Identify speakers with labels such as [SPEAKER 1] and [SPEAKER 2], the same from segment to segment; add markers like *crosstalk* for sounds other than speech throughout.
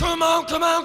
[SPEAKER 1] Come on, come on,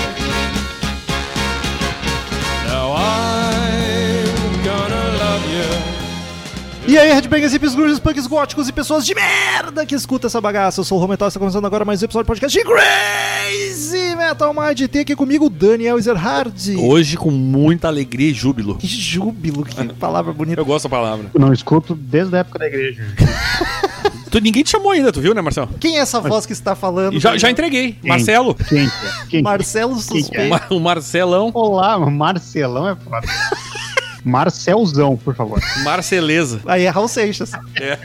[SPEAKER 1] Now I'm gonna love you.
[SPEAKER 2] E aí, headbangers, hippies, grunges, punks, góticos e pessoas de merda que escuta essa bagaça. Eu sou o Rometal, está começando agora mais um episódio do podcast de Crazy Metal Mind. Tem aqui comigo o Daniel Ezerhard.
[SPEAKER 3] Hoje com muita alegria e júbilo.
[SPEAKER 2] Que júbilo,
[SPEAKER 4] *laughs*
[SPEAKER 2] que palavra bonita.
[SPEAKER 3] Eu gosto da palavra.
[SPEAKER 4] Eu Não escuto desde a época da igreja.
[SPEAKER 3] Tu, ninguém te chamou ainda, tu viu, né, Marcelo?
[SPEAKER 2] Quem é essa voz que está falando?
[SPEAKER 3] E já, já entreguei. Marcelo.
[SPEAKER 4] Quem? que é? Quem? que é?
[SPEAKER 2] Marcelo
[SPEAKER 3] O
[SPEAKER 2] Suspeito.
[SPEAKER 3] Mar- O Marcelão.
[SPEAKER 4] Olá, é Marcelão é foda. Marcelzão, por favor.
[SPEAKER 3] Marceleza.
[SPEAKER 2] Aí é Raul Seixas.
[SPEAKER 1] É.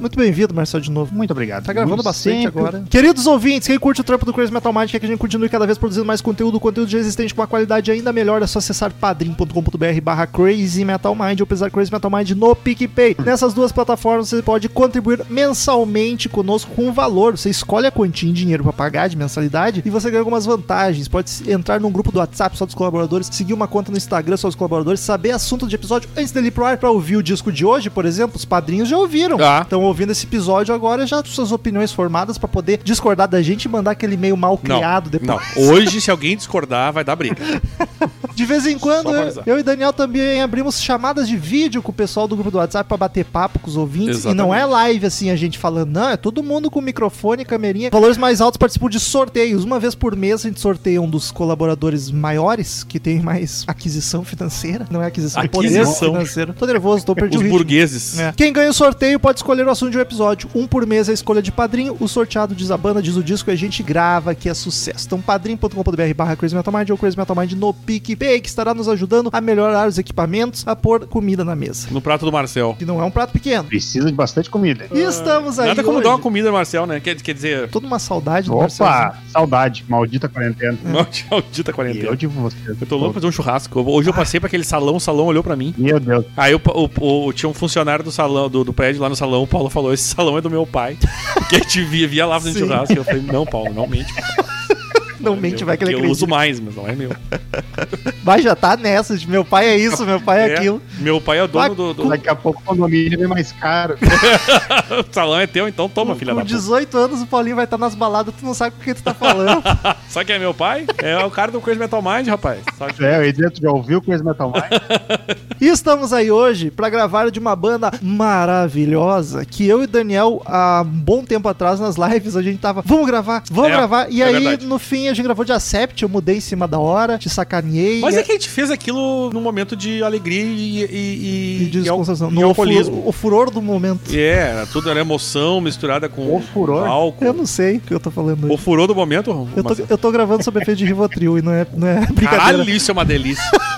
[SPEAKER 2] Muito bem-vindo, Marcelo, de novo.
[SPEAKER 4] Muito obrigado.
[SPEAKER 2] Tá gravando
[SPEAKER 4] Como
[SPEAKER 2] bastante
[SPEAKER 4] sempre.
[SPEAKER 2] agora. Queridos ouvintes, quem curte o trampo do Crazy Metal Mind quer que a gente continue cada vez produzindo mais conteúdo, conteúdo já existente com uma qualidade ainda melhor, é só acessar padrim.com.br barra Crazy Metal Mind ou pesar Crazy Metal Mind no PicPay. Nessas duas plataformas você pode contribuir mensalmente conosco com um valor. Você escolhe a quantia em dinheiro pra pagar de mensalidade e você ganha algumas vantagens. Pode entrar num grupo do WhatsApp só dos colaboradores, seguir uma conta no Instagram só dos colaboradores, saber assunto de episódio antes dele ir pro ar pra ouvir o disco de hoje, por exemplo. Os padrinhos já ouviram.
[SPEAKER 3] Tá.
[SPEAKER 2] Estão ouvindo esse episódio agora já com suas opiniões formadas pra poder discordar da gente e mandar aquele e-mail mal
[SPEAKER 3] Não,
[SPEAKER 2] criado depois.
[SPEAKER 3] não. Então, Hoje, se alguém discordar, vai dar briga.
[SPEAKER 2] De vez em quando,
[SPEAKER 3] Só pra
[SPEAKER 2] eu,
[SPEAKER 3] avisar.
[SPEAKER 2] eu e Daniel também abrimos chamadas de vídeo com o pessoal do grupo do WhatsApp pra bater papo com os ouvintes. E não é live assim, a gente falando, não, é todo mundo com microfone, camerinha. Valores mais altos participam de sorteios. Uma vez por mês a gente sorteia um dos colaboradores maiores, que tem mais aquisição financeira. Não é aquisição, é
[SPEAKER 3] Aquisição.
[SPEAKER 2] financeiro. Tô nervoso, tô perdido.
[SPEAKER 3] Os burgueses.
[SPEAKER 2] É. Quem ganha o sorteio pode escolher o assunto de um episódio. Um por mês é a escolha de padrinho. O sorteado diz a banda, diz o disco e a gente grava, que é sucesso. Então, padrim.com.br barra Crazy Metal Mind ou Crazy Metal Mind no PicPay, que estará nos ajudando a melhorar os equipamentos, a pôr comida na mesa.
[SPEAKER 3] No prato do Marcel.
[SPEAKER 2] Que não é um prato pequeno.
[SPEAKER 4] Precisa de bastante comida.
[SPEAKER 2] E estamos aí
[SPEAKER 3] Ah, Nada como
[SPEAKER 2] hoje.
[SPEAKER 3] dar uma comida, Marcel, né? Quer, quer dizer, *laughs*
[SPEAKER 2] Toda uma saudade do Marcelzinho.
[SPEAKER 4] Opa, saudade. Maldita quarentena.
[SPEAKER 3] maldita-
[SPEAKER 4] E
[SPEAKER 3] maldita
[SPEAKER 4] eu
[SPEAKER 3] quarentena.
[SPEAKER 4] de você.
[SPEAKER 3] Eu tô louco pra fazer um churrasco. Hoje eu passei pra aquele salão, o salão olhou pra mim.
[SPEAKER 4] Meu Deus.
[SPEAKER 3] Aí o, pa- o- o- tinha um funcionário do salão, do, do prédio lá no salão, o Paulo falou: esse salão é do meu pai. *laughs* Porque a gente via, via lá fazendo
[SPEAKER 2] Sim.
[SPEAKER 3] churrasco. E eu falei, não, Paulo, não mente.
[SPEAKER 2] Não mente, vai que ele
[SPEAKER 3] eu, eu
[SPEAKER 2] acredita.
[SPEAKER 3] uso mais, mas não é meu.
[SPEAKER 2] Vai já tá nessa de meu pai é isso, meu pai é, aquilo.
[SPEAKER 3] Meu pai é o
[SPEAKER 2] Vai
[SPEAKER 3] dono do, do-
[SPEAKER 4] Daqui a pouco o condomínio é mais caro.
[SPEAKER 3] O *laughs* salão é teu, então toma, filha
[SPEAKER 2] Com
[SPEAKER 3] da puta.
[SPEAKER 2] 18 anos o Paulinho vai estar nas baladas, tu não sabe com quem tu tá
[SPEAKER 3] *laughs*
[SPEAKER 2] falando.
[SPEAKER 3] Sabe quem é meu pai? É o cara do Crazy Metal Mind, rapaz. Sabe?
[SPEAKER 4] É, aí dentro já ouviu Crazy Metal Mind?
[SPEAKER 2] E estamos aí hoje pra gravar de uma banda maravilhosa que eu e o Daniel, há um bom tempo atrás, nas lives, a gente tava, vamos gravar, vamos
[SPEAKER 3] É,
[SPEAKER 2] gravar. E
[SPEAKER 3] é
[SPEAKER 2] aí,
[SPEAKER 3] verdade.
[SPEAKER 2] no fim, a gente gravou de Acept, eu mudei em cima da hora, te sacaneei.
[SPEAKER 3] Mas
[SPEAKER 2] e-
[SPEAKER 3] é que a gente fez aquilo num momento de alegria e. e,
[SPEAKER 2] e
[SPEAKER 3] e, e, al-
[SPEAKER 2] desconstrução.
[SPEAKER 3] e
[SPEAKER 2] No
[SPEAKER 3] alcoolismo.
[SPEAKER 2] furor- o furor do momento.
[SPEAKER 3] É, era tudo era emoção misturada com
[SPEAKER 4] O furor.
[SPEAKER 3] álcool.
[SPEAKER 2] Eu não sei o que eu tô falando.
[SPEAKER 3] O
[SPEAKER 2] hoje.
[SPEAKER 3] furor do momento,
[SPEAKER 2] Eu tô,
[SPEAKER 3] Marcelo?
[SPEAKER 2] eu tô gravando sobre efeito de Rivotril e não é, *laughs* não é brincadeira.
[SPEAKER 3] Caralho, isso é uma delícia.
[SPEAKER 2] *laughs*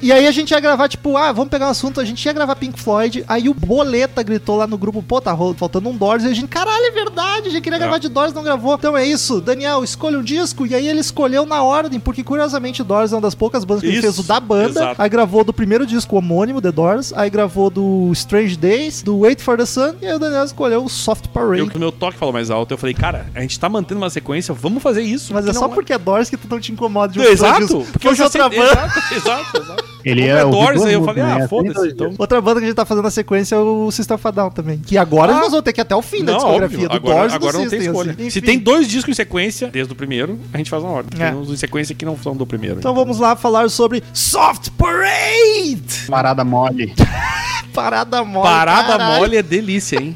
[SPEAKER 2] E aí a gente ia gravar, tipo, ah, vamos pegar um assunto, a gente ia gravar Pink Floyd, aí o Boleta gritou lá no grupo, pô, tá ro- faltando um Doors, e a gente, caralho, é verdade, a gente queria gravar de Doors, não gravou. Então é isso, Daniel, escolha um disco, e aí ele escolheu na ordem, porque curiosamente Doors é uma das poucas bandas que ele
[SPEAKER 3] Isso,
[SPEAKER 2] fez o da banda,
[SPEAKER 3] exato.
[SPEAKER 2] aí gravou do primeiro disco homônimo, The Doors, aí gravou do Strange Days, do Wait for the Sun, e aí o Daniel escolheu o Soft Parade.
[SPEAKER 3] Eu, o meu toque falou mais alto. Eu falei, cara, a gente tá mantendo uma sequência, vamos fazer isso.
[SPEAKER 2] Mas é
[SPEAKER 3] não
[SPEAKER 2] só porque é Doors que tu não te incomoda de um
[SPEAKER 3] Exato,
[SPEAKER 2] disco.
[SPEAKER 3] porque eu
[SPEAKER 2] Fosse
[SPEAKER 3] já sei.
[SPEAKER 2] outra banda.
[SPEAKER 3] Exato, *laughs* exato, exato.
[SPEAKER 4] Ele
[SPEAKER 3] Como
[SPEAKER 4] é
[SPEAKER 3] é
[SPEAKER 4] o
[SPEAKER 3] Doors, aí eu falei,
[SPEAKER 2] né?
[SPEAKER 3] ah, foda-se. Então,
[SPEAKER 2] Outra banda que a gente tá fazendo na sequência é o System of a Down também. Que agora nós vamos ter que ir até o fim da
[SPEAKER 3] Ah. Não,
[SPEAKER 2] discografia
[SPEAKER 3] óbvio.
[SPEAKER 2] do
[SPEAKER 3] agora,
[SPEAKER 2] Doors e do
[SPEAKER 3] agora não tem
[SPEAKER 2] System,
[SPEAKER 3] escolha.
[SPEAKER 2] assim.
[SPEAKER 3] Se
[SPEAKER 2] Enfim.
[SPEAKER 3] tem dois discos em sequência, desde o primeiro, a gente faz na ordem.
[SPEAKER 2] É.
[SPEAKER 3] Tem uns em sequência que não são do primeiro.
[SPEAKER 2] Então vamos lá falar sobre Soft Parade!
[SPEAKER 4] Parada mole.
[SPEAKER 2] Parada mole.
[SPEAKER 3] Parada
[SPEAKER 2] caralho.
[SPEAKER 3] mole é delícia, hein?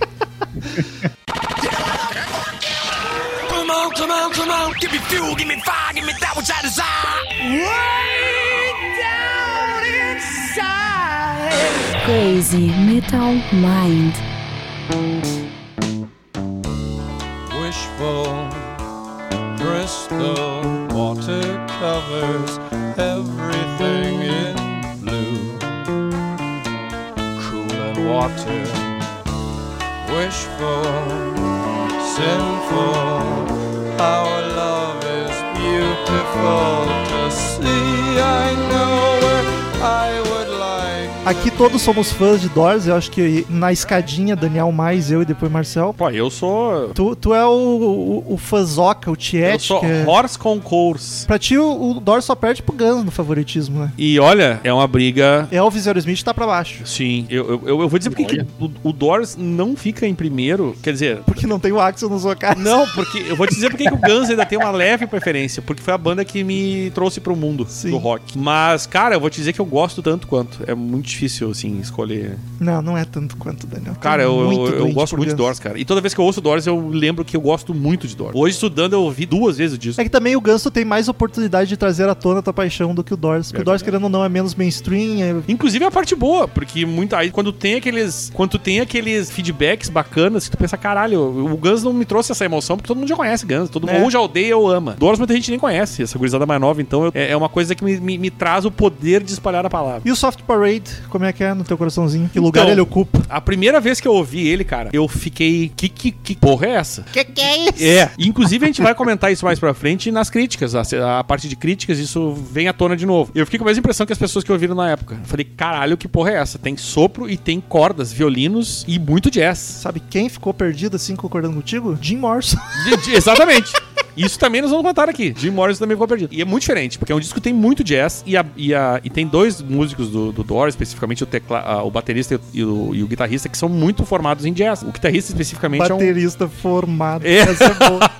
[SPEAKER 1] Come on, come on, come on. Give me fuel, give me fire, give me that which I desire. Way down inside.
[SPEAKER 5] Crazy Metal Mind.
[SPEAKER 1] Wishful, crystal, water covers everything in blue. Cool and water. Wishful, sinful. Our love is beautiful to see. I know where I would like.
[SPEAKER 2] A Aqui todos somos fãs de Doors, eu acho que na escadinha, Daniel mais, eu e depois Marcel.
[SPEAKER 3] *laughs* Pô, eu sou.
[SPEAKER 2] Tu, tu é o, o, o fãzoca, o
[SPEAKER 3] Eu
[SPEAKER 2] tiete.
[SPEAKER 3] sou
[SPEAKER 2] que é-
[SPEAKER 3] horse concourse.
[SPEAKER 2] Pra ti, o, o Doors só perde pro Guns no favoritismo, né?
[SPEAKER 3] E olha, é uma briga.
[SPEAKER 2] Elvis e Aerosmith tá pra baixo. *laughs*
[SPEAKER 3] Sim, eu, eu, eu- eu vou dizer porque que o, o Doors não fica em primeiro. Quer dizer,
[SPEAKER 2] Porque não tem o Axel nos vocais.
[SPEAKER 3] não, porque eu vou te dizer porque que o Guns ainda tem uma leve preferência, porque foi a banda que me trouxe pro mundo
[SPEAKER 2] Sim.
[SPEAKER 3] do rock. Mas, cara, eu vou te dizer que eu gosto tanto quanto. É muito difícil, assim, escolher.
[SPEAKER 2] Não, não é tanto quanto, Daniel. Tô
[SPEAKER 3] Cara, eu,
[SPEAKER 2] muito
[SPEAKER 3] eu, eu
[SPEAKER 2] doente
[SPEAKER 3] gosto
[SPEAKER 2] por
[SPEAKER 3] muito de
[SPEAKER 2] Guns.
[SPEAKER 3] Doors, cara. E toda vez que eu ouço Doors, eu lembro que eu gosto muito de Doors. Hoje, estudando, eu ouvi duas vezes o disco.
[SPEAKER 2] É que também o Guns tu tem mais oportunidade de trazer à tona a tua paixão do que o Doors. Porque o Doors, querendo ou não, é menos mainstream. é-
[SPEAKER 3] Inclusive é a parte boa, porque muito aí quando tem aqueles, quando tem aqueles feedbacks bacanas, que tu pensa, caralho, o Guns não me trouxe essa emoção, porque todo mundo já conhece Guns, todo
[SPEAKER 2] É.
[SPEAKER 3] mundo ou já odeia ou ama. Doors muita gente nem conhece, essa gurizada mais nova, então eu- é, é uma coisa que me, me- me traz o poder de espalhar a palavra.
[SPEAKER 2] E o Soft Parade, como é que é no teu coraçãozinho? Que lugar
[SPEAKER 3] Então,
[SPEAKER 2] ele ocupa?
[SPEAKER 3] A primeira vez que eu ouvi ele, cara, eu fiquei, que que, que porra é essa?
[SPEAKER 6] Que que é isso?
[SPEAKER 3] É, inclusive a gente vai comentar isso mais pra frente nas críticas. A, a parte de críticas, isso vem à tona de novo. Eu fiquei com a mesma impressão que as pessoas que ouviram na época. Eu falei, caralho, que porra é essa? Tem sopro e tem cordas, violinos e muito jazz.
[SPEAKER 2] Sabe quem ficou perdido assim concordando contigo? Jim Morrison.
[SPEAKER 3] De- de- exatamente. Isso também nós vamos contar aqui. Jim Morrison também ficou perdido. E é muito diferente, porque é um disco que tem muito jazz e, a- e a- e tem dois músicos do, do Doors, especificamente o, tecla, a- o baterista e o, e o guitarrista, que são muito formados em jazz. O guitarrista especificamente é um...
[SPEAKER 2] Baterista formado.
[SPEAKER 3] É.
[SPEAKER 2] Essa é
[SPEAKER 3] *laughs*
[SPEAKER 2] boa.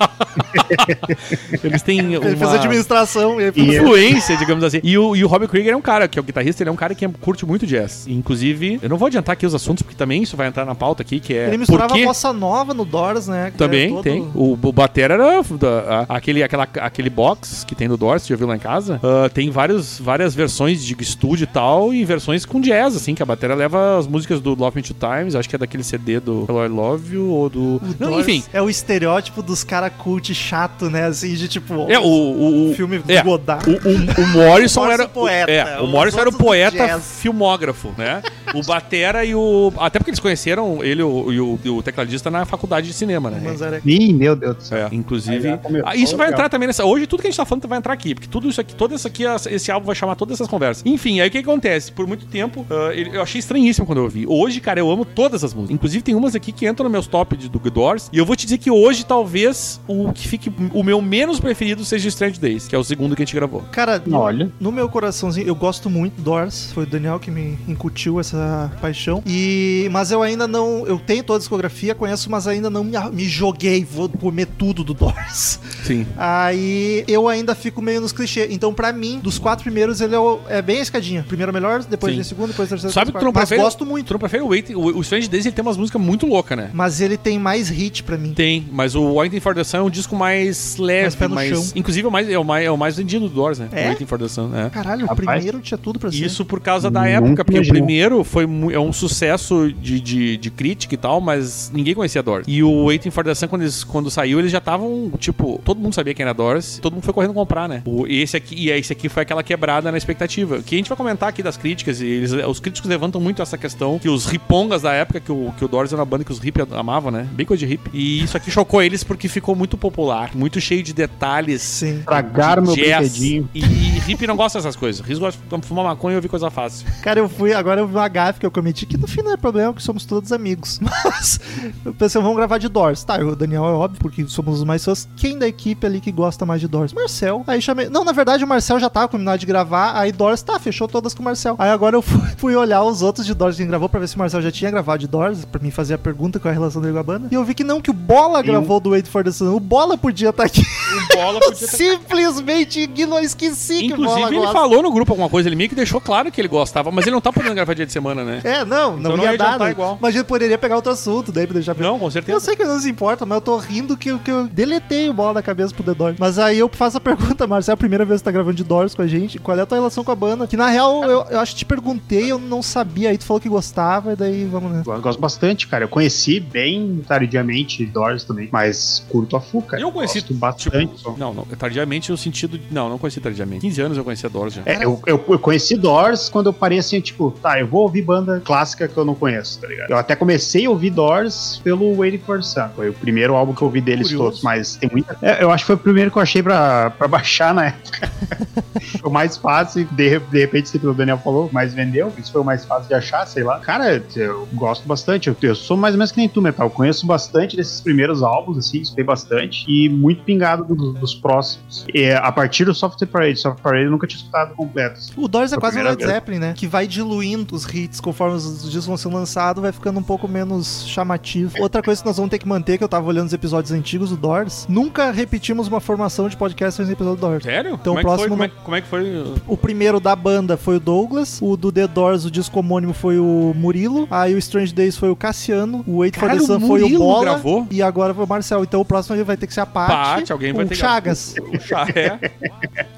[SPEAKER 3] Eles têm
[SPEAKER 2] *laughs* Ele fez
[SPEAKER 3] uma-
[SPEAKER 2] administração e aí
[SPEAKER 4] E
[SPEAKER 2] ficou-
[SPEAKER 3] influência, digamos assim. E o, e o Robbie Krieger é um cara, que é o guitarrista, ele é um cara que curte muito jazz. Inclusive, eu não vou adiantar aqui os assuntos, porque também isso vai entrar na pauta aqui, que é...
[SPEAKER 2] Ele misturava
[SPEAKER 3] por
[SPEAKER 2] a
[SPEAKER 3] quê?
[SPEAKER 2] bossa nova no Doors, né? que
[SPEAKER 3] Também
[SPEAKER 2] era todo-
[SPEAKER 3] tem. O, o Batera era da- a- aquele, aquela, aquele box que tem do Doors, você já viu lá em casa. Ah, tem vários, várias versões de estúdio e tal, e versões com jazz, assim, que a Batera leva as músicas do Love Me Two Times, acho que é daquele CD do Hello I Love You, ou do...
[SPEAKER 2] O
[SPEAKER 3] Não,
[SPEAKER 2] Doors
[SPEAKER 3] enfim...
[SPEAKER 2] É o estereótipo dos cara cult chato, né? Assim, de tipo.
[SPEAKER 3] É, o, o, o-
[SPEAKER 2] filme
[SPEAKER 3] é,
[SPEAKER 2] Godard.
[SPEAKER 3] O, o- o Morrison era
[SPEAKER 2] Morrison poeta,
[SPEAKER 3] É, o
[SPEAKER 2] os
[SPEAKER 3] Morrison era o
[SPEAKER 2] outros do
[SPEAKER 3] poeta
[SPEAKER 2] jazz.
[SPEAKER 3] filmógrafo, né? O Batera e o. Até porque eles conheceram ele o- e o, e o tecladista na faculdade de cinema, né?
[SPEAKER 2] Mas era-
[SPEAKER 4] Ih, meu Deus do céu.
[SPEAKER 3] É, inclusive.
[SPEAKER 4] Aí já começou,
[SPEAKER 3] Ah, isso vai
[SPEAKER 4] já.
[SPEAKER 3] entrar também nessa. Hoje tudo que a gente tá falando vai entrar aqui, porque tudo isso aqui, todo isso aqui, essa- esse álbum vai chamar todas essas conversas. Enfim, aí o que acontece? Por muito tempo, ah, ele- eu achei estranhíssimo quando eu ouvi. Hoje, cara, eu amo todas as músicas. Inclusive, tem umas aqui que entram nos meus top de, do The Doors. E eu vou te dizer que hoje, talvez, o que fique o meu menos preferido seja o Strange Days, que é o segundo que a gente gravou.
[SPEAKER 2] Cara,
[SPEAKER 4] Olha.
[SPEAKER 2] no meu coraçãozinho, eu gosto muito do Doors. Foi o Daniel que me incutiu essa paixão. E mas eu ainda não, eu tenho toda a discografia, conheço, mas ainda não me, me joguei, vou comer tudo do Doors.
[SPEAKER 3] Sim.
[SPEAKER 2] *laughs* Aí eu ainda fico meio nos clichês. Então pra mim, dos quatro primeiros ele é, o- é bem a escadinha. Primeiro é melhor, depois
[SPEAKER 3] Sim.
[SPEAKER 2] vem o segundo, depois o terceiro,
[SPEAKER 3] Sabe
[SPEAKER 2] depois
[SPEAKER 3] que tu não
[SPEAKER 2] o quarto. Mas
[SPEAKER 3] prefere-
[SPEAKER 2] gosto muito.
[SPEAKER 3] Tu não prefere o Waiting? O, o Strange Days ele tem umas músicas muito loucas, né?
[SPEAKER 2] Mas ele tem mais hit pra mim.
[SPEAKER 3] Tem, mas o Waiting for the Sun é um disco mais leve, mais...
[SPEAKER 2] pé no chão.
[SPEAKER 3] Inclusive, é o mais, é o mais, é o mais vendido do Doors, né?
[SPEAKER 2] É?
[SPEAKER 3] Waiting for the Sun, é.
[SPEAKER 2] Caralho, o
[SPEAKER 4] Rapaz.
[SPEAKER 2] primeiro tinha tudo pra ser.
[SPEAKER 3] Isso por causa da
[SPEAKER 4] Nunca
[SPEAKER 3] época, porque
[SPEAKER 4] imaginei.
[SPEAKER 3] o primeiro foi mu- é um sucesso de, de, de crítica e tal, mas ninguém conhecia Doors. E o Waiting for the Sun, quando, eles- quando saiu, eles já estavam, tipo, todo mundo sabia quem era Doors, todo mundo foi correndo comprar, né? O, e esse aqui, e esse aqui foi aquela quebrada na expectativa. Que a gente vai comentar aqui das críticas, e eles, os críticos levantam muito essa questão que os ripongas da época, que o, que o Doors era uma banda que os hip amavam, né? Bem coisa de hip. E isso aqui chocou eles porque ficou muito popular, muito cheio de detalhes
[SPEAKER 2] Sim.
[SPEAKER 4] Tragar meu
[SPEAKER 3] jazz.
[SPEAKER 4] brinquedinho.
[SPEAKER 3] E, e hippie não gosta dessas coisas. Riz gosta de fumar maconha e ouvir coisa fácil.
[SPEAKER 2] Cara, eu fui, agora eu vi uma gafe que eu cometi, que no fim não é problema, que somos todos amigos. *laughs* Mas eu pensei, vamos gravar de Doors. Tá, eu- o Daniel é óbvio, porque somos os mais fãs. Quem da equipe ali que gosta mais de Doors? Marcel. Aí chamei. Não, na verdade o Marcel já tava combinado de gravar, aí Doors, tá, fechou todas com o Marcel. Aí agora eu *laughs* fui, fui olhar os outros de Doors quem gravou pra ver se o Marcel já tinha gravado de Doors, pra mim fazer a pergunta qual é a relação dele com a banda. E eu vi que não, que o Bola gravou do Wait for the Sun. O Bola podia estar aqui. *laughs*
[SPEAKER 3] O *laughs* Bola
[SPEAKER 2] Eu
[SPEAKER 3] podia ter...
[SPEAKER 2] simplesmente ignorei, esqueci que o Bola
[SPEAKER 3] Inclusive, ele
[SPEAKER 2] gosta.
[SPEAKER 3] falou no grupo alguma coisa, ele meio que deixou claro que ele gostava, mas ele não tá *laughs* podendo gravar dia de semana, né?
[SPEAKER 2] É, não, não
[SPEAKER 3] Então não
[SPEAKER 2] ia
[SPEAKER 3] ia
[SPEAKER 2] dar.
[SPEAKER 3] adiantar
[SPEAKER 2] né?
[SPEAKER 3] igual.
[SPEAKER 2] Mas a gente poderia pegar outro assunto, daí pra deixar pra-
[SPEAKER 3] Não, com
[SPEAKER 2] Eu
[SPEAKER 3] certeza.
[SPEAKER 2] sei que não se importa, mas eu tô rindo que, que eu deletei o bola da cabeça pro The Doors. Mas aí eu faço a *laughs* pergunta, Marcelo, é a primeira vez que tá gravando de Doors com a gente. Qual é a tua relação com a banda? Que na real eu, eu acho que te perguntei, eu não sabia. Aí tu falou que gostava, e daí vamos né?
[SPEAKER 4] Eu gosto bastante, cara. Eu conheci bem tardiamente Doors também, mas curto a Fu, cara.
[SPEAKER 3] Eu conheci,
[SPEAKER 4] Gosto bastante.
[SPEAKER 3] Tipo, não, não, tardiamente no sentido de. Não, não conheci tardiamente. 15 anos eu conhecia Doors já.
[SPEAKER 4] É, eu, eu, eu conheci Doors quando eu parei assim, tipo, tá, eu vou ouvir banda clássica que eu não conheço, tá ligado? Eu até comecei a ouvir Doors pelo Waiting for Sun. Foi o primeiro álbum que eu ouvi deles
[SPEAKER 2] Curioso.
[SPEAKER 4] todos, mas tem muita. É, eu acho que foi o primeiro que eu achei pra, pra baixar na época. *laughs* foi o mais fácil, e de, de repente, sempre o Daniel falou, mas vendeu. Isso foi o mais fácil de achar, sei lá. Cara, eu gosto bastante. Eu, eu sou mais ou menos que nem tu, metal. Eu conheço bastante desses primeiros álbuns, assim, escutei bastante. E muito pingado do- dos próximos. É, a partir do Software Parade. Software Parade eu nunca tinha escutado completo. assim.
[SPEAKER 2] O Doors é
[SPEAKER 4] Foi a
[SPEAKER 2] quase um
[SPEAKER 4] primeira
[SPEAKER 2] Led
[SPEAKER 4] vez.
[SPEAKER 2] Zeppelin, né? Que vai diluindo os hits conforme os discos vão sendo lançados, vai ficando um pouco menos chamativo. Outra coisa que nós vamos ter que manter, que eu tava olhando os episódios antigos do Doors, nunca repetimos uma formação de podcast sem episódio do Doors.
[SPEAKER 3] Sério?
[SPEAKER 2] Então,
[SPEAKER 3] como, é que
[SPEAKER 2] próximo
[SPEAKER 3] foi? Como,
[SPEAKER 2] não-
[SPEAKER 3] é, como é que foi?
[SPEAKER 2] O primeiro da banda foi o Douglas, o do The Doors, o disco homônimo foi o Murilo, aí o Strange Days foi o Cassiano, o Wait for the
[SPEAKER 3] Caralho,
[SPEAKER 2] Sun
[SPEAKER 3] o
[SPEAKER 2] foi o
[SPEAKER 3] Murilo
[SPEAKER 2] Bola
[SPEAKER 3] gravou?
[SPEAKER 2] e agora foi o Marcel. Então o próximo vai ter que ser a Paty,
[SPEAKER 3] Paty, alguém vai
[SPEAKER 2] o
[SPEAKER 3] ter que- *laughs*
[SPEAKER 2] Chagas.
[SPEAKER 3] O Cha- é.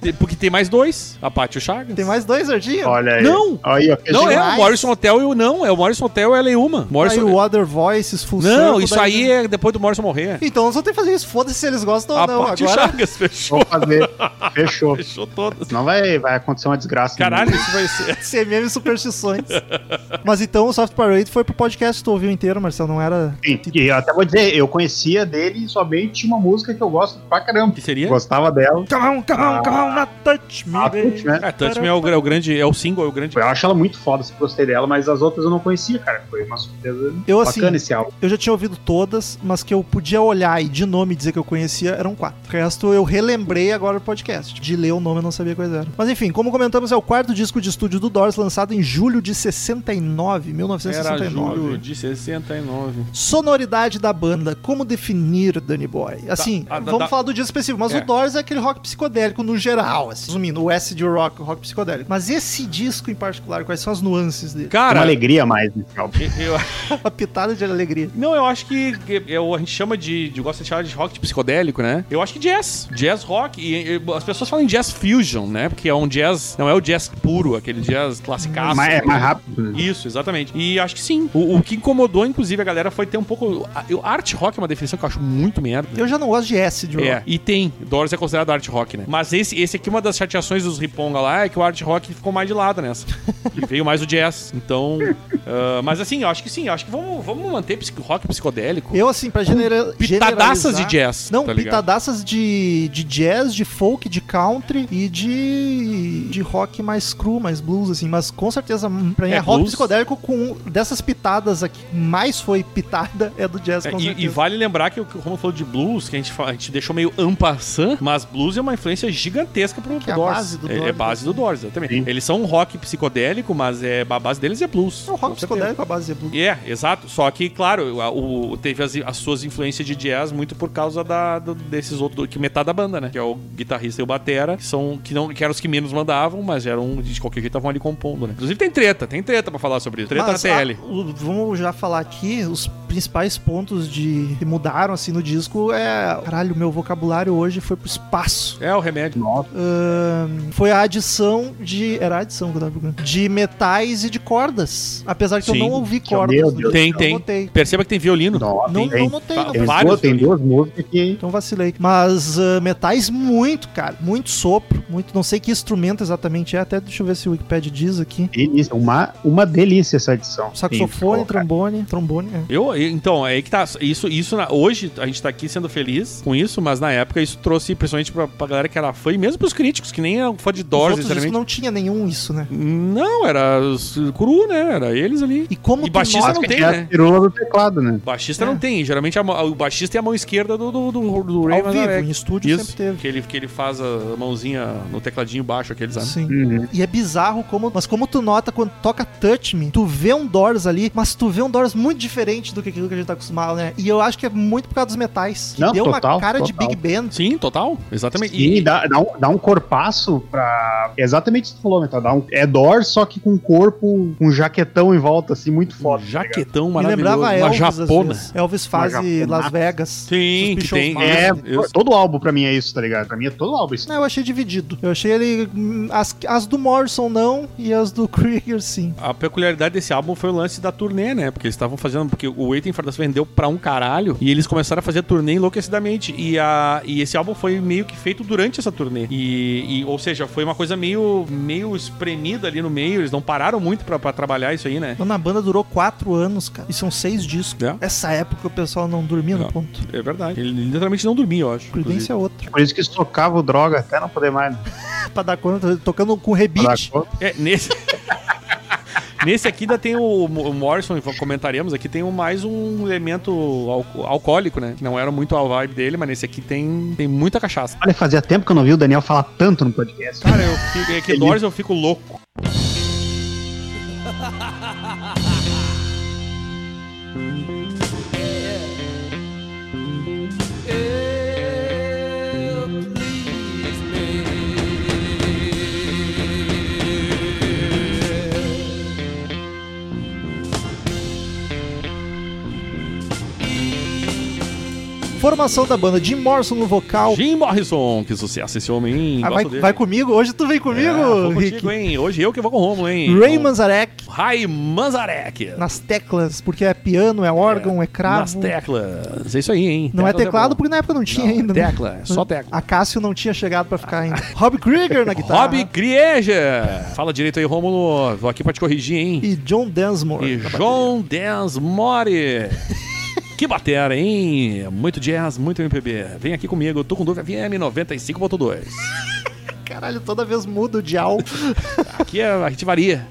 [SPEAKER 3] Tem- Porque tem mais dois. A Paty e o Chagas.
[SPEAKER 2] Tem mais dois, Jardim?
[SPEAKER 4] Olha aí.
[SPEAKER 3] Não!
[SPEAKER 4] Aí, ó,
[SPEAKER 3] Não, é o
[SPEAKER 2] mais.
[SPEAKER 3] Morrison Hotel e o... Não, é o Morrison Hotel e a Leuma.
[SPEAKER 2] Aí
[SPEAKER 3] Morrison...
[SPEAKER 2] o Other Voices, Full
[SPEAKER 3] Não,
[SPEAKER 2] Circle,
[SPEAKER 3] isso
[SPEAKER 2] daí-
[SPEAKER 3] aí é depois do Morrison morrer.
[SPEAKER 2] Então nós vamos ter que fazer isso. Foda-se se eles gostam
[SPEAKER 3] a
[SPEAKER 2] ou não.
[SPEAKER 3] Paty e o
[SPEAKER 2] Agora.
[SPEAKER 3] Chagas fechou.
[SPEAKER 4] Vou fazer.
[SPEAKER 3] *laughs*
[SPEAKER 4] Fechou.
[SPEAKER 3] Fechou todas.
[SPEAKER 4] Senão vai, vai acontecer uma desgraça.
[SPEAKER 3] Caralho, isso
[SPEAKER 2] *laughs*
[SPEAKER 3] vai ser...
[SPEAKER 2] CMM Superstições. Mas então o Soft Parade foi pro podcast que tu ouviu inteiro, Marcel, não era.
[SPEAKER 4] Sim, e eu até vou dizer, eu conhecia dele somente uma música que eu gosto pra caramba.
[SPEAKER 3] que seria?
[SPEAKER 4] Gostava dela.
[SPEAKER 3] Tá,
[SPEAKER 2] Come on, come on, come on, not touch me.
[SPEAKER 4] Ah,
[SPEAKER 2] baby.
[SPEAKER 4] putz, né?
[SPEAKER 3] Ah, Touch Me é o, gra- é o grande... É o single, é o grande...
[SPEAKER 4] Eu acho ela muito foda, se gostei dela, mas as outras eu não conhecia, cara. Foi uma surpresa
[SPEAKER 2] Eu, assim,
[SPEAKER 4] bacana esse álbum.
[SPEAKER 2] Eu já tinha ouvido todas, mas que eu podia olhar e de nome dizer que eu conhecia eram quatro. O resto eu relembrei agora no podcast. De ler o nome eu não sabia quais eram. Mas enfim, como comentamos, é o quarto disco de estúdio do Doors, lançado em julho de 69,
[SPEAKER 3] Era
[SPEAKER 2] 1969.
[SPEAKER 3] julho de 69.
[SPEAKER 2] Sonoridade da banda, como definir Danny Boy? Assim,
[SPEAKER 3] Tá, ah, da-
[SPEAKER 2] vamos
[SPEAKER 3] da-
[SPEAKER 2] falar do dia específico, mas
[SPEAKER 3] É.
[SPEAKER 2] o Doors é aquele rock psicodélico no geral, assim, resumindo, o acid rock, o rock psicodélico. Mas esse disco em particular, quais são as nuances dele? *laughs*
[SPEAKER 4] Uma
[SPEAKER 3] Cara...
[SPEAKER 4] alegria a mais nesse álbum.
[SPEAKER 3] eu- eu-
[SPEAKER 2] Uma pitada de alegria.
[SPEAKER 3] Não, eu acho que que eu, a gente chama de, de. Gosta de chamar de rock psicodélico, né? Eu acho que jazz. Jazz rock. E, e as pessoas falam em jazz fusion, né? Porque é um jazz. Não é o jazz puro, aquele jazz classicaço.
[SPEAKER 4] Mas é mais rápido. né?
[SPEAKER 3] Isso, exatamente. E acho que sim. O, o que incomodou, inclusive, a galera foi ter um pouco. a- eu- art rock é uma definição que eu acho muito merda.
[SPEAKER 2] Eu já não gosto de acid rock.
[SPEAKER 3] É, e tem. Doors é considerado art rock, né? Mas esse, esse aqui, uma das chateações dos Riponga lá, é que o art rock ficou mais de lado
[SPEAKER 2] *laughs*
[SPEAKER 3] nessa. e veio mais o jazz. Então. ah, mas assim, eu acho que sim. eu acho que vamos, vamos manter psico- rock psicodélico.
[SPEAKER 2] Eu, assim, pra genera
[SPEAKER 3] Pitadaças
[SPEAKER 2] generalizar-
[SPEAKER 3] de jazz,
[SPEAKER 2] Não,
[SPEAKER 3] tá ligado?
[SPEAKER 2] pitadaças de, de jazz, de folk, de country e de, de rock mais cru, mais blues, assim. Mas com certeza, hum, pra mim, é,
[SPEAKER 3] É,
[SPEAKER 2] rock
[SPEAKER 3] blues.
[SPEAKER 2] psicodélico com um, dessas pitadas aqui. Mais foi pitada é do jazz,
[SPEAKER 3] É,
[SPEAKER 2] com certeza.
[SPEAKER 3] e, e vale lembrar que o que o Romulo falou de blues, que a gente, fa- a gente deixou meio ampassant, mas blues é uma influência gigantesca pro
[SPEAKER 2] Que é a
[SPEAKER 3] Doors.
[SPEAKER 2] base do
[SPEAKER 3] é,
[SPEAKER 2] Doors,
[SPEAKER 3] é base do
[SPEAKER 2] né?
[SPEAKER 3] Doors, exatamente.
[SPEAKER 4] Sim.
[SPEAKER 3] Eles são um rock psicodélico, mas é, a base deles é blues.
[SPEAKER 2] É um rock
[SPEAKER 3] com certeza.
[SPEAKER 2] psicodélico à base de blues.
[SPEAKER 3] É, exato. Só que, claro, a- o, teve as, as suas influências de jazz muito por causa da, do- desses outros, que metade da banda, né? Que é o guitarrista e o batera, que, são, que, não, que eram os que menos mandavam, mas eram, de qualquer jeito, estavam ali compondo, né? Inclusive tem treta, tem treta pra falar sobre isso. Treta é
[SPEAKER 2] Mas,
[SPEAKER 3] na TL.
[SPEAKER 2] ah, o- vamos já falar aqui, os principais pontos de que mudaram assim no disco é. Caralho, meu vocabulário hoje foi pro espaço.
[SPEAKER 3] É o remédio.
[SPEAKER 4] Nossa,
[SPEAKER 2] Ahn, foi a adição de. Era a adição que eu tava procurando. De metais e de cordas. Apesar que
[SPEAKER 3] Sim.
[SPEAKER 2] eu não ouvi
[SPEAKER 4] Que é o
[SPEAKER 2] cordas.
[SPEAKER 4] meu
[SPEAKER 2] no disco,
[SPEAKER 4] Deus.
[SPEAKER 3] Tem,
[SPEAKER 2] eu
[SPEAKER 3] tem.
[SPEAKER 2] Notei.
[SPEAKER 3] Perceba que tem violino.
[SPEAKER 4] nossa.
[SPEAKER 2] Não,
[SPEAKER 4] tem,
[SPEAKER 2] não notei,
[SPEAKER 3] Tá,
[SPEAKER 2] não
[SPEAKER 4] tem
[SPEAKER 2] notei.
[SPEAKER 3] vários
[SPEAKER 4] duas, tem duas músicas que.
[SPEAKER 2] Então vacilei. Mas ah, metais muito, cara. Muito sopro. Muito. Não sei que instrumento exatamente é. Até deixa eu ver se o Wikipedia diz aqui.
[SPEAKER 4] Delícia, uma, uma delícia essa edição.
[SPEAKER 2] Saxofone,
[SPEAKER 4] Sim, cara.
[SPEAKER 2] trombone. Trombone, é.
[SPEAKER 3] Eu, então, é aí que tá. Isso, isso na- hoje a gente tá aqui sendo feliz com isso, mas na época isso trouxe, principalmente pra, pra galera que era fã, e mesmo pros críticos, que nem eram fã de
[SPEAKER 2] Os
[SPEAKER 3] Doors,
[SPEAKER 2] outros discos
[SPEAKER 3] sinceramente.
[SPEAKER 2] não tinha nenhum isso, né?
[SPEAKER 3] Não, era os cru, né? Era eles ali.
[SPEAKER 2] E como
[SPEAKER 3] E baixista
[SPEAKER 2] nota-
[SPEAKER 4] Mas
[SPEAKER 3] não
[SPEAKER 4] que
[SPEAKER 3] tem,
[SPEAKER 4] tinha
[SPEAKER 3] né?
[SPEAKER 4] a pirula do teclado, né?
[SPEAKER 3] Baixista
[SPEAKER 2] É.
[SPEAKER 3] não tem. Geralmente a mão- o baixista é a mão esquerda do, do, do, do Ray
[SPEAKER 2] ao vivo,
[SPEAKER 3] Manzarek.
[SPEAKER 2] em estúdio
[SPEAKER 3] né? Isso,
[SPEAKER 2] sempre teve.
[SPEAKER 3] que ele, que ele faz a mãozinha no tecladinho baixo, aqueles anos.
[SPEAKER 2] Sim.
[SPEAKER 4] Uhum.
[SPEAKER 2] E é bizarro como. Mas como tu nota quando toca Touch Me, tu vê um Doors ali, mas tu vê um Doors muito diferente do que aquilo que a gente tá acostumado, né? E eu acho que é muito por causa dos metais. Que
[SPEAKER 4] Não,
[SPEAKER 2] deu
[SPEAKER 4] total,
[SPEAKER 2] uma cara de
[SPEAKER 4] total.
[SPEAKER 2] Big Band.
[SPEAKER 3] Sim, total. Exatamente.
[SPEAKER 4] Sim, dá, dá um, dá um corpaço pra. Exatamente isso que tu falou, Metal. Dá um, é Dor, só que com um corpo, um jaquetão em volta, assim, muito
[SPEAKER 3] um
[SPEAKER 4] foda.
[SPEAKER 3] jaquetão
[SPEAKER 2] Me
[SPEAKER 3] maravilhoso.
[SPEAKER 2] tá lembrava
[SPEAKER 3] Uma
[SPEAKER 2] Elvis. às
[SPEAKER 3] japona.
[SPEAKER 2] vezes. Elvis faz
[SPEAKER 4] japona.
[SPEAKER 2] Las Vegas.
[SPEAKER 3] Sim,
[SPEAKER 2] Os
[SPEAKER 3] que
[SPEAKER 2] bichos
[SPEAKER 3] tem-
[SPEAKER 2] maus.
[SPEAKER 4] É,
[SPEAKER 3] Deus.
[SPEAKER 4] todo álbum pra mim é isso, tá ligado? Pra mim é todo álbum isso.
[SPEAKER 2] Não, eu achei dividido. Eu achei ele. hum, As, as do Morrison não e as do *laughs* Krieger sim.
[SPEAKER 3] A peculiaridade desse álbum foi o lance da turnê, né? Porque eles estavam fazendo. Porque o Waiting for the Sun vendeu pra um caralho. E eles começaram a fazer a turnê enlouquecidamente. E, a, e esse álbum foi meio que feito durante essa turnê. E E, e- ou seja, foi uma coisa meio, meio espremida ali no meio. Eles não pararam muito pra, pra trabalhar isso aí, né?
[SPEAKER 2] Mano, a banda durou quatro anos, cara. E são seis discos.
[SPEAKER 3] É.
[SPEAKER 2] Essa época o pessoal não dormia
[SPEAKER 3] Não.
[SPEAKER 2] no ponto.
[SPEAKER 3] É verdade. Ele literalmente não dormia, eu acho.
[SPEAKER 2] Prudência é outra. *laughs*
[SPEAKER 4] Por isso que eles tocavam droga até não poder mais. né?
[SPEAKER 2] Pra dar conta, tocando com
[SPEAKER 4] Pra dar
[SPEAKER 2] rebite.
[SPEAKER 4] conta.
[SPEAKER 3] É, nesse. *laughs* Nesse aqui ainda tem o, o Morrison, comentaremos aqui, tem um- mais um elemento al- alcoólico, né? Que não era muito a vibe dele, mas nesse aqui tem, tem muita cachaça.
[SPEAKER 4] Olha, fazia tempo que eu não vi o Daniel falar tanto no podcast.
[SPEAKER 3] Cara, eu fico, é que
[SPEAKER 4] Ele-
[SPEAKER 3] Doors eu fico louco.
[SPEAKER 2] Formação da banda: Jim Morrison no vocal.
[SPEAKER 3] Jim Morrison, que sucesso esse homem, hein?
[SPEAKER 2] Ah,
[SPEAKER 3] Gosto
[SPEAKER 2] vai,
[SPEAKER 3] dele.
[SPEAKER 2] vai comigo? Hoje tu vem comigo,
[SPEAKER 3] É, vou
[SPEAKER 2] Rick?
[SPEAKER 3] contigo, hein? Hoje eu que vou com o Romulo, hein?
[SPEAKER 2] Ray Manzarek
[SPEAKER 3] Rai Manzarek.
[SPEAKER 2] nas teclas, porque é piano, é órgão, é, cravo.
[SPEAKER 3] Nas teclas. É isso aí, hein?
[SPEAKER 2] Não é
[SPEAKER 3] Teclas
[SPEAKER 2] teclado,
[SPEAKER 3] bom.
[SPEAKER 2] porque na época não tinha
[SPEAKER 3] Não, é
[SPEAKER 2] ainda. né?
[SPEAKER 3] tecla, é só tecla.
[SPEAKER 2] A Cássio não tinha chegado pra ficar
[SPEAKER 3] *laughs*
[SPEAKER 2] ainda. Rob Krieger na é guitarra.
[SPEAKER 3] Rob Grieja. Fala direito aí, Romulo. Vou aqui pra te corrigir, hein?
[SPEAKER 2] E John Densmore. Tá
[SPEAKER 3] E
[SPEAKER 2] na *laughs*
[SPEAKER 3] John Densmore. Que batera, hein? Muito jazz, muito MPB. Vem aqui comigo, eu tô com dúvida. FM 95.2.
[SPEAKER 2] bateria. Caralho, toda vez muda o dial. *laughs*
[SPEAKER 3] Aqui é, a gente varia.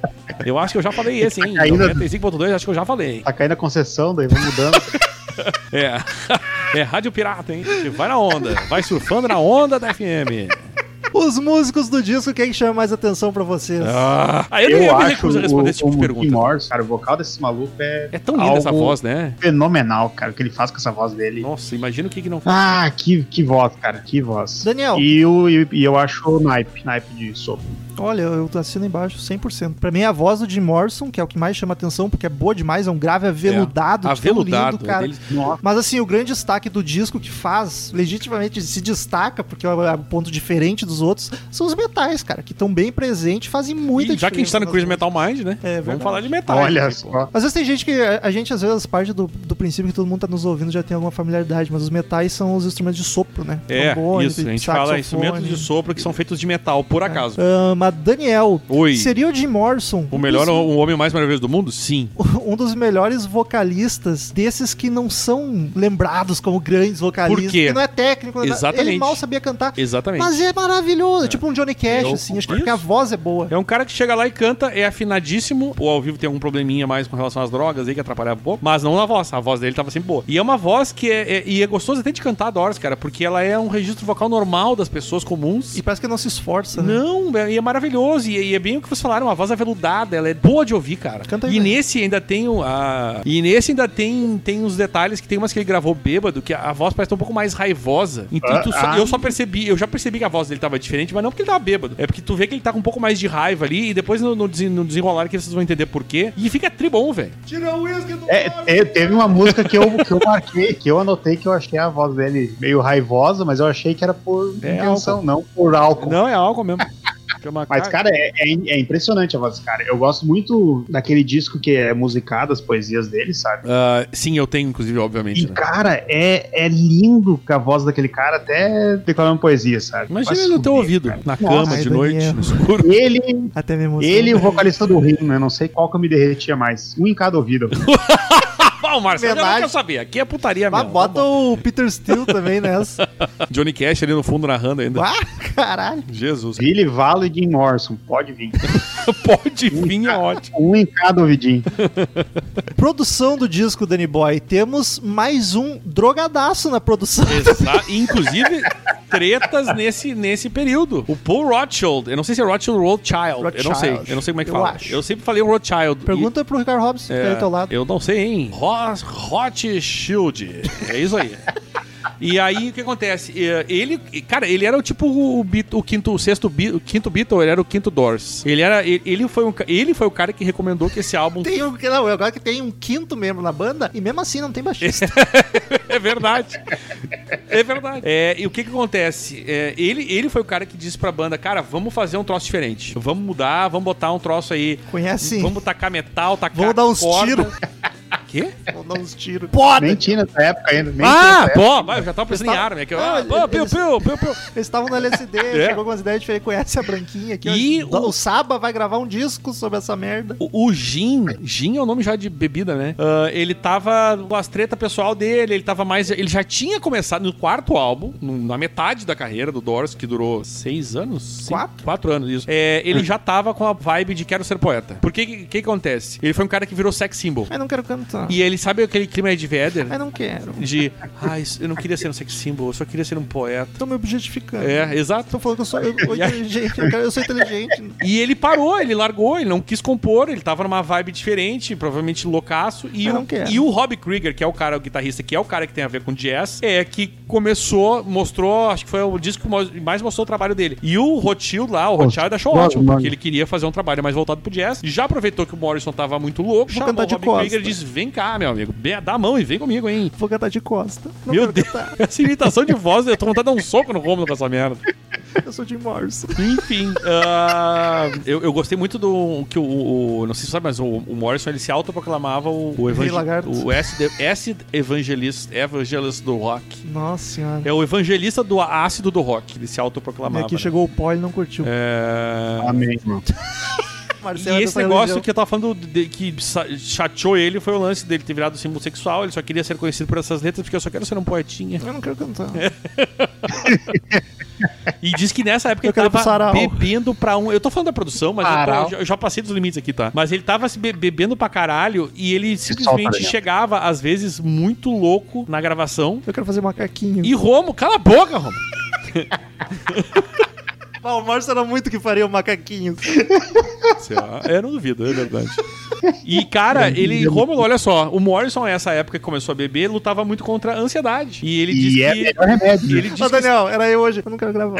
[SPEAKER 3] Eu acho que eu já falei esse, hein?
[SPEAKER 4] Ainda-
[SPEAKER 3] 95.2, acho que eu já falei.
[SPEAKER 4] Tá caindo a concessão, daí vou mudando.
[SPEAKER 3] É. É *laughs* rádio pirata, hein? Você vai na onda. Vai surfando na onda da FM.
[SPEAKER 2] Os músicos do disco, quem chama mais atenção pra vocês?
[SPEAKER 3] Ah, *laughs* eu, eu, me recuso a responder esse tipo de
[SPEAKER 4] o Jim
[SPEAKER 3] pergunta.
[SPEAKER 4] Morrison, cara, o vocal desse maluco é,
[SPEAKER 3] É tão linda essa
[SPEAKER 4] algo
[SPEAKER 3] voz, né?
[SPEAKER 4] fenomenal, cara, o que ele faz com essa voz dele.
[SPEAKER 3] Nossa, imagina o que que não...
[SPEAKER 4] Ah, que, que voz, cara, que voz.
[SPEAKER 2] Daniel.
[SPEAKER 4] E, o, e, e eu acho o naipe, naipe de sopro.
[SPEAKER 2] Olha, eu assino embaixo 100%. Pra mim, a voz do Jim Morrison, que é o que mais chama atenção, porque é boa demais, é um grave aveludado, tão
[SPEAKER 3] É, aveludado,
[SPEAKER 2] lindo, cara.
[SPEAKER 3] dele-
[SPEAKER 4] Nossa,
[SPEAKER 2] Mas assim, o grande destaque do disco que faz, legitimamente se destaca, porque é um ponto diferente dos outros, são os metais, cara, que estão bem presentes, fazem muita
[SPEAKER 3] E
[SPEAKER 2] diferença.
[SPEAKER 3] já que a gente tá no
[SPEAKER 2] nas
[SPEAKER 3] Crazy
[SPEAKER 2] músicas.
[SPEAKER 3] Metal Mind, né?
[SPEAKER 2] É
[SPEAKER 3] Vamos
[SPEAKER 2] verdade.
[SPEAKER 3] falar de metal.
[SPEAKER 4] olha
[SPEAKER 3] aqui, pô.
[SPEAKER 4] só.
[SPEAKER 2] Às vezes tem gente que. A a gente, às vezes, parte do, do princípio que todo mundo tá nos ouvindo já tem alguma familiaridade, mas os metais são os instrumentos de sopro, né?
[SPEAKER 3] É,
[SPEAKER 2] Trombone,
[SPEAKER 3] isso. A gente
[SPEAKER 2] saxofone.
[SPEAKER 3] fala instrumentos de sopro que são feitos de metal, por acaso.
[SPEAKER 2] Ah, mas Daniel,
[SPEAKER 3] Oi.
[SPEAKER 2] seria o Jim Morrison
[SPEAKER 3] O melhor, é o homem mais maravilhoso do mundo? Sim.
[SPEAKER 2] *laughs* um dos melhores vocalistas desses que não são lembrados como grandes vocalistas.
[SPEAKER 3] Por quê?
[SPEAKER 2] Que não é técnico. não é nada.
[SPEAKER 3] Exatamente.
[SPEAKER 2] Ele mal sabia cantar.
[SPEAKER 3] Exatamente.
[SPEAKER 2] Mas é maravilhoso. É tipo um Johnny Cash,
[SPEAKER 3] Eu
[SPEAKER 2] assim. Acho que
[SPEAKER 3] concordo.
[SPEAKER 2] porque a voz é boa.
[SPEAKER 3] É um cara que chega lá e canta, é afinadíssimo, ou ao vivo tem algum probleminha mais com relação às drogas aí, que atrapalhava um pouco, mas não na voz, a voz dele tava sempre boa. E é uma voz que é, é- e é gostoso até de cantar, Doris, cara, porque ela é um registro vocal normal das pessoas comuns.
[SPEAKER 2] E parece que não se esforça, né?
[SPEAKER 3] Não, é- e é maravilhoso. E, e é bem o que vocês falaram, uma voz aveludada, ela é boa de ouvir, cara.
[SPEAKER 2] Canta aí,
[SPEAKER 3] e
[SPEAKER 2] né?
[SPEAKER 3] nesse ainda tem o. a- E nesse ainda tem, tem uns detalhes que tem umas que ele gravou bêbado, que a, a voz parece um pouco mais raivosa. Então
[SPEAKER 4] Ah,
[SPEAKER 3] tu só-
[SPEAKER 4] ah.
[SPEAKER 3] eu só percebi, eu já percebi que a voz dele tava diferente, mas não porque ele tava bêbado. É porque tu vê que ele tá com um pouco mais de raiva ali, e depois no, no desen- no desenrolar que vocês vão entender por quê. E fica tribom, velho.
[SPEAKER 4] É, te- teve uma música que eu, que eu marquei, que eu anotei que eu achei a voz dele meio raivosa, mas eu achei que era por
[SPEAKER 3] É
[SPEAKER 4] intenção, não por álcool.
[SPEAKER 3] Não é álcool mesmo. Que é uma
[SPEAKER 4] Mas, cara, é, é- é impressionante a voz desse cara. Eu gosto muito daquele disco que é musicado, as poesias dele, sabe?
[SPEAKER 3] Ah, sim, eu tenho, inclusive, obviamente.
[SPEAKER 4] E,
[SPEAKER 3] né?
[SPEAKER 4] cara, é, é lindo com a voz daquele cara até declarando poesia, sabe?
[SPEAKER 3] Imagina
[SPEAKER 4] Vai
[SPEAKER 3] ele no teu
[SPEAKER 4] subir,
[SPEAKER 3] ouvido,
[SPEAKER 4] cara.
[SPEAKER 3] na
[SPEAKER 2] Nossa,
[SPEAKER 3] cama, de
[SPEAKER 2] Daniel.
[SPEAKER 3] noite, no escuro.
[SPEAKER 4] Ele,
[SPEAKER 2] Até mesmo
[SPEAKER 4] ele e o vocalista do Rio, né? Não sei qual que eu me derretia mais. Um em cada ouvido.
[SPEAKER 3] Ah, o Marcelo, eu não
[SPEAKER 2] Verdade.
[SPEAKER 3] quero saber. Aqui é putaria
[SPEAKER 2] Ah,
[SPEAKER 3] mesmo.
[SPEAKER 2] bota o Peter Steele também *laughs* nessa.
[SPEAKER 3] Johnny Cash ali no fundo narrando ainda.
[SPEAKER 2] ah, caralho.
[SPEAKER 3] Jesus.
[SPEAKER 4] Billy Valo e Jim Morrison, pode vir.
[SPEAKER 3] *laughs* Pode vir, é ótimo.
[SPEAKER 4] Um em cada
[SPEAKER 3] *laughs*
[SPEAKER 4] ouvidinho.
[SPEAKER 2] Produção do disco, Danny Boy. Temos mais um drogadaço na *laughs* produção.
[SPEAKER 3] Exa- Inclusive, tretas nesse, nesse período. O Paul Rothschild, eu não sei se é Rothschild ou Rothschild, eu não sei,
[SPEAKER 2] Rothschild.
[SPEAKER 3] eu não sei como é que
[SPEAKER 2] Eu
[SPEAKER 3] fala.
[SPEAKER 2] acho.
[SPEAKER 3] Eu sempre falei o Rothschild.
[SPEAKER 2] Pergunta pro Ricardo Robson,
[SPEAKER 3] E-
[SPEAKER 2] que tá aí ao teu lado.
[SPEAKER 3] É, Eu não sei, hein? Ro- Rothschild, é isso *laughs* aí. E aí, o que acontece? É, Ele, cara, ele era o tipo o, Beat- o quinto, o sexto, Beat- o quinto Beatle, ele era o quinto Doors. Ele era, ele, ele foi um, ca- ele foi o cara que recomendou que esse álbum
[SPEAKER 2] Tem um, não, agora que tem um quinto membro na banda, e mesmo assim não tem baixista.
[SPEAKER 3] É verdade. É verdade. É, e o que que acontece? É, ele, ele foi o cara que disse pra banda, cara, vamos fazer um troço diferente. Vamos mudar, vamos botar um troço aí.
[SPEAKER 2] *laughs* Conhece?
[SPEAKER 3] Vamos tacar metal, tacar
[SPEAKER 2] Vamos dar uns
[SPEAKER 3] corda.
[SPEAKER 2] tiros.
[SPEAKER 3] O *laughs* quê?
[SPEAKER 2] Vou dar uns tiros.
[SPEAKER 3] Poda!
[SPEAKER 4] Nem tinha nessa época ainda. Nem tinha
[SPEAKER 3] Ah,
[SPEAKER 4] nessa época.
[SPEAKER 3] pô, mas eu já tava pensando em
[SPEAKER 2] Eles
[SPEAKER 3] arma. É que eu,
[SPEAKER 2] tavam-
[SPEAKER 3] ah, pô,
[SPEAKER 2] Eles-
[SPEAKER 3] piu, piu, piu, piu.
[SPEAKER 2] Eles estavam no *laughs* LSD,
[SPEAKER 3] É.
[SPEAKER 2] chegou com umas ideias diferentes, conhece a branquinha aqui.
[SPEAKER 3] E
[SPEAKER 2] ó. o... Saba vai gravar um disco sobre essa merda.
[SPEAKER 3] O, o Gin, Gin é o nome já de bebida, né? Ah, ele tava com as treta pessoal dele, ele tava mais. Ele já tinha começado no quarto álbum, no- na metade da carreira do Doris, que durou seis anos? Cinco-
[SPEAKER 2] Quatro?
[SPEAKER 3] Quatro anos, isso. É, ele já tava com a vibe de quero ser poeta. Por que o que, que acontece? Ele foi um cara que virou sex symbol.
[SPEAKER 2] Mas não quero cantar.
[SPEAKER 3] E ele sabe aquele clima Ed Vedder?
[SPEAKER 2] Mas não quero.
[SPEAKER 3] De, ah, isso- eu não queria ser um sex symbol, eu só queria ser um poeta.
[SPEAKER 2] Estão me objetificando.
[SPEAKER 3] É, exato.
[SPEAKER 2] Estão falando que eu sou, eu- eu
[SPEAKER 3] *laughs* E aí-
[SPEAKER 2] inteligente. Eu, quero- eu sou inteligente.
[SPEAKER 3] E ele parou, ele largou, ele não quis compor, ele tava numa vibe diferente, provavelmente loucaço. E,
[SPEAKER 2] Mas
[SPEAKER 3] o,
[SPEAKER 2] não quer.
[SPEAKER 3] e o Rob Krieger, que é o cara, o guitarrista, que é o cara que tem a ver com jazz, é que começou, mostrou, acho que foi o disco que mo- mais mostrou o trabalho dele. E o Rothschild lá, o Rothschild achou
[SPEAKER 4] Nossa,
[SPEAKER 3] ótimo,
[SPEAKER 4] mano.
[SPEAKER 3] porque ele queria fazer um trabalho mais voltado pro jazz. Já aproveitou que o Morrison tava muito louco, chamou
[SPEAKER 2] cantar
[SPEAKER 3] o
[SPEAKER 2] de
[SPEAKER 3] Rob
[SPEAKER 2] costa.
[SPEAKER 3] Krieger e disse, vem cá, meu amigo, be- dá a mão e vem comigo, hein.
[SPEAKER 2] Vou cantar de costa. Não
[SPEAKER 3] Meu
[SPEAKER 2] quero
[SPEAKER 3] Deus,
[SPEAKER 2] cantar.
[SPEAKER 3] *laughs* essa imitação de voz, eu tô com vontade de dar um soco no Romulo com essa merda.
[SPEAKER 2] Eu sou de Morrison.
[SPEAKER 3] Enfim, ah, eu, eu gostei muito do que o, o- Não sei se você sabe, mas o, o Morrison ele se autoproclamava o, o, evangel-
[SPEAKER 2] lagarto.
[SPEAKER 3] o acid, acid evangelist, evangelist do rock.
[SPEAKER 2] Nossa senhora.
[SPEAKER 3] É o evangelista do ácido do rock. Ele
[SPEAKER 2] E
[SPEAKER 3] se autoproclamava.
[SPEAKER 2] aqui É
[SPEAKER 3] né?
[SPEAKER 2] chegou o pó, ele não curtiu.
[SPEAKER 3] É,
[SPEAKER 4] Amém, irmão.
[SPEAKER 2] Marcelo é
[SPEAKER 3] E esse
[SPEAKER 2] dessa
[SPEAKER 3] negócio
[SPEAKER 2] religião.
[SPEAKER 3] que eu tava falando de- que sa- chateou ele foi o lance dele ter virado símbolo sexual. Ele só queria ser conhecido por essas letras porque eu só quero ser um poetinha.
[SPEAKER 2] Eu não quero cantar.
[SPEAKER 3] É. E diz que nessa época
[SPEAKER 2] Eu
[SPEAKER 3] ele
[SPEAKER 2] quero ir pro
[SPEAKER 3] tava
[SPEAKER 2] sarau.
[SPEAKER 3] bebendo pra um. Eu tô falando da produção, mas eu,
[SPEAKER 4] Sarau.
[SPEAKER 3] tô- eu já- eu já passei dos limites aqui, tá? Mas ele tava se be- bebendo pra caralho e ele
[SPEAKER 4] solta,
[SPEAKER 3] simplesmente
[SPEAKER 4] Daniel.
[SPEAKER 3] chegava, às vezes, muito louco na gravação.
[SPEAKER 2] Eu quero fazer macaquinho.
[SPEAKER 3] E Romo, cala a boca, Romo!
[SPEAKER 2] Ah, o Morrison era muito que faria o macaquinho.
[SPEAKER 3] Sei lá, Eu não duvido, é verdade. E, cara, ele. Romulo, olha só, o Morrison, nessa época que começou a beber, lutava muito contra a ansiedade. E ele diz
[SPEAKER 4] E é o
[SPEAKER 3] que.
[SPEAKER 4] melhor remédio.
[SPEAKER 3] Ele diz
[SPEAKER 2] Ô,
[SPEAKER 3] que
[SPEAKER 2] Daniel, era eu hoje. Eu não quero gravar.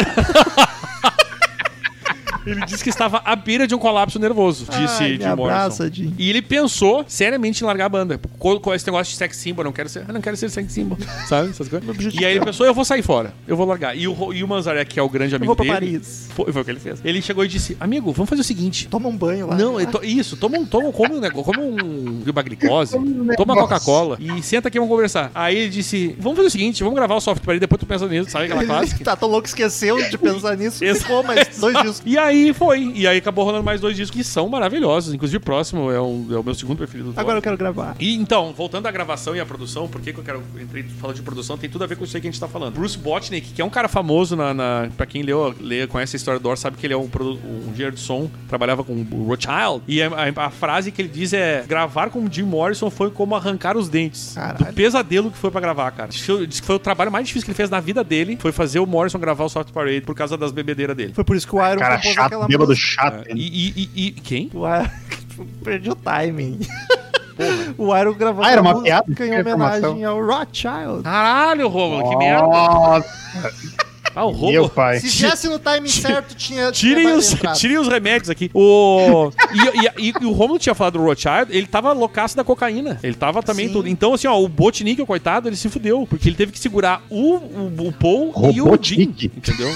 [SPEAKER 3] Ele disse que estava à beira de um colapso nervoso, *laughs* disse
[SPEAKER 2] Ai, me
[SPEAKER 3] Jim Morrison.
[SPEAKER 2] abraça, Jim.
[SPEAKER 3] E ele pensou seriamente em largar a banda. Com, com esse negócio de sex symbol, eu não quero ser, eu não quero ser sex symbol, *laughs* sabe? Essas coisas. E aí ele pensou, eu vou sair fora, eu vou largar. E o, Ro- e o Manzarek, que é o grande amigo
[SPEAKER 2] vou pra
[SPEAKER 3] dele...
[SPEAKER 2] Paris.
[SPEAKER 3] Foi, foi o que ele fez. Ele chegou e disse, amigo, vamos fazer o seguinte...
[SPEAKER 2] Toma um banho lá.
[SPEAKER 3] Não, é eu to- isso, toma um, toma, come um negócio, come um, uma glicose,
[SPEAKER 2] um
[SPEAKER 3] toma Coca-Cola e senta aqui, vamos conversar. Aí ele disse, vamos fazer o seguinte, vamos gravar o software e depois tu pensa nisso, sabe aquela classe?
[SPEAKER 2] Ele *laughs* tá tão louco que esqueceu de pensar nisso. Ficou, mas dois dias.
[SPEAKER 3] *laughs* E aí foi. E aí acabou rolando mais dois discos que são maravilhosos. Inclusive, o próximo é, um- é o meu segundo preferido. do
[SPEAKER 2] Agora eu quero
[SPEAKER 3] Doors.
[SPEAKER 2] gravar.
[SPEAKER 3] E então, voltando à gravação e à produção, por que, que eu quero entrei falando de produção, tem tudo a ver com isso aí que a gente tá falando. Bruce Botnick, que é um cara famoso na. na pra quem leu, lê, conhece a história do Or, sabe que ele é um, produ- um engenheiro de som, trabalhava com o Rothschild. E a, a- a frase que ele diz é: gravar com o Jim Morrison foi como arrancar os dentes.
[SPEAKER 2] Caralho.
[SPEAKER 3] Do pesadelo que foi pra gravar, cara. Diz que- diz que foi o trabalho mais difícil que ele fez na vida dele. Foi fazer o Morrison gravar o Soft Parade por causa das bebedeiras dele.
[SPEAKER 2] Foi por isso que o Iron
[SPEAKER 4] Cara
[SPEAKER 2] compôs
[SPEAKER 4] chato,
[SPEAKER 2] aquela
[SPEAKER 4] bêbado
[SPEAKER 2] música.
[SPEAKER 4] chato.
[SPEAKER 3] E, e- e- e- quem?
[SPEAKER 2] O Iron... *laughs* tipo, Perdi o timing. *laughs* O Iron gravou
[SPEAKER 4] Ah, era
[SPEAKER 2] uma
[SPEAKER 4] uma piada?
[SPEAKER 2] música em
[SPEAKER 4] Que
[SPEAKER 2] homenagem
[SPEAKER 4] informação.
[SPEAKER 2] ao Rothschild.
[SPEAKER 3] Caralho, Romulo, que merda.
[SPEAKER 4] Nossa,
[SPEAKER 3] Ah, o
[SPEAKER 4] meu
[SPEAKER 3] Romulo.
[SPEAKER 4] pai.
[SPEAKER 2] Se viesse no timing certo, tinha.
[SPEAKER 3] Tirem
[SPEAKER 2] tinha
[SPEAKER 3] os,
[SPEAKER 2] é mais entrada.
[SPEAKER 3] *laughs* tirem os remédios aqui. O, e, e- e- e o Romulo tinha falado do Rothschild, ele tava loucaço da cocaína. Ele tava também
[SPEAKER 2] Sim.
[SPEAKER 3] tudo. Então, assim, ó, o Botnik, o coitado, ele se fudeu. Porque ele teve que segurar o, o, o Paul e o Jim.
[SPEAKER 4] Robotnik.
[SPEAKER 3] Entendeu?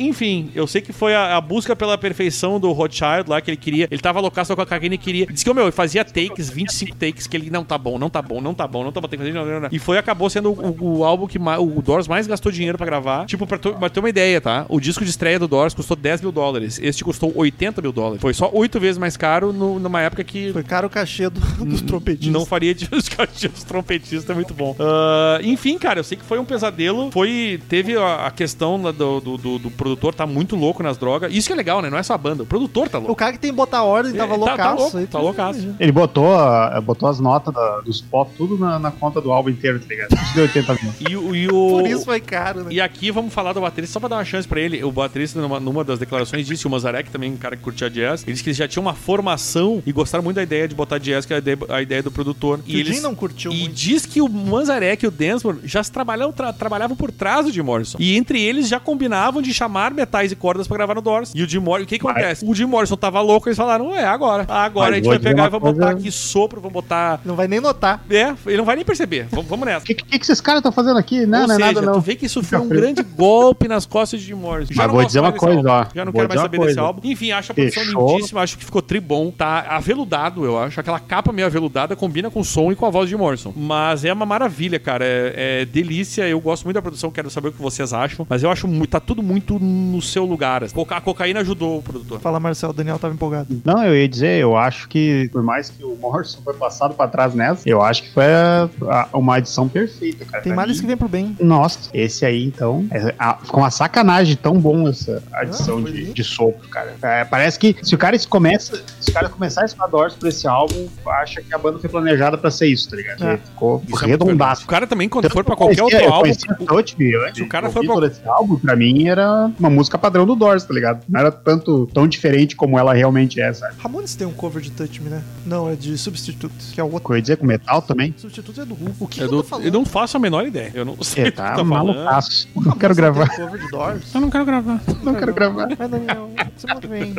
[SPEAKER 3] Enfim, eu sei que foi a, a busca pela perfeição do Rothschild lá que ele queria. Ele tava loucaço da cocaína e queria. Diz que, ô, meu, ele fazia takes, 25 takes, que ele não tá bom, não tá bom, não tá bom, não tá bom, tem que fazer. Não, não, não. E foi, acabou sendo o, o álbum que ma- o Doors mais gastou dinheiro pra gravar. Tipo, pra, tu- pra ter uma ideia, tá? O disco de estreia do Doors custou 10 mil dólares. Este custou 80 mil dólares. Foi só 8 vezes mais caro no- numa época que
[SPEAKER 2] Foi caro o cachê do- dos trompetistas.
[SPEAKER 3] não faria de *laughs* os cachorros trompetistas, é muito bom. Ah, enfim, cara, eu sei que foi um pesadelo. Foi. Teve a, a questão lá do, do, do- do produtor tá muito louco nas drogas. Isso que é legal, né? Não é só a banda. O produtor tá
[SPEAKER 2] O
[SPEAKER 3] louco.
[SPEAKER 2] cara que tem que botar ordem tava
[SPEAKER 3] É, tá-
[SPEAKER 2] loucaço.
[SPEAKER 3] tá louco,
[SPEAKER 2] aí,
[SPEAKER 3] tá loucaço.
[SPEAKER 4] Ele botou, a- botou as notas da- dos pop tudo na, na conta do álbum inteiro, tá ligado? Isso deu 80 mil.
[SPEAKER 3] E, o- e o.
[SPEAKER 2] né? Por isso foi caro, né?
[SPEAKER 3] E aqui vamos falar do baterista, só pra dar uma chance pra ele. O baterista, numa, numa das declarações, disse, o Manzarek, também um cara que curtia jazz, ele disse que eles já tinham uma formação e gostaram muito da ideia de botar jazz, que é a ideia, a ideia do produtor.
[SPEAKER 2] Que
[SPEAKER 3] e
[SPEAKER 2] o Jim
[SPEAKER 3] eles
[SPEAKER 2] não curtiu
[SPEAKER 3] E
[SPEAKER 2] muito.
[SPEAKER 3] diz que o Manzarek e o Densmore já se trabalhavam, tra- trabalhavam por trás do Jim Morrison. E entre eles já combinavam de chamar metais e cordas pra gravar no Doors. E o Jim Morrison, o que que acontece? O Jim Morrison tava louco, eles falaram, é agora. Agora
[SPEAKER 4] Mas
[SPEAKER 3] a gente
[SPEAKER 4] vou
[SPEAKER 3] vai
[SPEAKER 4] dizer
[SPEAKER 3] pegar
[SPEAKER 4] uma
[SPEAKER 3] e vai botar
[SPEAKER 4] coisa-
[SPEAKER 3] aqui sopro, vamos botar...
[SPEAKER 2] Não vai nem notar.
[SPEAKER 3] É, ele não vai nem perceber. Vamos, vamos nessa.
[SPEAKER 4] O que, que, que esses caras estão fazendo aqui? Não,
[SPEAKER 3] Ou
[SPEAKER 4] não é
[SPEAKER 3] seja,
[SPEAKER 4] nada, não.
[SPEAKER 3] tu vê
[SPEAKER 4] *laughs*
[SPEAKER 3] que isso foi um grande golpe nas costas de Jim Morrison.
[SPEAKER 4] Mas
[SPEAKER 3] não
[SPEAKER 4] vou
[SPEAKER 3] gosto
[SPEAKER 4] dizer
[SPEAKER 3] mais
[SPEAKER 4] uma
[SPEAKER 3] desse
[SPEAKER 4] coisa,
[SPEAKER 3] álbum.
[SPEAKER 4] ó.
[SPEAKER 3] Já não
[SPEAKER 4] Vou
[SPEAKER 3] quero mais
[SPEAKER 4] dizer uma
[SPEAKER 3] saber desse
[SPEAKER 4] coisa.
[SPEAKER 3] álbum. Enfim, acho a produção
[SPEAKER 4] Fechou.
[SPEAKER 3] lindíssima, acho que ficou tribom, tá aveludado, eu acho. Aquela capa meio aveludada combina com o som e com a voz de Morrison. Mas é uma maravilha, cara. É, é delícia, eu gosto muito da produção, quero saber o que vocês acham. Mas eu acho muito, tá tudo muito no seu lugar. assim. Coca- A cocaína ajudou o produtor.
[SPEAKER 2] Fala, Marcel, o Daniel tava empolgado.
[SPEAKER 4] Não, eu ia dizer, eu acho que, por mais que o Morrison foi passado pra trás nessa, eu acho que foi a- a- uma edição perfeita, cara.
[SPEAKER 3] Tá
[SPEAKER 2] Tem
[SPEAKER 4] Pra
[SPEAKER 2] males que
[SPEAKER 4] mim,
[SPEAKER 2] vem pro bem.
[SPEAKER 4] Nossa, esse aí, então, é, a- ficou uma sacanagem tão bom essa adição
[SPEAKER 2] Ah, foi
[SPEAKER 4] de,
[SPEAKER 2] lindo.
[SPEAKER 4] de sopro, cara. É, parece que se o cara começa, se o cara começar a escutar Doors por esse álbum, acha que a banda foi planejada pra ser isso, tá ligado?
[SPEAKER 2] É.
[SPEAKER 4] Ficou
[SPEAKER 3] Isso é muito verdade.
[SPEAKER 4] redondaço.
[SPEAKER 3] o cara também, quando
[SPEAKER 4] Tanto
[SPEAKER 3] for pra
[SPEAKER 4] eu
[SPEAKER 3] qualquer
[SPEAKER 4] conhecia-
[SPEAKER 3] outro
[SPEAKER 4] eu
[SPEAKER 3] álbum,
[SPEAKER 4] conhecia Touch Me antes,
[SPEAKER 3] se o cara
[SPEAKER 4] eu
[SPEAKER 3] for
[SPEAKER 4] ouvi
[SPEAKER 3] pra-
[SPEAKER 4] todo esse álbum, pra mim era uma música padrão do Doors, tá ligado? Não era tanto tão diferente como ela realmente é, sabe?
[SPEAKER 2] Ramones tem um cover de Touch Me, né? Não, é de Substitute, que é o outro.
[SPEAKER 4] Eu ia dizer com metal
[SPEAKER 3] *laughs*
[SPEAKER 4] também.
[SPEAKER 2] Substitute é do Who. O que, que
[SPEAKER 3] eu,
[SPEAKER 2] eu tô
[SPEAKER 3] não-
[SPEAKER 2] falando?
[SPEAKER 3] eu não faço a menor ideia. Eu não *laughs* sei
[SPEAKER 4] É,
[SPEAKER 3] o que tu
[SPEAKER 4] tá
[SPEAKER 3] tá falando.
[SPEAKER 4] malucaço. *laughs* Não
[SPEAKER 2] Ramones
[SPEAKER 4] quero gravar,
[SPEAKER 2] Tem cover de Doors?
[SPEAKER 3] *laughs* Eu não quero gravar.
[SPEAKER 4] não quero gravar.
[SPEAKER 3] *laughs*
[SPEAKER 2] Vai, Daniel. *laughs* Semana que vem.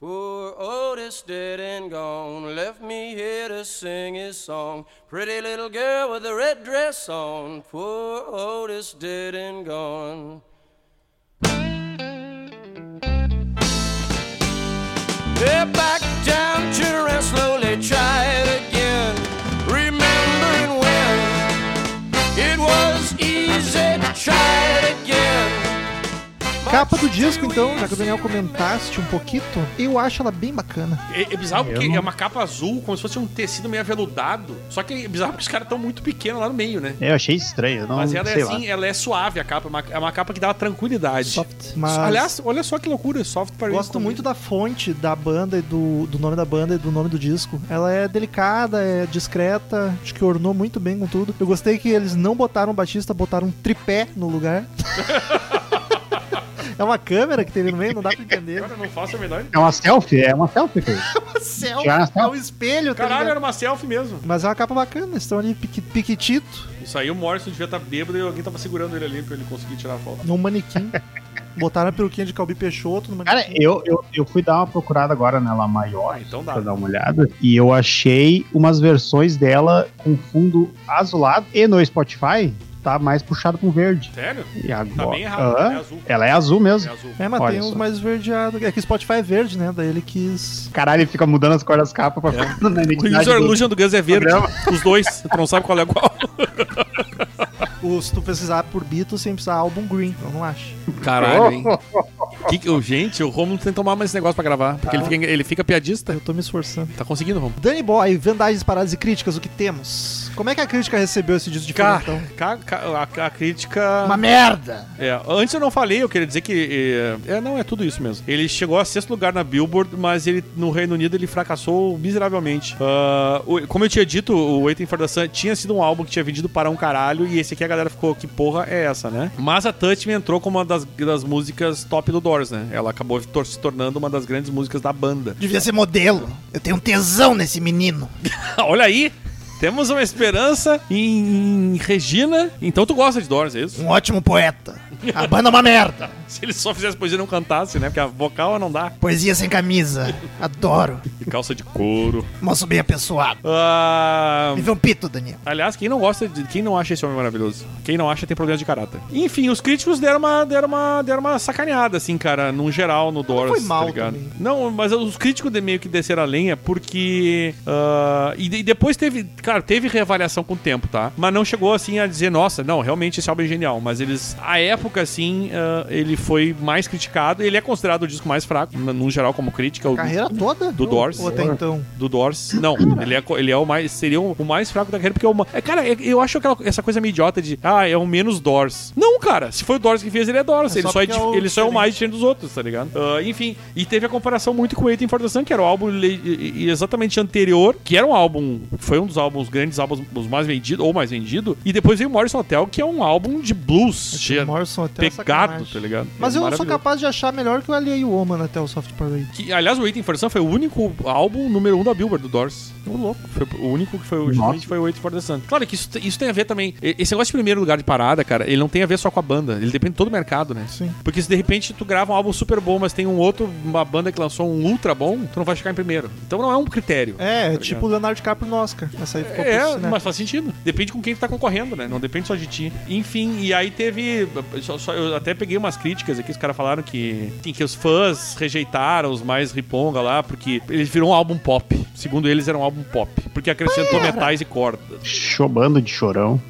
[SPEAKER 1] Poor Otis dead and gone left me here to sing his song. Pretty little girl with the red dress on. Poor Otis dead and gone. They're back down to the rest, slowly try it again. Remembering when it was easy to try it again.
[SPEAKER 2] Capa do disco, então, já que o Daniel comentaste um pouquinho, eu acho ela bem bacana.
[SPEAKER 3] É, é bizarro porque
[SPEAKER 4] Eu não-
[SPEAKER 3] é uma capa azul, como se fosse um tecido meio aveludado. Só que é bizarro porque os caras estão muito pequenos lá no meio, né?
[SPEAKER 4] É, Eu achei estranho, eu não
[SPEAKER 3] Mas
[SPEAKER 4] sei
[SPEAKER 3] ela é
[SPEAKER 4] lá.
[SPEAKER 3] assim, ela é suave a capa, é uma, é uma capa que dá uma tranquilidade.
[SPEAKER 2] Soft. Mas
[SPEAKER 3] Aliás, olha só que loucura, soft para
[SPEAKER 2] gosto muito da fonte da banda e do, do nome da banda e do nome do disco. Ela é delicada, é discreta, acho que ornou muito bem com tudo. Eu gostei que eles não botaram o Batista, botaram um tripé no *laughs* lugar. é uma câmera que teve no meio, não dá pra entender.
[SPEAKER 3] Cara, eu não faço a menor ideia.
[SPEAKER 4] É uma selfie? É uma selfie, cara.
[SPEAKER 2] Céu,
[SPEAKER 4] Já,
[SPEAKER 2] é
[SPEAKER 4] tá?
[SPEAKER 2] um espelho, tá
[SPEAKER 3] Caralho,
[SPEAKER 2] ligado?
[SPEAKER 3] era uma selfie mesmo.
[SPEAKER 2] Mas é uma capa bacana, eles estão ali piqui- piquitito,
[SPEAKER 3] Isso aí o Morrison devia estar bêbado e alguém tava segurando ele ali pra ele conseguir tirar a foto.
[SPEAKER 2] num manequim. *laughs* Botaram a peruquinha de Calbi Peixoto no manequim.
[SPEAKER 4] Cara, eu, eu, eu fui dar uma procurada agora nela maior,
[SPEAKER 3] Ah, então dá.
[SPEAKER 4] pra dar uma olhada, e eu achei umas versões dela com fundo azulado, e no Spotify tá mais puxado com verde.
[SPEAKER 3] Sério?
[SPEAKER 4] E agora...
[SPEAKER 3] Tá bem errado,
[SPEAKER 4] Aham.
[SPEAKER 3] é azul.
[SPEAKER 4] Ela é azul
[SPEAKER 3] É
[SPEAKER 4] mesmo.
[SPEAKER 3] azul.
[SPEAKER 2] É, mas
[SPEAKER 4] Olha
[SPEAKER 2] tem uns
[SPEAKER 4] só.
[SPEAKER 2] mais esverdeados. É que o Spotify é verde, né? Daí ele quis.
[SPEAKER 4] Caralho, ele fica mudando as cores das capas pra ficar na
[SPEAKER 3] É. O
[SPEAKER 4] identidade
[SPEAKER 3] User
[SPEAKER 4] do-
[SPEAKER 3] Illusion do Guns é verde.
[SPEAKER 4] Programa.
[SPEAKER 3] Os dois, tu não sabe qual é qual.
[SPEAKER 2] o- se tu precisar por Beatles, sem precisar álbum green. Eu não acho.
[SPEAKER 3] Caralho, hein? Que que- gente, o Romulo tem que tomar mais esse negócio pra gravar. Porque ele, fica, ele fica piadista.
[SPEAKER 2] Ah. Eu tô me esforçando.
[SPEAKER 3] Tá conseguindo, Romulo?
[SPEAKER 2] Danny Boy, vendagens, paradas e críticas, o que temos? Como é que a crítica recebeu esse disco de
[SPEAKER 3] Cara,
[SPEAKER 2] então?
[SPEAKER 3] ca- ca- a, a crítica.
[SPEAKER 2] Uma merda!
[SPEAKER 3] É, antes eu não falei, eu queria dizer que. É, é, não, é tudo isso mesmo. Ele chegou a sexto lugar na Billboard, mas ele no Reino Unido ele fracassou miseravelmente. Ah, o- como eu tinha dito, o Waiting for the Sun tinha sido um álbum que tinha vendido para um caralho, e esse aqui a galera ficou, que porra é essa, né? Mas a Touch Me entrou como uma das, das músicas top do Doors, né? Ela acabou tor- se tornando uma das grandes músicas da banda.
[SPEAKER 2] Devia ser modelo. Eu tenho um tesão nesse menino.
[SPEAKER 3] *laughs* Olha aí! Temos uma esperança em Regina. Então tu gosta de Doors, é isso?
[SPEAKER 2] Um ótimo poeta. A banda é uma merda.
[SPEAKER 3] Se ele só fizesse poesia e não cantasse, né? Porque a vocal não dá.
[SPEAKER 2] Poesia sem camisa. Adoro.
[SPEAKER 3] E calça de couro.
[SPEAKER 2] Moço bem apessoado.
[SPEAKER 3] Ah,
[SPEAKER 2] vê um pito, Daniel.
[SPEAKER 3] aliás, quem não gosta de. Quem não acha esse homem maravilhoso? Quem não acha tem problemas de caráter. Enfim, os críticos deram uma, deram uma, deram uma sacaneada, assim, cara, num geral, no Doors. tá
[SPEAKER 2] foi mal também.
[SPEAKER 3] Não, mas os críticos de meio que desceram a lenha porque. ah, e, de- e depois teve. Cara, teve reavaliação com o tempo, tá? Mas não chegou assim a dizer, nossa, não, realmente esse álbum é genial. Mas eles. A época, assim, ah, ele foi mais criticado. Ele é considerado o disco mais fraco, n- no geral, como crítica. o-
[SPEAKER 2] Carreira toda?
[SPEAKER 3] Do Doors.
[SPEAKER 2] Ou até então.
[SPEAKER 3] do Doors. Não, ele é, co- ele é o mais. Seria o mais fraco da carreira, porque é uma. É, cara, é- eu acho aquela, essa coisa meio idiota de. Ah, é o menos Doors. Não, cara, se foi o Doors que fez, ele é Doors.
[SPEAKER 2] É
[SPEAKER 3] ele
[SPEAKER 2] só
[SPEAKER 3] só é,
[SPEAKER 2] porque
[SPEAKER 3] dif-
[SPEAKER 2] é o
[SPEAKER 3] ele só é o
[SPEAKER 2] diferente.
[SPEAKER 3] mais diferente dos outros, tá ligado? Ah, enfim, e teve a comparação muito com o Eight Informação, que era o álbum le- e- e- exatamente anterior, que era um álbum. Foi um dos álbuns grandes, álbuns os mais vendidos, ou mais vendido. E depois veio o Morrison Hotel, que é um álbum de blues.
[SPEAKER 2] Jim Morrison até é
[SPEAKER 3] Pegado,
[SPEAKER 2] sacanagem.
[SPEAKER 3] tá ligado? cara.
[SPEAKER 2] Mas
[SPEAKER 3] É
[SPEAKER 2] eu sou
[SPEAKER 3] maravilhoso.
[SPEAKER 2] capaz de achar melhor que o LA Woman até o Soft Parade.
[SPEAKER 3] Que, aliás, o Waiting for the Sun foi o único álbum número um da Billboard do Doors. O louco. Foi o único que foi o- justamente foi o Waiting for the Sun. Claro que isso, te- isso tem a ver também. e- Esse negócio de primeiro lugar de parada, cara, ele não tem a ver só com a banda. Ele depende de todo o mercado, né?
[SPEAKER 2] Sim.
[SPEAKER 3] Porque se de repente tu grava um álbum super bom, mas tem um outro, uma banda que lançou um ultra bom, tu não vai ficar em primeiro. Então não é um critério.
[SPEAKER 2] É,
[SPEAKER 3] Tá
[SPEAKER 2] tipo o Leonardo DiCaprio no Oscar. Essa aí ficou por
[SPEAKER 3] É,
[SPEAKER 2] isso, né?
[SPEAKER 3] mas faz sentido. Depende com quem tu tá concorrendo, né? Não depende só de ti. Enfim, e aí teve. só- só- eu até peguei umas críticas aqui, os caras falaram que, enfim, que os fãs rejeitaram os mais riponga lá, porque ele virou um álbum pop. Segundo eles, era um álbum pop. Porque acrescentou metais e cordas.
[SPEAKER 4] Chobando de chorão.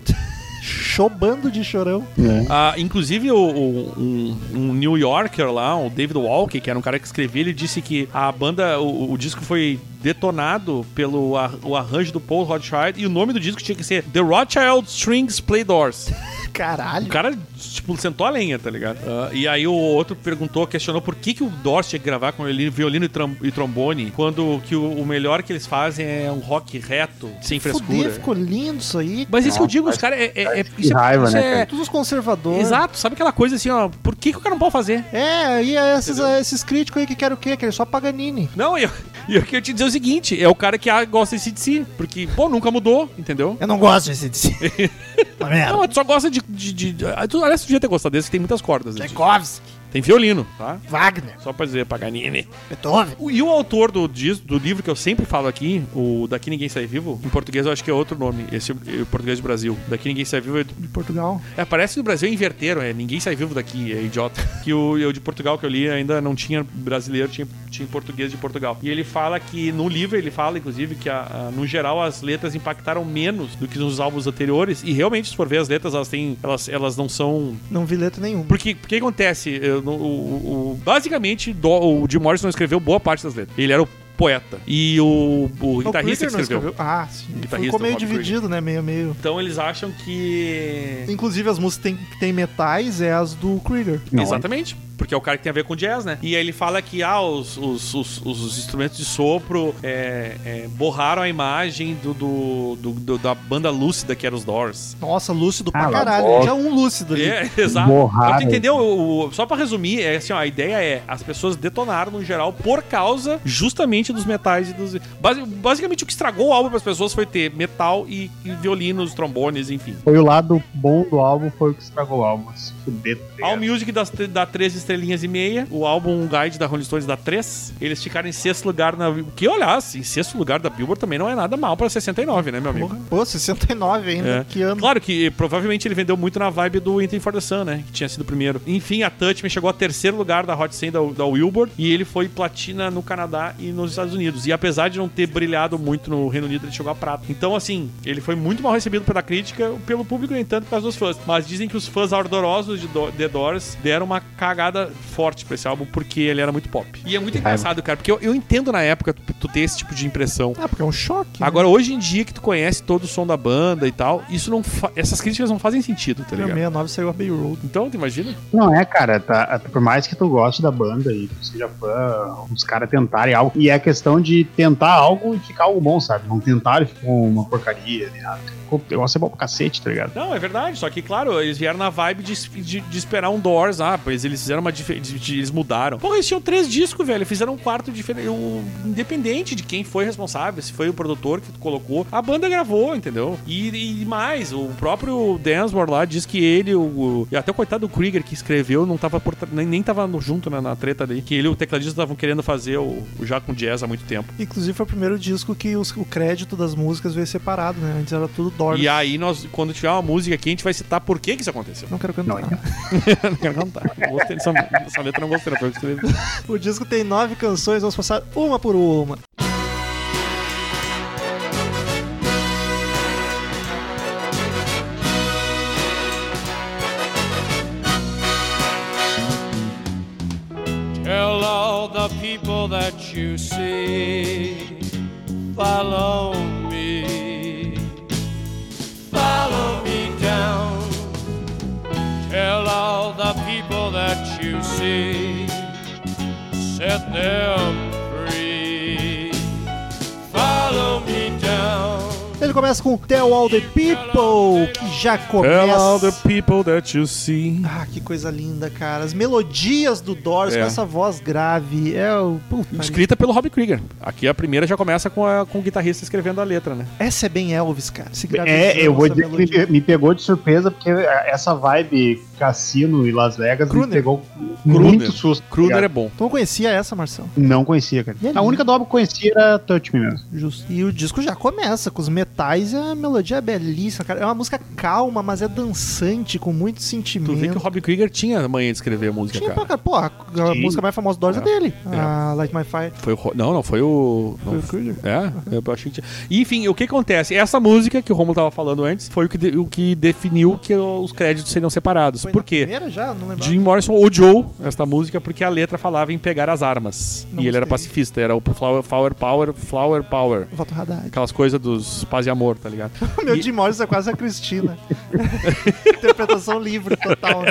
[SPEAKER 2] Chobando de chorão.
[SPEAKER 3] Ah, inclusive, o, o- um, um New Yorker lá, o David Walker, que era um cara que escrevia, ele disse que a banda, o, o disco foi detonado pelo ar- o arranjo do Paul Rothschild e o nome do disco tinha que ser The Rothschild Strings Play Doors. O
[SPEAKER 2] Caralho.
[SPEAKER 3] cara, tipo, sentou a lenha, tá ligado? Ah, e aí o outro perguntou, questionou por que, que o Doors tinha que gravar com ele violino e, trom- e trombone, quando que o, o melhor que eles fazem é um rock reto, sem frescura. é.
[SPEAKER 2] Fuder, ficou lindo isso aí.
[SPEAKER 3] Mas isso que eu digo, os caras... É, é, é, isso é-
[SPEAKER 4] raiva,
[SPEAKER 3] isso
[SPEAKER 4] né,
[SPEAKER 3] é-
[SPEAKER 2] Todos os conservadores.
[SPEAKER 3] Exato, sabe aquela coisa assim, ó, por que, que o cara não pode fazer?
[SPEAKER 2] É, e é esses,
[SPEAKER 3] Entendeu?
[SPEAKER 2] é esses críticos aí que querem o quê? Querem só Paganini.
[SPEAKER 3] Não, e eu, *laughs* e eu queria te dizer o seguinte, é o cara que ah, gosta de si, porque, pô, nunca mudou, entendeu?
[SPEAKER 2] Eu não gosto desse DC. *laughs* Uma merda.
[SPEAKER 3] Não, tu só gosta de... de, de, de ah, tu, aliás, tu devia ter gostado desse, que tem muitas cordas. né?
[SPEAKER 2] Tchaikovsky,
[SPEAKER 3] Tem violino, tá?
[SPEAKER 2] Wagner,
[SPEAKER 3] Só pra né? dizer, Paganini.
[SPEAKER 2] Beethoven.
[SPEAKER 3] O- E o autor do, dis- do livro que eu sempre falo aqui, o Daqui Ninguém Sai Vivo, em português eu acho que é outro nome, esse é o português do Brasil. Daqui Ninguém Sai Vivo é,
[SPEAKER 2] De Portugal.
[SPEAKER 3] é, parece que no Brasil inverteram, é Ninguém Sai Vivo daqui, é idiota. Que o eu de Portugal que eu li ainda não tinha brasileiro, tinha, tinha português de Portugal. E ele fala que no livro ele fala, inclusive, que a- a- no geral as letras impactaram menos do que nos álbuns anteriores. E realmente, se for ver as letras, elas têm. Elas, elas não são
[SPEAKER 2] Não vi letra nenhuma.
[SPEAKER 3] porque o que acontece? Eu não- o- o- o- basicamente, do- o Jim Morrison escreveu boa parte das letras. Ele era o poeta. E o, o
[SPEAKER 2] O
[SPEAKER 3] guitarrista
[SPEAKER 2] Krieger
[SPEAKER 3] que
[SPEAKER 2] não
[SPEAKER 3] escreveu.
[SPEAKER 2] Ah, sim.
[SPEAKER 3] Guitarrista,
[SPEAKER 2] Ficou
[SPEAKER 3] o
[SPEAKER 2] meio
[SPEAKER 3] Bob
[SPEAKER 2] dividido, né? Meio, meio...
[SPEAKER 3] Então eles acham que.
[SPEAKER 2] Inclusive, as músicas tem- que tem metais é as do Krieger.
[SPEAKER 4] Não,
[SPEAKER 3] Exatamente. Porque é o cara que tem a ver com jazz, né? E aí ele fala que ah, os, os, os, os instrumentos de sopro é, é, borraram a imagem do, do- do- do- da banda lúcida que era os Doors.
[SPEAKER 2] Nossa, lúcido
[SPEAKER 4] Ah,
[SPEAKER 2] pra
[SPEAKER 4] lá,
[SPEAKER 2] caralho.
[SPEAKER 4] bosta.
[SPEAKER 2] Já um lúcido ali.
[SPEAKER 3] É, *laughs* exato.
[SPEAKER 4] Borraram.
[SPEAKER 3] Então, tu entendeu? O- o- só pra resumir, é assim, ó, a ideia é as pessoas detonaram no geral por causa justamente dos metais e dos. Basi- basicamente o que estragou o álbum pras pessoas foi ter metal e, e violinos, trombones, enfim.
[SPEAKER 4] Foi o lado bom do álbum, foi o que estragou o álbum. Se fuder. tá
[SPEAKER 3] All
[SPEAKER 4] ligado?
[SPEAKER 3] Music dá, dá três estrelinhas e meia. O álbum Um Guide da Rolling Stones dá três. Eles ficaram em sexto lugar na. o Que olhasse, em sexto lugar da Billboard também não é nada mal pra 69, né, meu amigo?
[SPEAKER 2] Porra. Pô, 69 ainda.
[SPEAKER 3] É.
[SPEAKER 2] Que ano.
[SPEAKER 3] Claro que eh, provavelmente ele vendeu muito na vibe do Waiting for the Sun, né? Que tinha sido o primeiro. Enfim, a Touch Me chegou a terceiro lugar da Hot 100 da, da Wilbur e ele foi platina no Canadá e nos Estados Unidos. E apesar de não ter brilhado muito no Reino Unido, ele chegou a prata. Então, assim, ele foi muito mal recebido pela crítica, pelo público, no entanto, por causa dos fãs. Mas dizem que os fãs ardorosos de Do The Doors deram uma cagada forte pra esse álbum porque ele era muito pop. E é muito engraçado, cara, porque eu, eu entendo na época tu, tu ter esse tipo de impressão.
[SPEAKER 2] Ah, porque é um choque. né?
[SPEAKER 3] Agora, hoje em dia que tu conhece todo o som da banda e tal, isso não fa- essas críticas não fazem sentido, tá
[SPEAKER 2] Meu,
[SPEAKER 3] ligado?
[SPEAKER 2] 69 saiu a Bay Road.
[SPEAKER 3] Então, tu imagina?
[SPEAKER 4] Não é, cara. Tá, por mais que tu goste da banda e tu seja fã, os caras tentarem algo. E é questão de tentar algo e ficar algo bom, sabe? Não tentaram e ficou uma porcaria, nem nada. O negócio é bom pra cacete, tá ligado?
[SPEAKER 3] Não, é verdade. Só que, claro, eles vieram na vibe de, de- de esperar um Doors. Ah, pois eles fizeram uma diferença. Eles mudaram. Porra, eles tinham três discos, velho. Fizeram um quarto diferente. o- Independente de quem foi responsável, se foi o produtor que colocou. A banda gravou, entendeu? E, e mais, o próprio Densmore lá diz que ele, o, o- e até o coitado do Krieger que escreveu, não tava por tra- nem, nem tava no- junto na, na treta dele. Que ele e o tecladista estavam querendo fazer o, o já com jazz há muito tempo.
[SPEAKER 2] Inclusive, foi o primeiro disco que os- o crédito das músicas veio separado, né? Antes era tudo Doors.
[SPEAKER 3] E aí, nós, quando tiver uma música aqui, a gente vai citar por que, que isso aconteceu.
[SPEAKER 2] Não é. quero
[SPEAKER 4] Não,
[SPEAKER 2] cantar.
[SPEAKER 4] então.
[SPEAKER 3] Não quero contar. Não Gostei dessa, dessa letra, não gostei. Não foi o que escrevi.
[SPEAKER 2] *laughs* O disco tem nove canções, vamos passar uma por uma.
[SPEAKER 1] Tell all the people that you see, follow me. Follow me down. Tell all the people that you see, set them free. Follow me down.
[SPEAKER 2] É Ele começa com Tell All the People, que já
[SPEAKER 3] Tell all the
[SPEAKER 2] começa.
[SPEAKER 3] people that you see.
[SPEAKER 2] Ah, que coisa linda, cara. As melodias do Doors
[SPEAKER 3] É.
[SPEAKER 2] com essa voz grave. É o. Puta,
[SPEAKER 3] Escrita pelo Rob Krieger. Aqui a primeira já começa com, a- com o guitarrista escrevendo a letra, né?
[SPEAKER 2] Essa é bem Elvis, cara. Esse
[SPEAKER 4] É,
[SPEAKER 2] gravizão,
[SPEAKER 4] eu vou
[SPEAKER 2] essa
[SPEAKER 4] dizer que
[SPEAKER 2] melodia.
[SPEAKER 4] me, me pegou de surpresa, porque essa vibe cassino e Las Vegas me
[SPEAKER 2] Kruner.
[SPEAKER 4] pegou
[SPEAKER 3] Kruner.
[SPEAKER 4] muito susto. tá
[SPEAKER 3] Kruder é
[SPEAKER 4] ligado?
[SPEAKER 3] bom.
[SPEAKER 2] Tu não Então, conhecia essa, Marcelo?
[SPEAKER 4] Não conhecia, cara.
[SPEAKER 2] E é
[SPEAKER 4] A única dobra que eu conhecia era Touch Me mesmo.
[SPEAKER 2] Justo. E o disco já começa com os metais e a melodia é belíssima, cara. É uma música calma, mas é dançante, com muito
[SPEAKER 3] Tu vê que o
[SPEAKER 2] sentimento.
[SPEAKER 3] Rob Krieger tinha manha de escrever música,
[SPEAKER 2] Tinha pra cara.
[SPEAKER 3] cara.
[SPEAKER 2] Pô, a, a
[SPEAKER 4] Sim.
[SPEAKER 2] música mais famosa do Doors é,
[SPEAKER 3] É.
[SPEAKER 2] dele.
[SPEAKER 3] É.
[SPEAKER 2] A Light My Fire.
[SPEAKER 3] Foi o, Ro- não, não, foi o. Não,
[SPEAKER 2] Foi o Krieger?
[SPEAKER 3] É, eu achei que tinha. Enfim, o que acontece? Essa música que o Romulo tava falando antes foi o que, de- o que definiu que os créditos seriam separados.
[SPEAKER 2] Foi
[SPEAKER 3] Por
[SPEAKER 2] na
[SPEAKER 3] quê?
[SPEAKER 2] Primeira já? Não lembro.
[SPEAKER 3] Jim Morrison odiou esta música porque a letra falava em pegar as armas.
[SPEAKER 2] Não
[SPEAKER 3] e ele era
[SPEAKER 2] gostei.
[SPEAKER 3] pacifista, era o Flower, flower Power, Flower Power.
[SPEAKER 2] Voto Haddad.
[SPEAKER 3] Aquelas coisas dos paz e amor, tá ligado?
[SPEAKER 2] O *laughs* meu
[SPEAKER 3] E-
[SPEAKER 2] Jim Morrison é quase a Cristina. *laughs* Interpretação livre total.
[SPEAKER 3] *laughs*
[SPEAKER 2] né?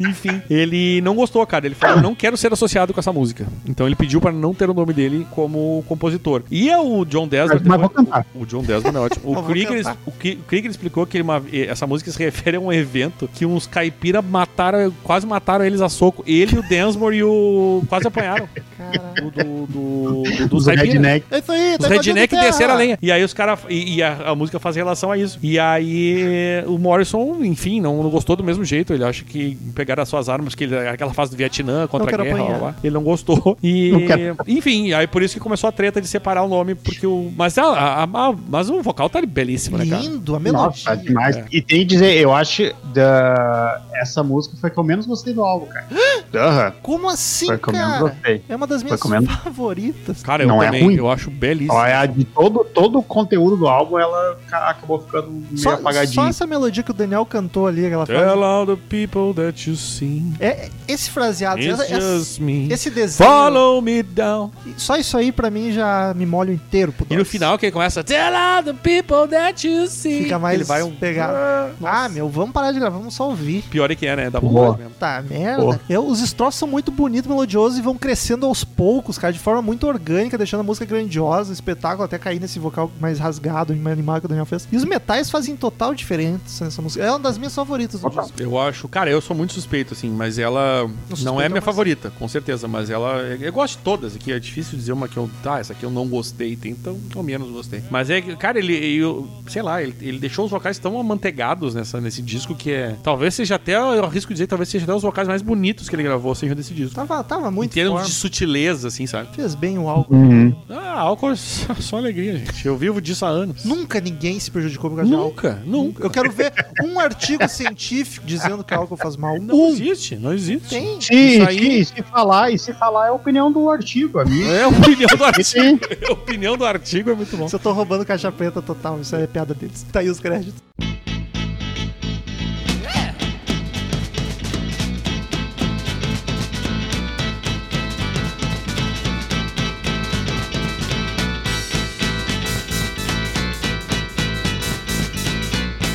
[SPEAKER 3] Enfim, ele não gostou, cara. Ele falou: não quero ser associado com essa música. Então ele pediu pra não ter o nome dele como compositor. E é o John Desmond.
[SPEAKER 4] Mas- mas vou cantar.
[SPEAKER 3] O John Desmond
[SPEAKER 2] *laughs*
[SPEAKER 3] é ótimo. O
[SPEAKER 2] Eu vou
[SPEAKER 3] Krieger,
[SPEAKER 2] cantar.
[SPEAKER 3] o Ki- o Krieger explicou que ele- uma- essa música se refere a um evento que uns caipira mataram, quase mataram eles a soco. Ele, o Densmore e o. Quase apanharam.
[SPEAKER 2] Caraca.
[SPEAKER 3] Do, do, do, do,
[SPEAKER 4] Os
[SPEAKER 3] dos caipira.
[SPEAKER 4] Redneck.
[SPEAKER 2] É isso aí,
[SPEAKER 3] Os redneck desceram a lenha. E aí os caras. E, e a, a música faz relação a isso. E aí o Morrison, enfim, não, não gostou do mesmo jeito. Ele acha que pegaram as suas armas, que ele, aquela fase do Vietnã contra
[SPEAKER 2] quero
[SPEAKER 3] a guerra.
[SPEAKER 2] apanhar.
[SPEAKER 3] Lá, lá. Ele não gostou.
[SPEAKER 2] *laughs*
[SPEAKER 3] E.
[SPEAKER 4] Não quero.
[SPEAKER 3] Enfim, aí por isso que começou a treta de separar o nome, porque o. Mas, a, a- a- mas o vocal tá belíssimo, né, cara?
[SPEAKER 2] Lindo, a
[SPEAKER 4] Nossa,
[SPEAKER 2] melodia.
[SPEAKER 4] demais.
[SPEAKER 3] É.
[SPEAKER 4] E tem que dizer, eu acho da... essa música foi a que eu menos gostei do álbum, cara. Aham.
[SPEAKER 2] Como assim,
[SPEAKER 4] Foi comendo
[SPEAKER 2] cara?
[SPEAKER 4] gostei.
[SPEAKER 2] É uma das minhas
[SPEAKER 4] comendo.
[SPEAKER 2] favoritas.
[SPEAKER 3] Cara, eu
[SPEAKER 4] Não é
[SPEAKER 3] também.
[SPEAKER 4] ruim.
[SPEAKER 3] Eu acho belíssimo.
[SPEAKER 4] Ó, é a de todo, todo o conteúdo do álbum, ela ca- acabou ficando meio
[SPEAKER 2] Só, só
[SPEAKER 4] apagadinha.
[SPEAKER 2] essa melodia que o Daniel cantou ali, aquela frase.
[SPEAKER 4] um-
[SPEAKER 3] Tell all the people that you see.
[SPEAKER 2] É, esse fraseado,
[SPEAKER 3] It's
[SPEAKER 2] essa- essa-
[SPEAKER 3] just me.
[SPEAKER 2] esse desenho,
[SPEAKER 3] Follow me down.
[SPEAKER 2] só isso aí pra mim já me molha inteiro. Pro
[SPEAKER 3] E no
[SPEAKER 2] Doors.
[SPEAKER 3] final que ele começa Tell all the people that you see
[SPEAKER 2] fica mais
[SPEAKER 3] Ele vai um...
[SPEAKER 2] pegado. Ah, meu, vamos parar de gravar, vamos só ouvir.
[SPEAKER 3] Pior é que é, né? Dá
[SPEAKER 4] Boa.
[SPEAKER 3] vontade mesmo
[SPEAKER 2] Tá, merda. Eu- os strofes são muito bonitos, melodiosos e vão crescendo aos poucos, cara, de forma muito orgânica, deixando a música grandiosa, espetáculo, até cair nesse vocal mais rasgado, mais animado que o Daniel fez. E os metais fazem total diferença nessa música. É uma das minhas favoritas do
[SPEAKER 4] Total.
[SPEAKER 2] disco.
[SPEAKER 3] Eu acho, cara, eu sou muito suspeito, assim, mas ela não é
[SPEAKER 2] suspeito,
[SPEAKER 3] minha
[SPEAKER 2] mas-
[SPEAKER 3] favorita, com certeza, mas ela. Eu gosto de todas aqui, é difícil dizer uma que eu. Tá, essa aqui eu não gostei, tem então ou menos gostei. Mas é que, cara, ele. Eu, sei lá, ele, ele deixou os vocais tão amanteigados nessa, nesse disco que é. Talvez seja até, eu arrisco dizer, talvez seja até os vocais mais bonitos que ele gravou, sejam desse disco.
[SPEAKER 2] Tava, tava
[SPEAKER 3] em
[SPEAKER 2] muito
[SPEAKER 3] termos
[SPEAKER 2] forte.
[SPEAKER 3] de sutileza, assim, sabe?
[SPEAKER 2] Fez bem o álcool.
[SPEAKER 4] Uhum.
[SPEAKER 3] Ah, álcool é só só alegria, gente. Eu vivo disso há anos.
[SPEAKER 2] Nunca ninguém se prejudicou por causa de álcool.
[SPEAKER 3] Nunca, nunca.
[SPEAKER 2] Eu quero ver um artigo científico dizendo que álcool faz mal.
[SPEAKER 3] Não é
[SPEAKER 2] um.
[SPEAKER 3] existe, não existe.
[SPEAKER 2] Tem.
[SPEAKER 4] Se,
[SPEAKER 3] Isso aí-
[SPEAKER 4] se, se falar, e se falar é a opinião do artigo,
[SPEAKER 2] *laughs*
[SPEAKER 4] amigo.
[SPEAKER 3] É a opinião do
[SPEAKER 4] Sim.
[SPEAKER 3] artigo. A opinião do artigo é muito bom.
[SPEAKER 2] Se eu tô roubando caixa preta total, isso é piada deles. Tá aí os créditos.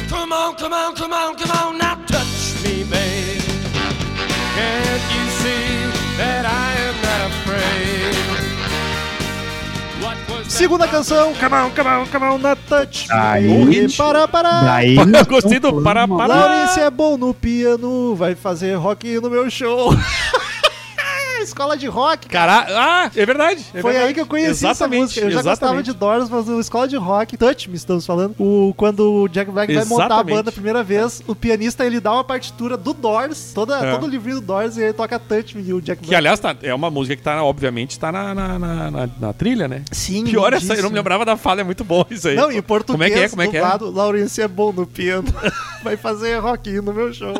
[SPEAKER 1] Come on, come on, come on, come on, now touch me, babe. Can't you see that I am not afraid? What was that
[SPEAKER 2] Segunda canção, come on, come on, come on, na touch.
[SPEAKER 4] Aí,
[SPEAKER 2] E para, para.
[SPEAKER 4] Daí
[SPEAKER 3] Eu gostei do pará, pará.
[SPEAKER 2] Laurence é bom no piano, vai fazer rock no meu
[SPEAKER 3] *laughs*
[SPEAKER 2] show. Escola de rock.
[SPEAKER 3] Caralho. Ah, é verdade. é
[SPEAKER 2] Foi
[SPEAKER 3] verdade.
[SPEAKER 2] aí que eu conheci
[SPEAKER 3] exatamente,
[SPEAKER 2] essa música. Eu já gostava
[SPEAKER 3] exatamente.
[SPEAKER 2] de Doors, mas o Escola de Rock, Touch Me, estamos falando, o, quando o Jack Black vai montar a
[SPEAKER 3] Exatamente.
[SPEAKER 2] banda a primeira vez, o pianista ele dá uma partitura do Doors, toda,
[SPEAKER 3] É.
[SPEAKER 2] todo o livrinho do Doors, e ele toca Touch Me e o Jack
[SPEAKER 3] Que,
[SPEAKER 2] Black.
[SPEAKER 3] aliás, tá- é uma música que tá, na- obviamente, tá na, na, na, na- na trilha, né?
[SPEAKER 2] Sim,
[SPEAKER 3] Pior essa, eu não
[SPEAKER 2] lindíssimo.
[SPEAKER 3] me lembrava da fala, é muito bom isso aí.
[SPEAKER 2] Não, e o português
[SPEAKER 3] Como é que é? Como é que é?
[SPEAKER 2] dublado, Laurence é bom no piano, *laughs* vai fazer rock no meu show.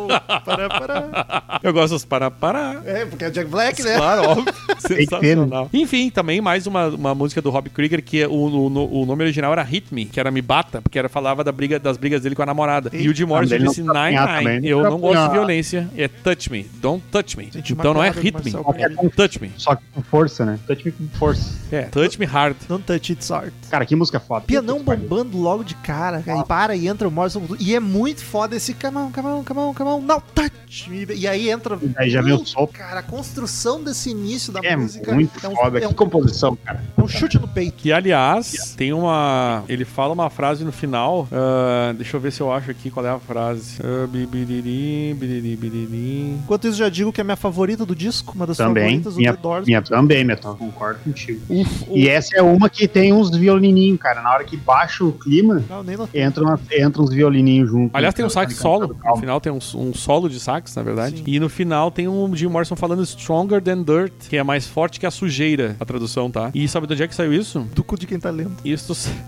[SPEAKER 2] Pará, pará.
[SPEAKER 3] *laughs* Eu gosto dos pará, pará.
[SPEAKER 2] É, porque é o Jack Black, né?
[SPEAKER 3] Claro,
[SPEAKER 2] *laughs*
[SPEAKER 3] óbvio.
[SPEAKER 4] que ter, né?
[SPEAKER 3] Sensacional. Enfim, também mais uma, uma música do Rob Krieger que o, o, o nome original era Hit Me, que era Me Bata, porque era falava da briga, das brigas dele com a namorada. E o Jim Morrison
[SPEAKER 4] ele não
[SPEAKER 3] disse
[SPEAKER 4] tá
[SPEAKER 3] Nine
[SPEAKER 4] apanhado
[SPEAKER 3] Nine.
[SPEAKER 4] também.
[SPEAKER 3] Eu
[SPEAKER 4] Tá
[SPEAKER 3] não gosto de
[SPEAKER 4] apanhado.
[SPEAKER 3] violência. É Touch Me. Don't Touch Me.
[SPEAKER 2] Gente, uma
[SPEAKER 3] Então não é
[SPEAKER 2] piada do
[SPEAKER 3] Hit Me.
[SPEAKER 2] Marcel
[SPEAKER 4] Qualquer
[SPEAKER 2] Pinheiro.
[SPEAKER 4] um,
[SPEAKER 3] Touch Me.
[SPEAKER 4] Só que com força, né? Touch me com força.
[SPEAKER 3] É, Touch Me Hard.
[SPEAKER 2] Don't touch it's art.
[SPEAKER 4] Cara, que música foda.
[SPEAKER 2] Pianão
[SPEAKER 4] Puta que pariu.
[SPEAKER 2] bombando logo de cara, cara. E para e entra o Morrison. com tudo. E é muito foda esse camão, camão, camão, camão. Não touch! me. E aí entra.
[SPEAKER 4] E aí já vem o
[SPEAKER 2] Hum,
[SPEAKER 4] sopro.
[SPEAKER 2] Cara, a construção todo esse início da
[SPEAKER 4] É
[SPEAKER 2] música.
[SPEAKER 4] muito
[SPEAKER 2] é um,
[SPEAKER 4] foda.
[SPEAKER 2] É um,
[SPEAKER 4] Que composição, cara.
[SPEAKER 2] é um chute no peito.
[SPEAKER 3] Que, aliás, tem uma. Ele fala uma frase no final. ah, deixa eu ver se eu acho aqui qual é a frase. Ah, bibiriri, biriri, biriri.
[SPEAKER 2] Enquanto isso, já digo que é a minha favorita do disco, uma das
[SPEAKER 4] Também.
[SPEAKER 2] favoritas, o
[SPEAKER 4] Minha,
[SPEAKER 2] The Doors.
[SPEAKER 4] minha, também, Metal. Concordo contigo.
[SPEAKER 3] Uf,
[SPEAKER 4] E essa é uma que tem uns violininhos, cara. Na hora que baixa o clima,
[SPEAKER 2] Não, nem notei.
[SPEAKER 4] entra, uma- entra uns violininhos junto.
[SPEAKER 3] Aliás, tem um sax solo. No
[SPEAKER 4] Calma.
[SPEAKER 3] final tem um, um solo de sax, na verdade.
[SPEAKER 2] Sim.
[SPEAKER 3] E no final tem um Jim Morrison falando Stronger Than Dirt, que é mais forte que a sujeira, a tradução, tá? E sabe de onde é que saiu isso?
[SPEAKER 2] Do cu de quem tá lendo.
[SPEAKER 3] Isso *laughs*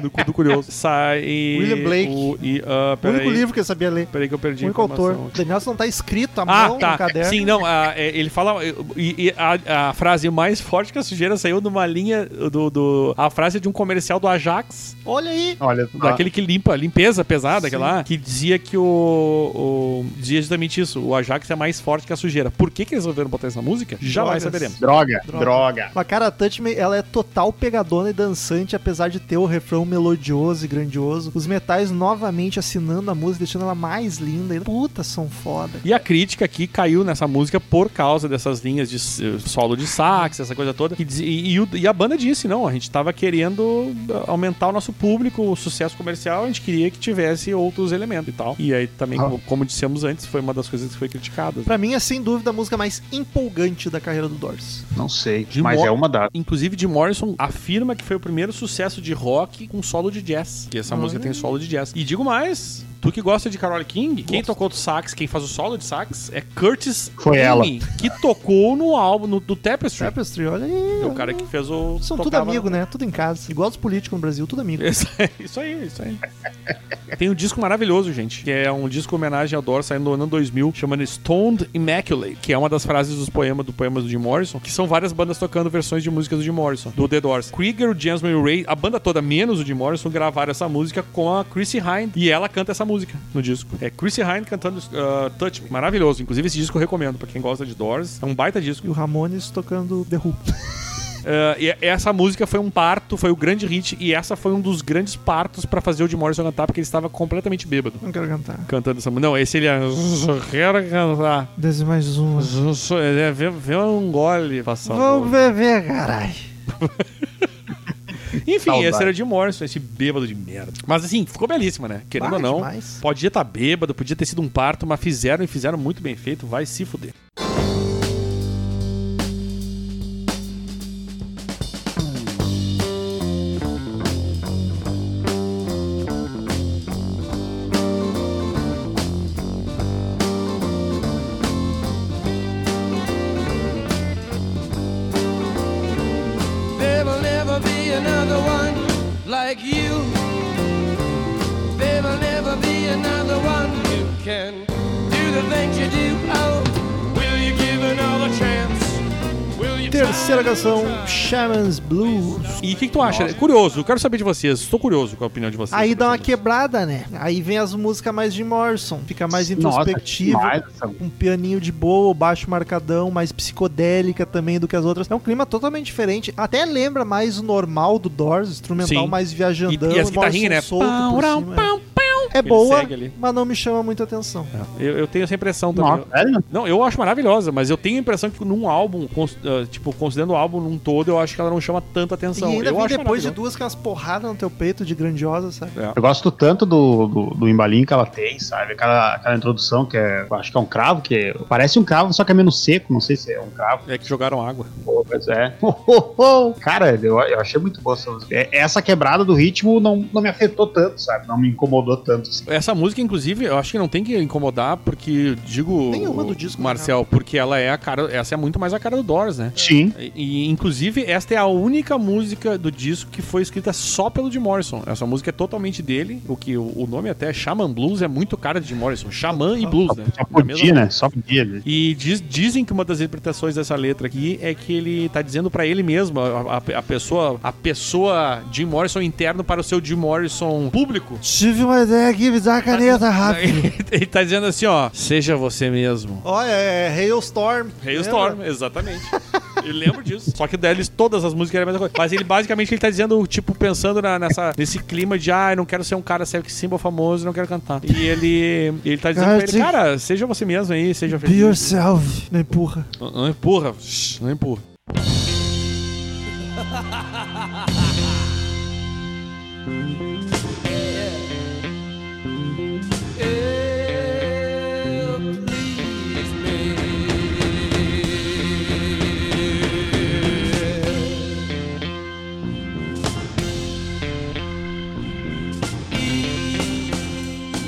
[SPEAKER 3] do, cu do curioso. Sai.
[SPEAKER 2] William Blake.
[SPEAKER 3] O, e, ah,
[SPEAKER 2] O único
[SPEAKER 3] peraí,
[SPEAKER 2] livro que eu sabia ler.
[SPEAKER 3] Peraí que eu perdi
[SPEAKER 2] O
[SPEAKER 3] a
[SPEAKER 2] único autor.
[SPEAKER 3] informação.
[SPEAKER 2] O Danielson não tá escrito à
[SPEAKER 3] Ah,
[SPEAKER 2] mão no
[SPEAKER 3] tá.
[SPEAKER 2] caderno.
[SPEAKER 3] Sim, não. a- é, ele fala. E, e a, a frase mais forte que a sujeira saiu de uma linha. Do, do- a frase de um comercial do Ajax.
[SPEAKER 2] Olha aí.
[SPEAKER 4] Olha, só.
[SPEAKER 3] Daquele que limpa, limpeza pesada,
[SPEAKER 2] Sim.
[SPEAKER 3] aquela lá, Ah. que dizia que o, o- Dizia justamente isso: o Ajax é mais forte que a sujeira. Por que, que eles resolveram botar essa música?
[SPEAKER 2] Drogas.
[SPEAKER 3] Jamais saberemos.
[SPEAKER 4] droga,
[SPEAKER 2] Droga.
[SPEAKER 4] droga.
[SPEAKER 2] Mas, cara, a Touch Me, ela é total pegadona e dançante, apesar de ter o refrão melodioso e grandioso. Os metais novamente assinando a música, deixando ela mais linda. E, Puta, são foda.
[SPEAKER 3] E a crítica aqui caiu nessa música por causa dessas linhas de s- solo de sax, essa coisa toda. que dizia- e, e o- e a banda disse: não, a gente tava querendo eh, aumentar o nosso público, o sucesso comercial, a gente queria que tivesse outros elementos e tal. E aí também,
[SPEAKER 4] Ah.
[SPEAKER 3] como, como dissemos antes, foi uma das coisas que foi criticada.
[SPEAKER 2] Pra mim é sem dúvida a música mais empolgante da carreira do Doors.
[SPEAKER 4] Não sei,
[SPEAKER 3] De
[SPEAKER 4] mas
[SPEAKER 3] mo-
[SPEAKER 4] é uma das.
[SPEAKER 3] Inclusive, Jim Morrison afirma que foi o primeiro sucesso de rock com solo de jazz. Que essa música tem solo de jazz. E digo mais, tu que gosta de Carole King, quem tocou o sax, quem faz o solo de sax é Curtis
[SPEAKER 4] Foi ela.
[SPEAKER 3] King, que tocou no álbum no- do Tapestry.
[SPEAKER 2] Tapestry, olha aí.
[SPEAKER 3] É o cara que fez o.
[SPEAKER 2] São tudo
[SPEAKER 3] tocava-
[SPEAKER 2] amigo, né? Tudo em casa. Igual os políticos no Brasil, tudo amigo.
[SPEAKER 3] Isso aí, isso aí, isso aí. Tem um disco maravilhoso, gente, que é um disco em homenagem ao Doors, saindo no ano 2000, chamando Stoned Immaculate, que é uma das frases dos poemas do poemas do Jim Morrison, que são várias bandas tocando versões de músicas do Jim Morrison, do The Doors. Krieger, o Jasmine Ray, a banda toda, menos o Jim Morrison, gravaram essa música com a Chrissy Hind, e ela canta essa música no disco. É Chrissy Hind cantando ah, Touch Me. Maravilhoso. Inclusive, esse disco eu recomendo pra quem gosta de Doors. É um baita disco.
[SPEAKER 2] E o Ramones tocando The Who. *laughs*
[SPEAKER 3] Uh, e essa música foi um parto, foi o grande hit, e essa foi um dos grandes partos pra fazer o Jim Morrison cantar, porque ele estava completamente bêbado
[SPEAKER 2] Não quero cantar.
[SPEAKER 3] cantando essa música. Não, esse ele é. Quero cantar.
[SPEAKER 2] Desce mais uma.
[SPEAKER 3] Ele é. Vê, vê um gole passar.
[SPEAKER 2] Vamos beber, caralho.
[SPEAKER 3] Enfim,
[SPEAKER 4] Saudade.
[SPEAKER 3] esse era o Jim Morrison, esse bêbado de merda. Mas assim, ficou belíssima, né? Querendo
[SPEAKER 2] Bah,
[SPEAKER 3] ou não.
[SPEAKER 2] demais.
[SPEAKER 3] Podia estar bêbado, podia ter sido um parto, mas fizeram e fizeram muito bem feito. Vai se fuder.
[SPEAKER 1] There will never be another one like you. There will never be another one who can do the things you do. Oh, will you give another chance? Will you
[SPEAKER 2] Terceira
[SPEAKER 1] try to
[SPEAKER 2] canção,
[SPEAKER 1] try?
[SPEAKER 2] Shaman's Blues.
[SPEAKER 3] E o que, que tu acha? Curioso, eu quero saber de vocês. Estou curioso com a opinião de vocês.
[SPEAKER 2] Aí
[SPEAKER 3] sobre
[SPEAKER 2] dá
[SPEAKER 3] essa
[SPEAKER 2] uma
[SPEAKER 3] música.
[SPEAKER 2] quebrada, né? Aí vem as músicas mais de Morrison. Fica mais introspectivo.
[SPEAKER 4] Nossa, demais essa música.
[SPEAKER 2] um pianinho de boa, baixo marcadão, mais psicodélica também do que as outras. É um clima totalmente diferente. Até lembra mais o normal do Doors, instrumental
[SPEAKER 3] Sim.
[SPEAKER 2] mais
[SPEAKER 3] E,
[SPEAKER 2] viajandão.
[SPEAKER 3] e
[SPEAKER 2] Morrison
[SPEAKER 3] as guitarrinhas, né?
[SPEAKER 2] solto
[SPEAKER 3] Pau,
[SPEAKER 2] por
[SPEAKER 3] rau,
[SPEAKER 2] cima.
[SPEAKER 3] pau, pau.
[SPEAKER 2] É
[SPEAKER 3] Ele
[SPEAKER 2] boa,
[SPEAKER 3] segue ali. É.
[SPEAKER 2] mas não me chama muita atenção.
[SPEAKER 3] Eu, eu tenho essa impressão também.
[SPEAKER 4] Nossa, sério?
[SPEAKER 3] Não, eu acho maravilhosa, mas eu tenho a impressão que num álbum, cons- ah, tipo, considerando o álbum num todo, eu acho que ela não chama tanta atenção.
[SPEAKER 2] e Assim, ainda
[SPEAKER 3] eu
[SPEAKER 2] vem
[SPEAKER 3] acho
[SPEAKER 2] depois de
[SPEAKER 3] maravilhosa.
[SPEAKER 2] duas com as porradas no teu peito de grandiosa, sabe?
[SPEAKER 4] Eu gosto tanto do, do, do embalinho que ela tem, sabe? Aquela, aquela introdução que é. eu Acho que é um cravo, que é- parece um cravo, só que é menos seco. Não sei se é um cravo.
[SPEAKER 3] É que jogaram água.
[SPEAKER 4] Pô, mas é. *laughs* Cara, eu, eu achei muito boa essa música. É- Essa quebrada do ritmo não, não me afetou tanto, sabe? Não me incomodou tanto. assim.
[SPEAKER 3] Essa música, inclusive, eu acho que não tem que incomodar, porque, digo,
[SPEAKER 2] Nenhuma do disco, né?
[SPEAKER 3] Marcel, porque ela é a cara, essa é muito mais a cara do Doors, né?
[SPEAKER 4] Sim.
[SPEAKER 3] E, e, inclusive, esta é a única música do disco que foi escrita só pelo Jim Morrison. Essa música é totalmente dele, o que o, o nome até Shaman Blues é muito cara de Jim Morrison. Xamã e Blues, né?
[SPEAKER 4] Só
[SPEAKER 3] É a mesma
[SPEAKER 4] podia, né? Só podia. né?
[SPEAKER 3] E diz- dizem que uma das interpretações dessa letra aqui é que ele tá dizendo pra ele mesmo, a, a- a pessoa, a pessoa Jim Morrison interno para o seu Jim Morrison público.
[SPEAKER 2] Tive uma ideia aqui, me dá a caneta
[SPEAKER 3] *laughs*
[SPEAKER 2] rápido.
[SPEAKER 3] Ele, *laughs* ele tá dizendo assim, ó, seja você mesmo.
[SPEAKER 2] Olha, é Hailstorm. *laughs*
[SPEAKER 3] Hailstorm, exatamente. Eu lembro disso. Só que deles todas as músicas eram a mesma coisa. Mas ele basicamente ele tá dizendo, tipo, pensando na- nessa, nesse clima de ah, eu não quero ser um cara sex symbol famoso, não quero cantar. E ele, ele tá
[SPEAKER 2] Ah,
[SPEAKER 3] dizendo pra ele, cara, seja você mesmo aí, seja
[SPEAKER 2] Be
[SPEAKER 3] feliz.
[SPEAKER 2] yourself. Me empurra.
[SPEAKER 3] Não, não empurra, shh, não empurra.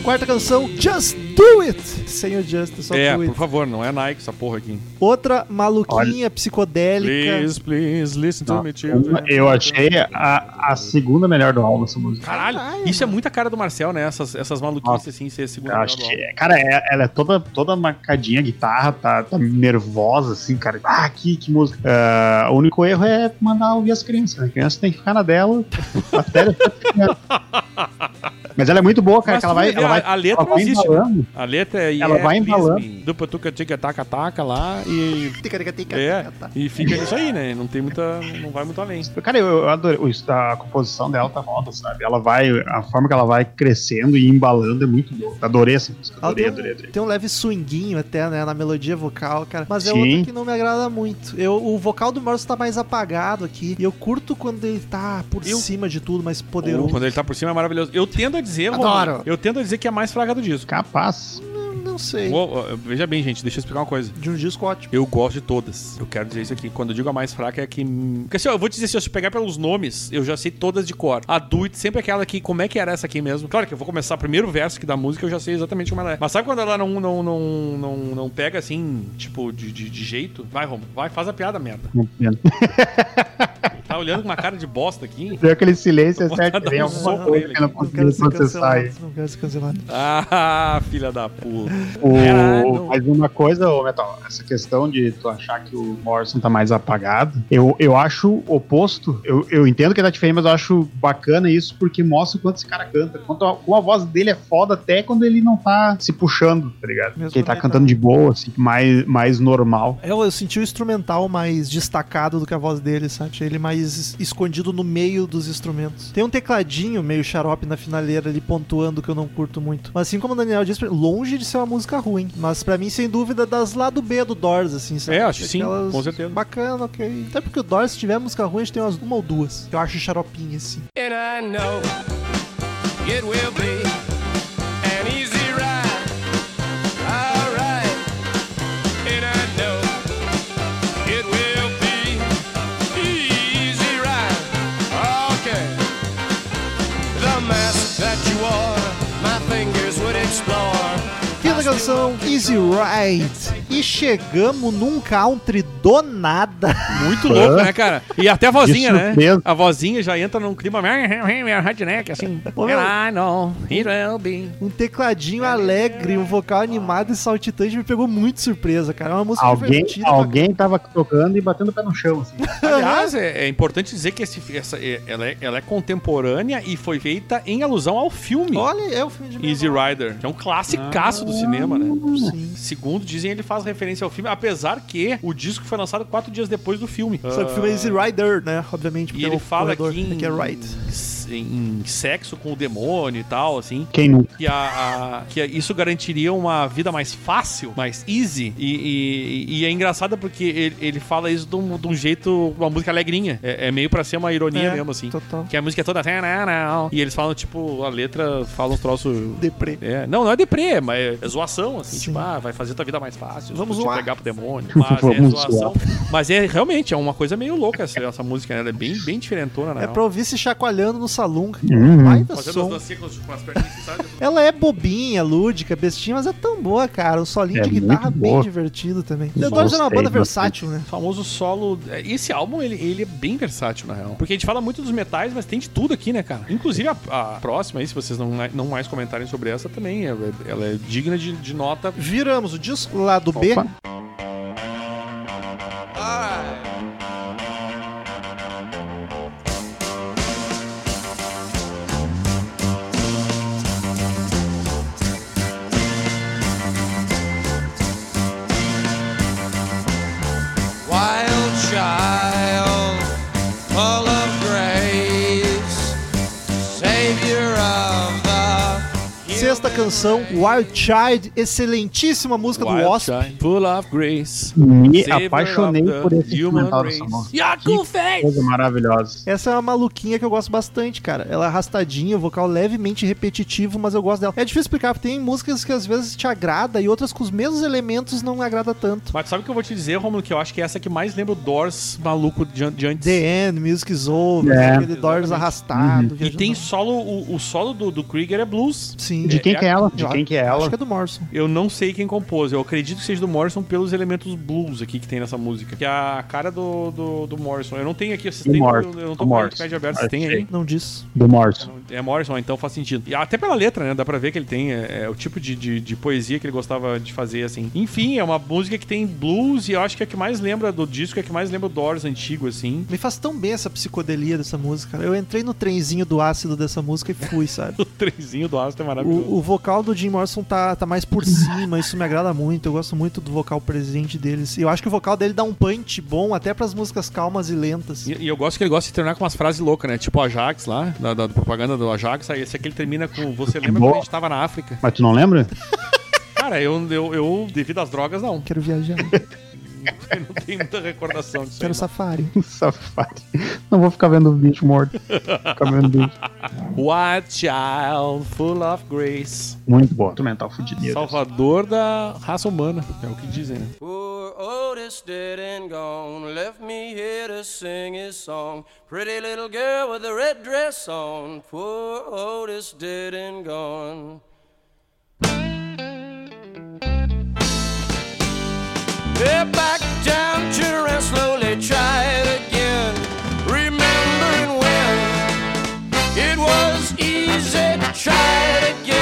[SPEAKER 2] Quarta canção, Just Do It. Sem o Just, só
[SPEAKER 3] é,
[SPEAKER 2] Do
[SPEAKER 3] por
[SPEAKER 2] It.
[SPEAKER 3] favor, não é Nike essa porra aqui.
[SPEAKER 2] Outra maluquinha psicodélica.
[SPEAKER 3] Please, please, listen to me, children.
[SPEAKER 4] Eu achei a, a segunda melhor do álbum essa música.
[SPEAKER 3] Caralho, isso é muita cara do Marcel, né? Essas, essas maluquices
[SPEAKER 4] Nossa.
[SPEAKER 3] assim, ser
[SPEAKER 4] Eu
[SPEAKER 3] segunda
[SPEAKER 4] acho
[SPEAKER 3] melhor do álbum.
[SPEAKER 4] que, cara, é- ela é toda, toda marcadinha, a guitarra tá, tá nervosa, assim, cara. Ah, que, que música. Ah, o único erro é mandar ouvir as crianças. né? A criança tem que ficar na dela. é até assim, né?
[SPEAKER 3] *laughs*
[SPEAKER 4] Mas ela é muito boa, cara,
[SPEAKER 3] Mas
[SPEAKER 4] que ela
[SPEAKER 3] tu
[SPEAKER 4] vai.
[SPEAKER 3] vê,
[SPEAKER 4] Ela vai
[SPEAKER 3] a- a letra
[SPEAKER 4] ela vai
[SPEAKER 3] existe, né?
[SPEAKER 4] embalando.
[SPEAKER 3] A letra é
[SPEAKER 4] Ela vai
[SPEAKER 3] please
[SPEAKER 4] embalando.
[SPEAKER 3] me. Dupla tuca tica taca taca lá e É, e fica nisso aí, né? Não tem muita. Não vai muito além.
[SPEAKER 4] Cara, eu, eu adorei. O est- A composição dela tá foda, sabe? Ela vai. A forma que ela vai crescendo e embalando é muito boa. Adorei essa música.
[SPEAKER 2] Ela
[SPEAKER 4] Adorei,
[SPEAKER 2] tem,
[SPEAKER 4] adorei,
[SPEAKER 2] um,
[SPEAKER 4] adorei.
[SPEAKER 2] tem um leve swinguinho até, né, na melodia vocal, cara. Mas é
[SPEAKER 4] Sim.
[SPEAKER 2] outra que não me agrada muito. Eu, o vocal do Morrison tá mais apagado aqui. E eu curto quando ele tá por
[SPEAKER 3] Eu-
[SPEAKER 2] cima de tudo, mais
[SPEAKER 3] Uh,
[SPEAKER 2] poderoso.
[SPEAKER 3] quando ele tá por cima é maravilhoso. Eu tendo a dizer, Romulo,
[SPEAKER 2] Adoro.
[SPEAKER 3] eu tendo a dizer que é a mais fraca do disco.
[SPEAKER 4] Capaz.
[SPEAKER 2] Não sei.
[SPEAKER 3] Uou, uh, veja bem, gente, deixa eu explicar uma coisa.
[SPEAKER 2] De um disco ótimo.
[SPEAKER 3] Eu gosto de todas. Eu quero dizer isso aqui. Quando eu digo a mais fraca é que. Porque assim, ó, eu vou te dizer, assim, ó, se eu pegar pelos nomes, eu já sei todas de cor. A Duit sempre é aquela que. Como é que era essa aqui mesmo? Claro que eu vou começar o primeiro verso aqui da música, eu já sei exatamente como ela é. Mas sabe quando ela não, não, não, não, não pega assim, tipo, de, de, de jeito? Vai, Romulo, vai, faz a piada, merda. Tá olhando com uma cara de bosta aqui.
[SPEAKER 4] Deu aquele silêncio, é
[SPEAKER 3] Vou
[SPEAKER 4] certo.
[SPEAKER 3] dar
[SPEAKER 4] Tem
[SPEAKER 3] um
[SPEAKER 4] alguma
[SPEAKER 3] soco
[SPEAKER 4] coisa
[SPEAKER 3] nele
[SPEAKER 4] que eu não
[SPEAKER 3] aqui.
[SPEAKER 2] Não quero
[SPEAKER 4] consegui
[SPEAKER 2] ser
[SPEAKER 4] processar aí.
[SPEAKER 2] cancelado. Não quero ser cancelado.
[SPEAKER 3] Ah, filha da puta.
[SPEAKER 4] O,
[SPEAKER 3] Caralho.
[SPEAKER 4] mais uma coisa, ô Metal, essa questão de tu achar que o Morrison tá mais apagado, eu, eu acho o oposto. Eu, eu entendo que ele tá diferente, mas eu acho bacana isso porque mostra o quanto esse cara canta. Quanto a, como a voz dele é foda até quando ele não tá se puxando, tá ligado?
[SPEAKER 2] Mesmo
[SPEAKER 4] Porque ele tá
[SPEAKER 2] quando ele
[SPEAKER 4] cantando
[SPEAKER 2] tá-
[SPEAKER 4] de boa, assim, mais, mais normal.
[SPEAKER 2] Eu, eu senti o instrumental mais destacado do que a voz dele, sabe? Achei Ele mais es- escondido no meio dos instrumentos. Tem um tecladinho meio xarope na finaleira ali pontuando que eu não curto muito. Mas assim como o Daniel disse, longe de ser uma música ruim. Mas pra mim, sem dúvida, das lá do B do Doors, assim, sabe?
[SPEAKER 3] É, acho que sim,
[SPEAKER 2] Aquelas-
[SPEAKER 3] com certeza.
[SPEAKER 2] Bacana, ok. Até porque o Doors, se tiver música ruim, a gente tem umas uma ou duas. que Eu acho xaropinha, assim.
[SPEAKER 1] And I know it will be an easy ride. Alright. And I know it will be easy ride. Okay. The mask that you wore, my fingers would explore.
[SPEAKER 2] Quinta canção, Easy Ride. E chegamos num country do nada. *laughs*
[SPEAKER 3] Muito louco, né, cara? E até a vozinha,
[SPEAKER 4] De
[SPEAKER 3] né?
[SPEAKER 4] surpresa.
[SPEAKER 3] A vozinha já entra num clima redneck, assim.
[SPEAKER 2] Ô, meu.
[SPEAKER 3] And I know it will be.
[SPEAKER 2] um tecladinho alegre, um vocal animado e saltitante me pegou muito de surpresa, cara. É uma música
[SPEAKER 4] Alguém,
[SPEAKER 3] né,
[SPEAKER 2] divertida.
[SPEAKER 4] alguém tava tocando e batendo o pé no chão,
[SPEAKER 3] *laughs*
[SPEAKER 4] assim.
[SPEAKER 3] Aliás, é, é importante dizer que esse- essa, é- ela, é, ela é contemporânea e foi feita em alusão ao filme
[SPEAKER 2] Olha, é o filme de
[SPEAKER 3] Easy Rider, que é um classicaço do cinema, né?
[SPEAKER 2] Sim.
[SPEAKER 3] Segundo dizem, ele faz referência ao filme, apesar que o disco foi lançado quatro dias depois do filme.
[SPEAKER 2] Só que o filme é Easy Rider, né? Obviamente,
[SPEAKER 3] E
[SPEAKER 2] porque é
[SPEAKER 3] ele
[SPEAKER 2] o
[SPEAKER 3] fala
[SPEAKER 2] corredor,
[SPEAKER 3] aqui em,
[SPEAKER 2] né, que é Ride.
[SPEAKER 3] em- em sexo com o demônio e tal, assim.
[SPEAKER 4] Quem não?
[SPEAKER 3] que, a, a- que a- isso garantiria uma vida mais fácil, mais easy. E, e- e é engraçado porque ele, ele fala isso de um, de um jeito, uma música alegrinha. É, é meio pra ser uma ironia
[SPEAKER 2] É,
[SPEAKER 3] mesmo, assim.
[SPEAKER 2] Total.
[SPEAKER 3] Que a música é toda. E eles falam, tipo, a letra fala um troço.
[SPEAKER 2] Deprê.
[SPEAKER 3] É, não, não é deprê, mas é zoação, assim,
[SPEAKER 2] Sim.
[SPEAKER 3] tipo, ah, vai fazer tua vida mais fácil,
[SPEAKER 2] Vamos
[SPEAKER 3] vou te
[SPEAKER 2] zoar.
[SPEAKER 3] entregar
[SPEAKER 2] *laughs*
[SPEAKER 3] pro demônio, mas é
[SPEAKER 4] Vamos
[SPEAKER 3] zoação. Mas é realmente, é uma coisa meio louca essa, essa música, né? Ela é bem, bem diferentona, né?
[SPEAKER 2] É pra ouvir se chacoalhando no salão. cara.
[SPEAKER 4] Uhum.
[SPEAKER 2] Vai da
[SPEAKER 3] Fazendo as
[SPEAKER 2] som.
[SPEAKER 3] dancinhas com as- com as tipo, perninhas, sabe?
[SPEAKER 2] Ela é bobinha, lúdica, bestinha, mas é tão boa, cara. Um solinho
[SPEAKER 4] É
[SPEAKER 2] de guitarra
[SPEAKER 4] muito
[SPEAKER 2] bem
[SPEAKER 4] boa.
[SPEAKER 2] divertido também. The Doors era uma
[SPEAKER 4] Gostei,
[SPEAKER 2] banda
[SPEAKER 4] gostei.
[SPEAKER 2] versátil, né?
[SPEAKER 3] O famoso solo. Esse álbum, ele, ele é bem versátil, na real. Porque a gente fala muito dos metais, mas tem de tudo aqui, né, cara? Inclusive a, a próxima aí, se vocês não, não mais comentarem sobre essa também, ela, é- ela é digna de, de nota.
[SPEAKER 2] Viramos o disco lá do B.
[SPEAKER 4] Opa.
[SPEAKER 1] Wild shot.
[SPEAKER 2] esta canção, Wild Child, excelentíssima música do Wasp.
[SPEAKER 3] Full of Grace.
[SPEAKER 4] Me
[SPEAKER 3] Saver
[SPEAKER 4] apaixonei
[SPEAKER 3] of the
[SPEAKER 4] por esse
[SPEAKER 3] human
[SPEAKER 4] instrumental
[SPEAKER 3] race.
[SPEAKER 4] dessa música.
[SPEAKER 3] Yaku
[SPEAKER 4] Que
[SPEAKER 3] Face!
[SPEAKER 4] Coisa maravilhosa.
[SPEAKER 2] Essa é uma maluquinha que eu gosto bastante, cara. Ela é arrastadinha, o vocal levemente repetitivo, mas eu gosto dela. É difícil explicar, porque tem músicas que às vezes te agrada e outras com os mesmos elementos não agrada tanto.
[SPEAKER 3] Mas sabe o que eu vou te dizer, Romulo? Que eu acho que é essa que mais lembra o Doors maluco de, an- de antes.
[SPEAKER 2] The End, Music is Over,
[SPEAKER 4] É. Uhum.
[SPEAKER 2] aquele Doors
[SPEAKER 3] Exatamente.
[SPEAKER 2] arrastado.
[SPEAKER 3] E tem solo, o, o solo do, do Krieger é blues.
[SPEAKER 2] Sim.
[SPEAKER 4] De quem
[SPEAKER 3] é
[SPEAKER 4] que é ela? De
[SPEAKER 2] Eu
[SPEAKER 4] quem que é
[SPEAKER 2] Acho
[SPEAKER 4] ela?
[SPEAKER 2] que é do Morrison.
[SPEAKER 3] Eu não sei quem compôs, eu acredito que seja do Morrison pelos elementos blues aqui que tem nessa música. Que é a cara do, do, do Morrison. Eu não tenho aqui, vocês
[SPEAKER 4] Do
[SPEAKER 3] têm,
[SPEAKER 4] Morrison.
[SPEAKER 3] eu, eu não
[SPEAKER 4] Do
[SPEAKER 3] tô com a
[SPEAKER 4] Morrison.
[SPEAKER 3] Wikipedia aberta, vocês têm aí?
[SPEAKER 4] Achei.
[SPEAKER 2] Não diz.
[SPEAKER 4] Do Morrison.
[SPEAKER 3] É Morrison, então faz sentido. E até pela letra, né? Dá pra ver que ele tem é, é, o tipo de, de, de poesia que ele gostava de fazer, assim. Enfim, é uma música que tem blues e eu acho que é a que mais lembra do disco, é a que mais lembra o Doors antigo, assim. *laughs*
[SPEAKER 2] Me faz tão bem essa psicodelia dessa música. Eu entrei no trenzinho do ácido dessa música e fui, sabe?
[SPEAKER 3] O trenzinho do Astro é maravilhoso.
[SPEAKER 2] O, o vocal do Jim Morrison tá, tá mais *laughs* por cima, isso me agrada muito. Eu gosto muito do vocal presente deles. E eu acho que o vocal dele dá um punch bom até pras músicas calmas e lentas.
[SPEAKER 3] E, e eu gosto que ele gosta de terminar com umas frases loucas, né? Tipo o Ajax lá, da, da propaganda do Ajax. Aí esse aqui ele termina com: Você lembra
[SPEAKER 4] boa.
[SPEAKER 3] quando a gente tava na África?
[SPEAKER 4] Mas tu não *laughs* lembra?
[SPEAKER 3] Cara, eu, eu, eu devido às drogas, não. *laughs*
[SPEAKER 2] Quero viajar,
[SPEAKER 3] Eu não tenho muita recordação disso. aí,
[SPEAKER 2] quero
[SPEAKER 3] não.
[SPEAKER 2] safari.
[SPEAKER 4] Safado. Não vou ficar vendo o bicho morto. Ficar vendo bicho.
[SPEAKER 3] What child full of grace.
[SPEAKER 4] Muito bom. Instrumental fudido.
[SPEAKER 3] Salvador da raça humana. É o que dizem, né?
[SPEAKER 1] Poor Otis dead and gone, left me here to sing his song. Pretty little girl with a red dress on, poor Otis dead and gone. They're back down to rest, slowly try it again, remembering when it was easy, try it again.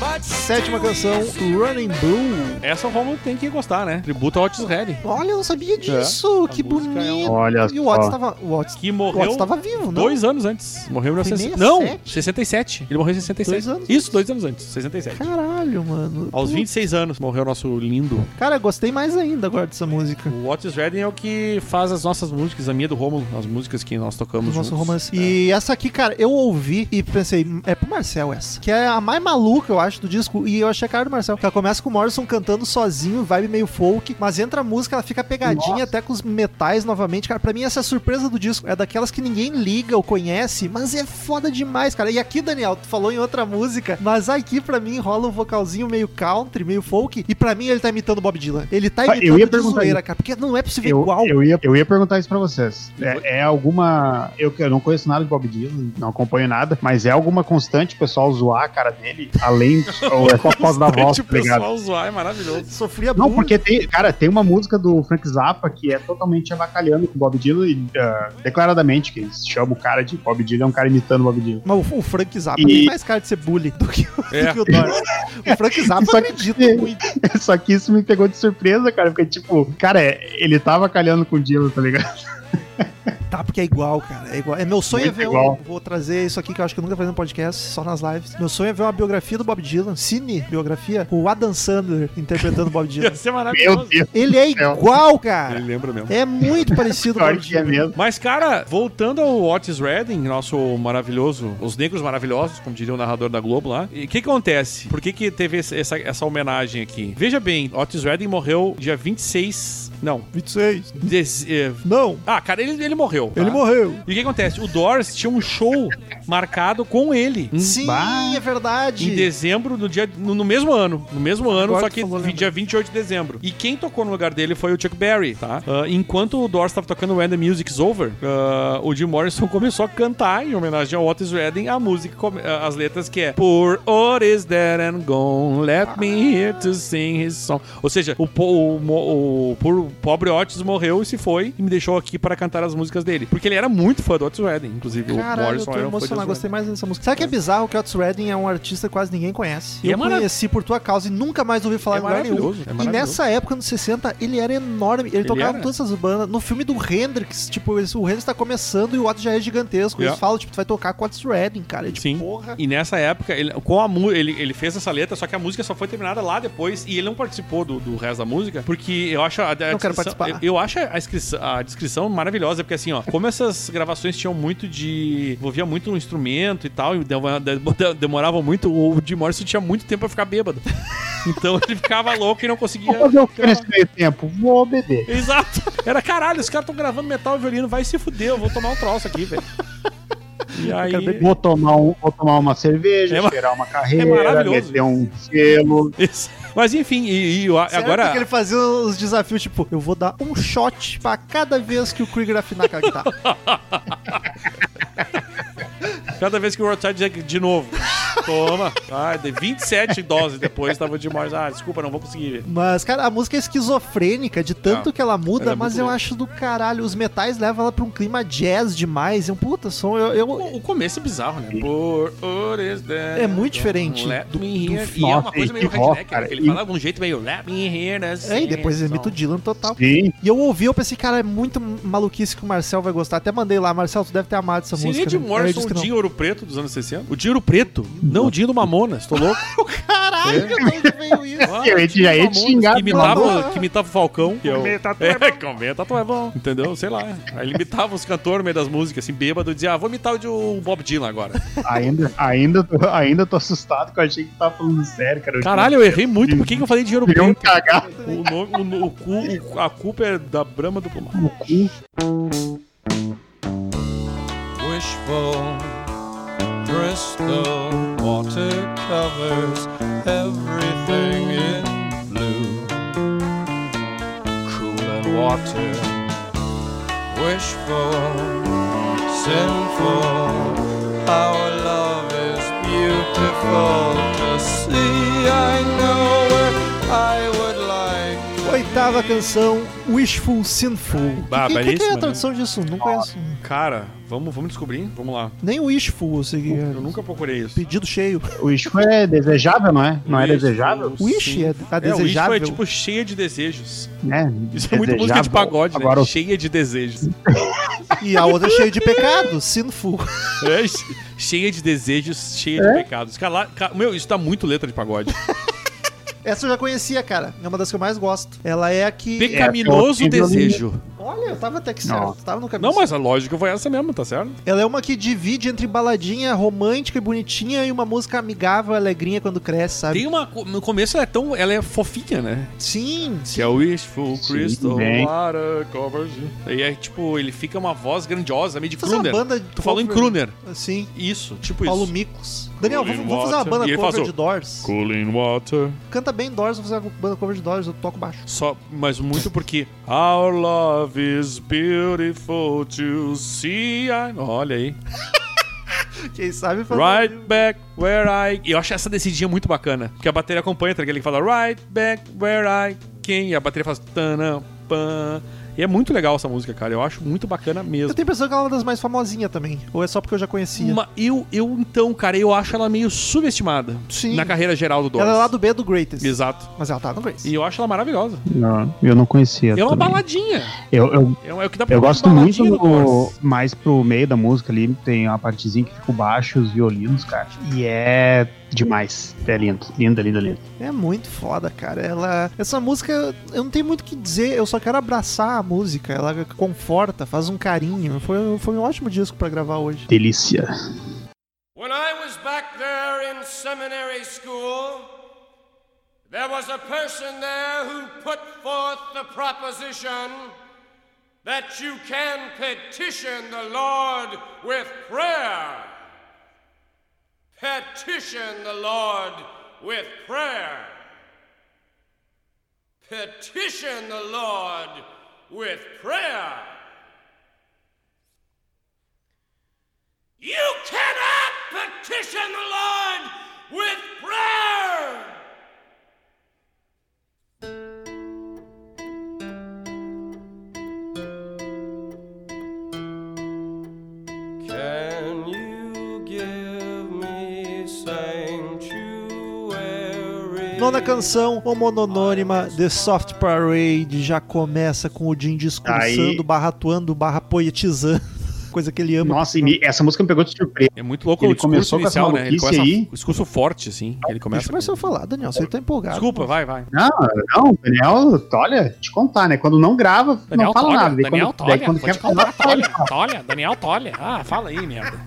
[SPEAKER 1] Much
[SPEAKER 2] Sétima
[SPEAKER 1] too
[SPEAKER 2] canção,
[SPEAKER 1] easy.
[SPEAKER 2] Running Blue.
[SPEAKER 3] Essa o Romulo tem que gostar, né? Tributo ao Otis Redding.
[SPEAKER 2] Olha, eu não sabia disso, que
[SPEAKER 3] É. música
[SPEAKER 2] bonito.
[SPEAKER 3] é um-
[SPEAKER 4] Olha
[SPEAKER 2] e o Watts
[SPEAKER 4] só.
[SPEAKER 2] tava. O Watts,
[SPEAKER 3] Que
[SPEAKER 2] o
[SPEAKER 3] morreu
[SPEAKER 2] Watts tava vivo, não?
[SPEAKER 3] dois anos antes. Morreu em
[SPEAKER 2] Foi
[SPEAKER 3] 1967.
[SPEAKER 2] 67?
[SPEAKER 3] Não, 67. Ele morreu em 67.
[SPEAKER 2] Dois anos
[SPEAKER 3] Isso, dois anos antes. 67.
[SPEAKER 2] Caralho, mano.
[SPEAKER 3] Aos
[SPEAKER 2] Pô,
[SPEAKER 3] 26 anos morreu nosso lindo
[SPEAKER 2] Cara, eu gostei mais ainda agora dessa música.
[SPEAKER 3] O Otis Redding é o que faz as nossas músicas, a minha do Romulo, as músicas que nós tocamos
[SPEAKER 2] do nosso
[SPEAKER 3] juntos.
[SPEAKER 2] romance.
[SPEAKER 4] É.
[SPEAKER 2] E essa aqui, cara, eu ouvi e pensei, é pro Marcel essa. Que é a mais maluca, eu acho, do disco. E eu achei a cara do Marcel. Que ela começa com o Morrison cantando sozinho, vibe meio folk. Mas entra a música, ela fica pegadinha até com os metais novamente. Cara, pra mim essa é a surpresa do disco. É daquelas que ninguém liga ou conhece, mas é foda demais, cara. E aqui, Daniel, tu falou em outra música, mas aqui pra mim rola um vocalzinho meio country, meio folk. E pra mim ele tá imitando Bob Dylan. Ele tá
[SPEAKER 4] Ah, eu
[SPEAKER 2] imitando
[SPEAKER 4] ia
[SPEAKER 2] de
[SPEAKER 4] perguntar
[SPEAKER 2] zoeira,
[SPEAKER 4] isso.
[SPEAKER 2] cara. Porque não é possível
[SPEAKER 4] Eu,
[SPEAKER 2] igual.
[SPEAKER 4] eu, ia, eu ia perguntar isso pra vocês. É, é alguma. Eu, que- eu não conheço nada de Bob Dylan, não acompanho nada, mas é alguma constante o pessoal zoar a cara dele? Além.
[SPEAKER 3] *laughs*
[SPEAKER 4] ou é só por causa da voz,
[SPEAKER 3] Bastante
[SPEAKER 4] tá
[SPEAKER 3] o
[SPEAKER 4] ligado?
[SPEAKER 3] pessoal zoar, é maravilhoso.
[SPEAKER 2] Sofria
[SPEAKER 4] Não,
[SPEAKER 2] bullying.
[SPEAKER 4] porque tem, cara, tem uma música do Frank Zappa que é totalmente avacalhando com o Bob Dylan, e, ah, declaradamente, que eles chamam o cara de Bob Dylan, é um cara imitando o Bob Dylan.
[SPEAKER 2] Mas o- o Frank Zappa
[SPEAKER 4] E-
[SPEAKER 2] tem mais cara de ser bully do que, o-
[SPEAKER 3] É.
[SPEAKER 2] do que o Doris. O
[SPEAKER 4] *laughs*
[SPEAKER 2] Frank Zappa
[SPEAKER 4] Só que-
[SPEAKER 2] acredita muito.
[SPEAKER 4] *laughs* Só que isso me pegou de surpresa, cara, porque, tipo, cara, é- ele tava avacalhando com o Dylan, tá ligado? *laughs*
[SPEAKER 2] Tá, porque é igual, cara. É, igual. é meu sonho
[SPEAKER 4] Muito
[SPEAKER 2] é ver. um-
[SPEAKER 4] igual.
[SPEAKER 2] vou trazer isso aqui que eu acho que eu nunca falei no podcast, só nas lives. Meu sonho é ver uma biografia do Bob Dylan, cine biografia, com o Adam Sandler interpretando o Bob
[SPEAKER 4] *laughs*
[SPEAKER 2] Dylan.
[SPEAKER 3] Ia ser
[SPEAKER 4] Meu
[SPEAKER 3] maravilhoso.
[SPEAKER 4] Deus,
[SPEAKER 2] Ele é
[SPEAKER 4] céu.
[SPEAKER 2] igual,
[SPEAKER 3] Ele
[SPEAKER 2] cara.
[SPEAKER 3] lembra mesmo.
[SPEAKER 2] É
[SPEAKER 4] *laughs*
[SPEAKER 2] muito parecido com o
[SPEAKER 4] pior
[SPEAKER 2] Bob
[SPEAKER 4] que é
[SPEAKER 2] Dylan.
[SPEAKER 4] mesmo.
[SPEAKER 3] Mas, cara, voltando ao Otis Redding, nosso maravilhoso, os negros maravilhosos, como diria o narrador da Globo lá, e o que que acontece? Por que, que teve esse- essa, essa homenagem aqui? Veja bem, Otis Redding morreu dia 26. Não.
[SPEAKER 2] 26.
[SPEAKER 3] Dez- eh,
[SPEAKER 2] Não,
[SPEAKER 3] ah, cara, ele, ele morreu. tá?
[SPEAKER 2] ele morreu.
[SPEAKER 3] E o que acontece? O Doors tinha um show marcado com ele.
[SPEAKER 2] Sim,
[SPEAKER 4] Bah.
[SPEAKER 2] é verdade.
[SPEAKER 3] Em dezembro, no, dia, no, no mesmo ano. No mesmo ano,
[SPEAKER 2] Agora
[SPEAKER 3] só
[SPEAKER 2] tu
[SPEAKER 3] que
[SPEAKER 2] falou, né?
[SPEAKER 3] vi-
[SPEAKER 2] lembrei.
[SPEAKER 3] dia 28 de dezembro. E quem tocou no lugar dele foi o Chuck Berry, tá? Ah, enquanto o Doors tava tocando When the Music's Over, ah, o Jim Morrison *laughs* começou a cantar, em homenagem ao Otis Redding, a música, come- ah, as letras que é Poor Otis dead and gone, let me here to sing his song. Ou seja, o, po- o mo- o por- pobre Otis morreu e se foi e me deixou aqui para cantar as músicas dele. Porque ele era muito fã do Otis Redding, inclusive o
[SPEAKER 2] Caralho, eu
[SPEAKER 3] Morrison
[SPEAKER 2] tô
[SPEAKER 3] era um fã de Otis
[SPEAKER 2] emocionado,
[SPEAKER 3] Redding.
[SPEAKER 2] gostei mais dessa música. Sabe que é bizarro que o Otis Redding é um artista que quase ninguém conhece?
[SPEAKER 3] E
[SPEAKER 2] eu
[SPEAKER 3] é mara-
[SPEAKER 2] conheci por tua causa e nunca mais ouvi falar
[SPEAKER 3] É
[SPEAKER 2] em lugar nenhum.
[SPEAKER 3] maravilhoso, é
[SPEAKER 2] e
[SPEAKER 3] maravilhoso.
[SPEAKER 2] nessa época, nos 60, ele era enorme. Ele, tocava
[SPEAKER 3] era.
[SPEAKER 2] em todas essas bandas. No filme do Hendrix, tipo, eles- o Hendrix tá começando e o Otis já é gigantesco.
[SPEAKER 3] Yeah.
[SPEAKER 2] Eles falam, tipo, tu vai tocar com o Otis Redding, cara. Eu, tipo,
[SPEAKER 3] Sim.
[SPEAKER 2] porra.
[SPEAKER 3] E nessa época, ele, com a mu ele, ele fez essa letra, só que a música só foi terminada lá depois e ele não participou do, do resto da música, porque eu acho a, a
[SPEAKER 2] Não quero
[SPEAKER 3] descrição-
[SPEAKER 2] participar.
[SPEAKER 3] Eu, eu acho a, inscrição- a descrição maravilhosa, porque assim, ó, ó. Como essas gravações tinham muito de. envolvia muito um instrumento e tal, e demo- de- demorava muito, o Jim Morrison tinha muito tempo pra ficar bêbado. Então ele ficava louco e não
[SPEAKER 2] *laughs*
[SPEAKER 3] conseguia.
[SPEAKER 4] Vou fazer o que nesse meio tempo? Vou beber.
[SPEAKER 3] Exato. Era caralho, os caras estão gravando metal e violino, vai se fuder, eu vou tomar um troço aqui, velho. E aí.
[SPEAKER 4] Vou tomar, um- vou tomar uma cerveja,
[SPEAKER 3] É ma-
[SPEAKER 4] esperar uma carreira,
[SPEAKER 3] maravilhoso
[SPEAKER 4] meter um gelo.
[SPEAKER 3] Isso. Mas enfim, e, e eu-
[SPEAKER 2] Certo
[SPEAKER 3] agora.
[SPEAKER 2] que ele fazia os desafios, tipo, eu vou dar um shot pra cada vez que o Krieger afinar com a guitarra.
[SPEAKER 3] Cada vez que o Rothschild dizia que- de novo. Toma. Ah, de 27 doses depois tava de morte. Ah, desculpa, não vou conseguir.
[SPEAKER 2] Mas, cara, a música é esquizofrênica de tanto
[SPEAKER 3] Ah,
[SPEAKER 2] que ela muda,
[SPEAKER 3] ela é
[SPEAKER 2] mas
[SPEAKER 3] muito
[SPEAKER 2] eu
[SPEAKER 3] louca.
[SPEAKER 2] acho do caralho. Os metais levam ela pra um clima jazz demais. É um puta som. Eu, eu-
[SPEAKER 3] O, o começo é bizarro, né? Por what is that?
[SPEAKER 2] É muito diferente
[SPEAKER 3] Let
[SPEAKER 2] do-
[SPEAKER 3] me
[SPEAKER 2] do
[SPEAKER 3] hear. e
[SPEAKER 4] Nossa,
[SPEAKER 3] é uma coisa
[SPEAKER 4] e
[SPEAKER 3] meio
[SPEAKER 4] que rock,
[SPEAKER 3] redneck, né?
[SPEAKER 4] cara.
[SPEAKER 3] Ele
[SPEAKER 4] E-
[SPEAKER 3] fala de um jeito meio let me hear this.
[SPEAKER 2] É, e depois
[SPEAKER 3] song."
[SPEAKER 2] imita o Dylan
[SPEAKER 3] Tá-
[SPEAKER 2] total.
[SPEAKER 4] Sim.
[SPEAKER 2] E eu ouvi, eu pensei, cara, é muito maluquice que o Marcel vai gostar. Até mandei lá, Marcel, tu deve ter amado essa
[SPEAKER 3] Seria
[SPEAKER 2] música.
[SPEAKER 3] de
[SPEAKER 2] né? Aí eu
[SPEAKER 3] Morrison
[SPEAKER 2] disse
[SPEAKER 3] o
[SPEAKER 2] que não.
[SPEAKER 3] Dinho Ouro Preto dos anos 60? O Dinho Ouro Preto? Não, o Dinho do Mamonas, tô louco. né?
[SPEAKER 2] Caralho, de onde veio isso?
[SPEAKER 3] *laughs* Ah,
[SPEAKER 4] Eu ia te- já ia te
[SPEAKER 3] Mamonas,
[SPEAKER 4] xingar,
[SPEAKER 3] que imitava,
[SPEAKER 2] pelo amor.
[SPEAKER 3] que imitava o Falcão. Que é o...
[SPEAKER 4] Comer tatu é
[SPEAKER 3] é, comer tatu é bom. Entendeu? Sei lá. Aí ele imitava os cantores no meio das músicas, assim, bêbado, e dizia, ah, vou imitar o de o Bob Dylan agora.
[SPEAKER 4] Ainda, ainda, tô, ainda tô assustado que eu achei que tu tava falando sério, cara. Eu
[SPEAKER 3] Caralho, eu errei muito. Por que, que eu falei dinheiro
[SPEAKER 4] tive um
[SPEAKER 3] preto?
[SPEAKER 4] cagado
[SPEAKER 3] O nome, o, no- o cu- o- a culpa é da brama do Plumar.
[SPEAKER 4] no cu.
[SPEAKER 1] wishful crystal water covers everything in blue cooling water wishful sinful our love is beautiful to see i know where i would like
[SPEAKER 2] Oitava canção, Wishful Sinful.
[SPEAKER 3] Bah,
[SPEAKER 2] que, que, que é
[SPEAKER 3] belíssima,
[SPEAKER 2] a
[SPEAKER 3] né?
[SPEAKER 2] tradução disso? Não conheço.
[SPEAKER 3] Cara, vamos, vamos descobrir? Vamos lá.
[SPEAKER 2] Nem Wishful, assim, que é
[SPEAKER 3] Eu nunca procurei isso.
[SPEAKER 2] pedido cheio.
[SPEAKER 4] O isco é desejável, não é? Não é
[SPEAKER 3] Wish,
[SPEAKER 4] desejável?
[SPEAKER 3] sim.
[SPEAKER 2] Wish é, a
[SPEAKER 3] É, o Wish
[SPEAKER 2] desejável.
[SPEAKER 3] foi tipo cheia de desejos.
[SPEAKER 4] Né?
[SPEAKER 3] Isso é muito música de
[SPEAKER 4] Desejável.
[SPEAKER 3] pagode, né?
[SPEAKER 4] Agora o
[SPEAKER 3] Cheia
[SPEAKER 4] *laughs*
[SPEAKER 3] de desejos.
[SPEAKER 2] E a outra é cheia de pecado, Sinful.
[SPEAKER 3] É, che- cheia de desejos, cheia
[SPEAKER 4] É?
[SPEAKER 3] de pecados. Cala- ca- meu, isso tá muito letra de pagode.
[SPEAKER 2] *laughs* Essa eu já conhecia, cara. É uma das que eu mais gosto. Ela é a que.
[SPEAKER 3] Pecaminoso
[SPEAKER 4] horrível,
[SPEAKER 3] desejo.
[SPEAKER 2] Olha, eu tava até que
[SPEAKER 4] Não.
[SPEAKER 2] certo. Tava no caminho.
[SPEAKER 3] é Não, mas a lógica foi essa mesmo, tá certo?
[SPEAKER 2] Ela é uma que divide entre baladinha romântica e bonitinha e uma música amigável, alegrinha quando cresce, sabe?
[SPEAKER 3] Tem uma. co- No começo ela é tão. Ela é fofinha, né?
[SPEAKER 2] Sim.
[SPEAKER 3] Que é o Wishful
[SPEAKER 4] Sim,
[SPEAKER 3] Crystal
[SPEAKER 4] bem.
[SPEAKER 3] Water Covers. E aí, tipo, ele fica uma voz grandiosa, meio de
[SPEAKER 2] Fazer uma
[SPEAKER 3] Kruner.
[SPEAKER 2] banda. Ah,
[SPEAKER 3] Tu falou em Kruner.
[SPEAKER 2] Sim.
[SPEAKER 3] Isso, tipo
[SPEAKER 2] Paulo
[SPEAKER 3] isso.
[SPEAKER 2] Micos. Daniel,
[SPEAKER 3] Colin
[SPEAKER 2] vamos, vamos fazer uma
[SPEAKER 3] Watson.
[SPEAKER 2] banda
[SPEAKER 3] E ele
[SPEAKER 2] cover
[SPEAKER 3] faz o-
[SPEAKER 2] de Doors.
[SPEAKER 3] Cooling Water.
[SPEAKER 2] Canta bem Doors, vamos fazer uma banda cover de Doors, eu toco baixo. *laughs*
[SPEAKER 3] Só, mas muito porque. Our love is beautiful to see. I... Olha aí.
[SPEAKER 2] Quem sabe fazer.
[SPEAKER 3] Right back where I. Eu acho essa decidinha muito bacana. Porque a bateria acompanha, tá? Aquele que fala Right back where I came. E a bateria faz. Tanam, pam. E é muito legal essa música, cara. Eu acho muito bacana
[SPEAKER 2] Eu
[SPEAKER 3] mesmo.
[SPEAKER 2] tenho a impressão que ela é uma das mais famosinhas também. Ou é só porque eu já conhecia.
[SPEAKER 3] Uma- eu, eu, então, cara, eu acho ela meio subestimada
[SPEAKER 2] Sim.
[SPEAKER 3] na carreira geral do Doors.
[SPEAKER 2] Ela é lá do B do Greatest.
[SPEAKER 3] Exato.
[SPEAKER 2] Mas ela tá no Grace.
[SPEAKER 3] E eu acho ela maravilhosa.
[SPEAKER 4] Não, eu não conhecia.
[SPEAKER 3] É uma
[SPEAKER 4] também.
[SPEAKER 3] baladinha.
[SPEAKER 4] Eu, eu,
[SPEAKER 3] É, o que dá pra
[SPEAKER 4] eu
[SPEAKER 3] chamar de
[SPEAKER 4] gosto muito
[SPEAKER 3] baladinha do
[SPEAKER 4] no-
[SPEAKER 3] Doors.
[SPEAKER 4] mais pro meio da música ali. Tem uma partezinha que fica o baixo, os violinos, cara. E é demais. É lindo, lindo, lindo, lindo.
[SPEAKER 2] É muito foda, cara. Ela, essa música, eu não tenho muito o que dizer, eu só quero abraçar a música. Ela conforta, faz um carinho. Foi, foi um ótimo disco pra gravar hoje.
[SPEAKER 4] Delícia.
[SPEAKER 1] When I was back there in seminary school, there was a person there who put forth the proposition that you can petition the Lord with prayer. Petition the Lord with prayer. Petition the Lord with prayer. You cannot petition the Lord with prayer. Can you give me sanctuary?
[SPEAKER 2] Nona canção, o mononônima, The Soft Parade, já começa com o Jim discursando,
[SPEAKER 4] Aí.
[SPEAKER 2] barra atuando, barra poetizando. *laughs* Coisa que ele ama.
[SPEAKER 4] Nossa, e me- essa música me pegou de surpresa.
[SPEAKER 3] É muito louco
[SPEAKER 4] Ele
[SPEAKER 3] o discurso
[SPEAKER 4] começou com essa
[SPEAKER 3] inicial, né? Ele
[SPEAKER 4] maluquice
[SPEAKER 3] começa
[SPEAKER 4] aí.
[SPEAKER 3] um discurso forte, assim. que Ele começa
[SPEAKER 2] Deixa eu começar a falar, Daniel. Você tá
[SPEAKER 3] com-
[SPEAKER 2] empolgado.
[SPEAKER 3] Desculpa, vai, vai.
[SPEAKER 4] Não, não, o Daniel, olha, te contar, né? Quando não grava,
[SPEAKER 3] Daniel
[SPEAKER 4] não fala
[SPEAKER 3] Tolha,
[SPEAKER 4] nada. Daí
[SPEAKER 3] Daniel
[SPEAKER 4] quando,
[SPEAKER 3] Tolha,
[SPEAKER 4] daí quando
[SPEAKER 3] vou
[SPEAKER 4] quer
[SPEAKER 3] te contar,
[SPEAKER 4] falar, fala.
[SPEAKER 3] Tolha, Tolha, Daniel Tolha. Ah, fala aí, merda.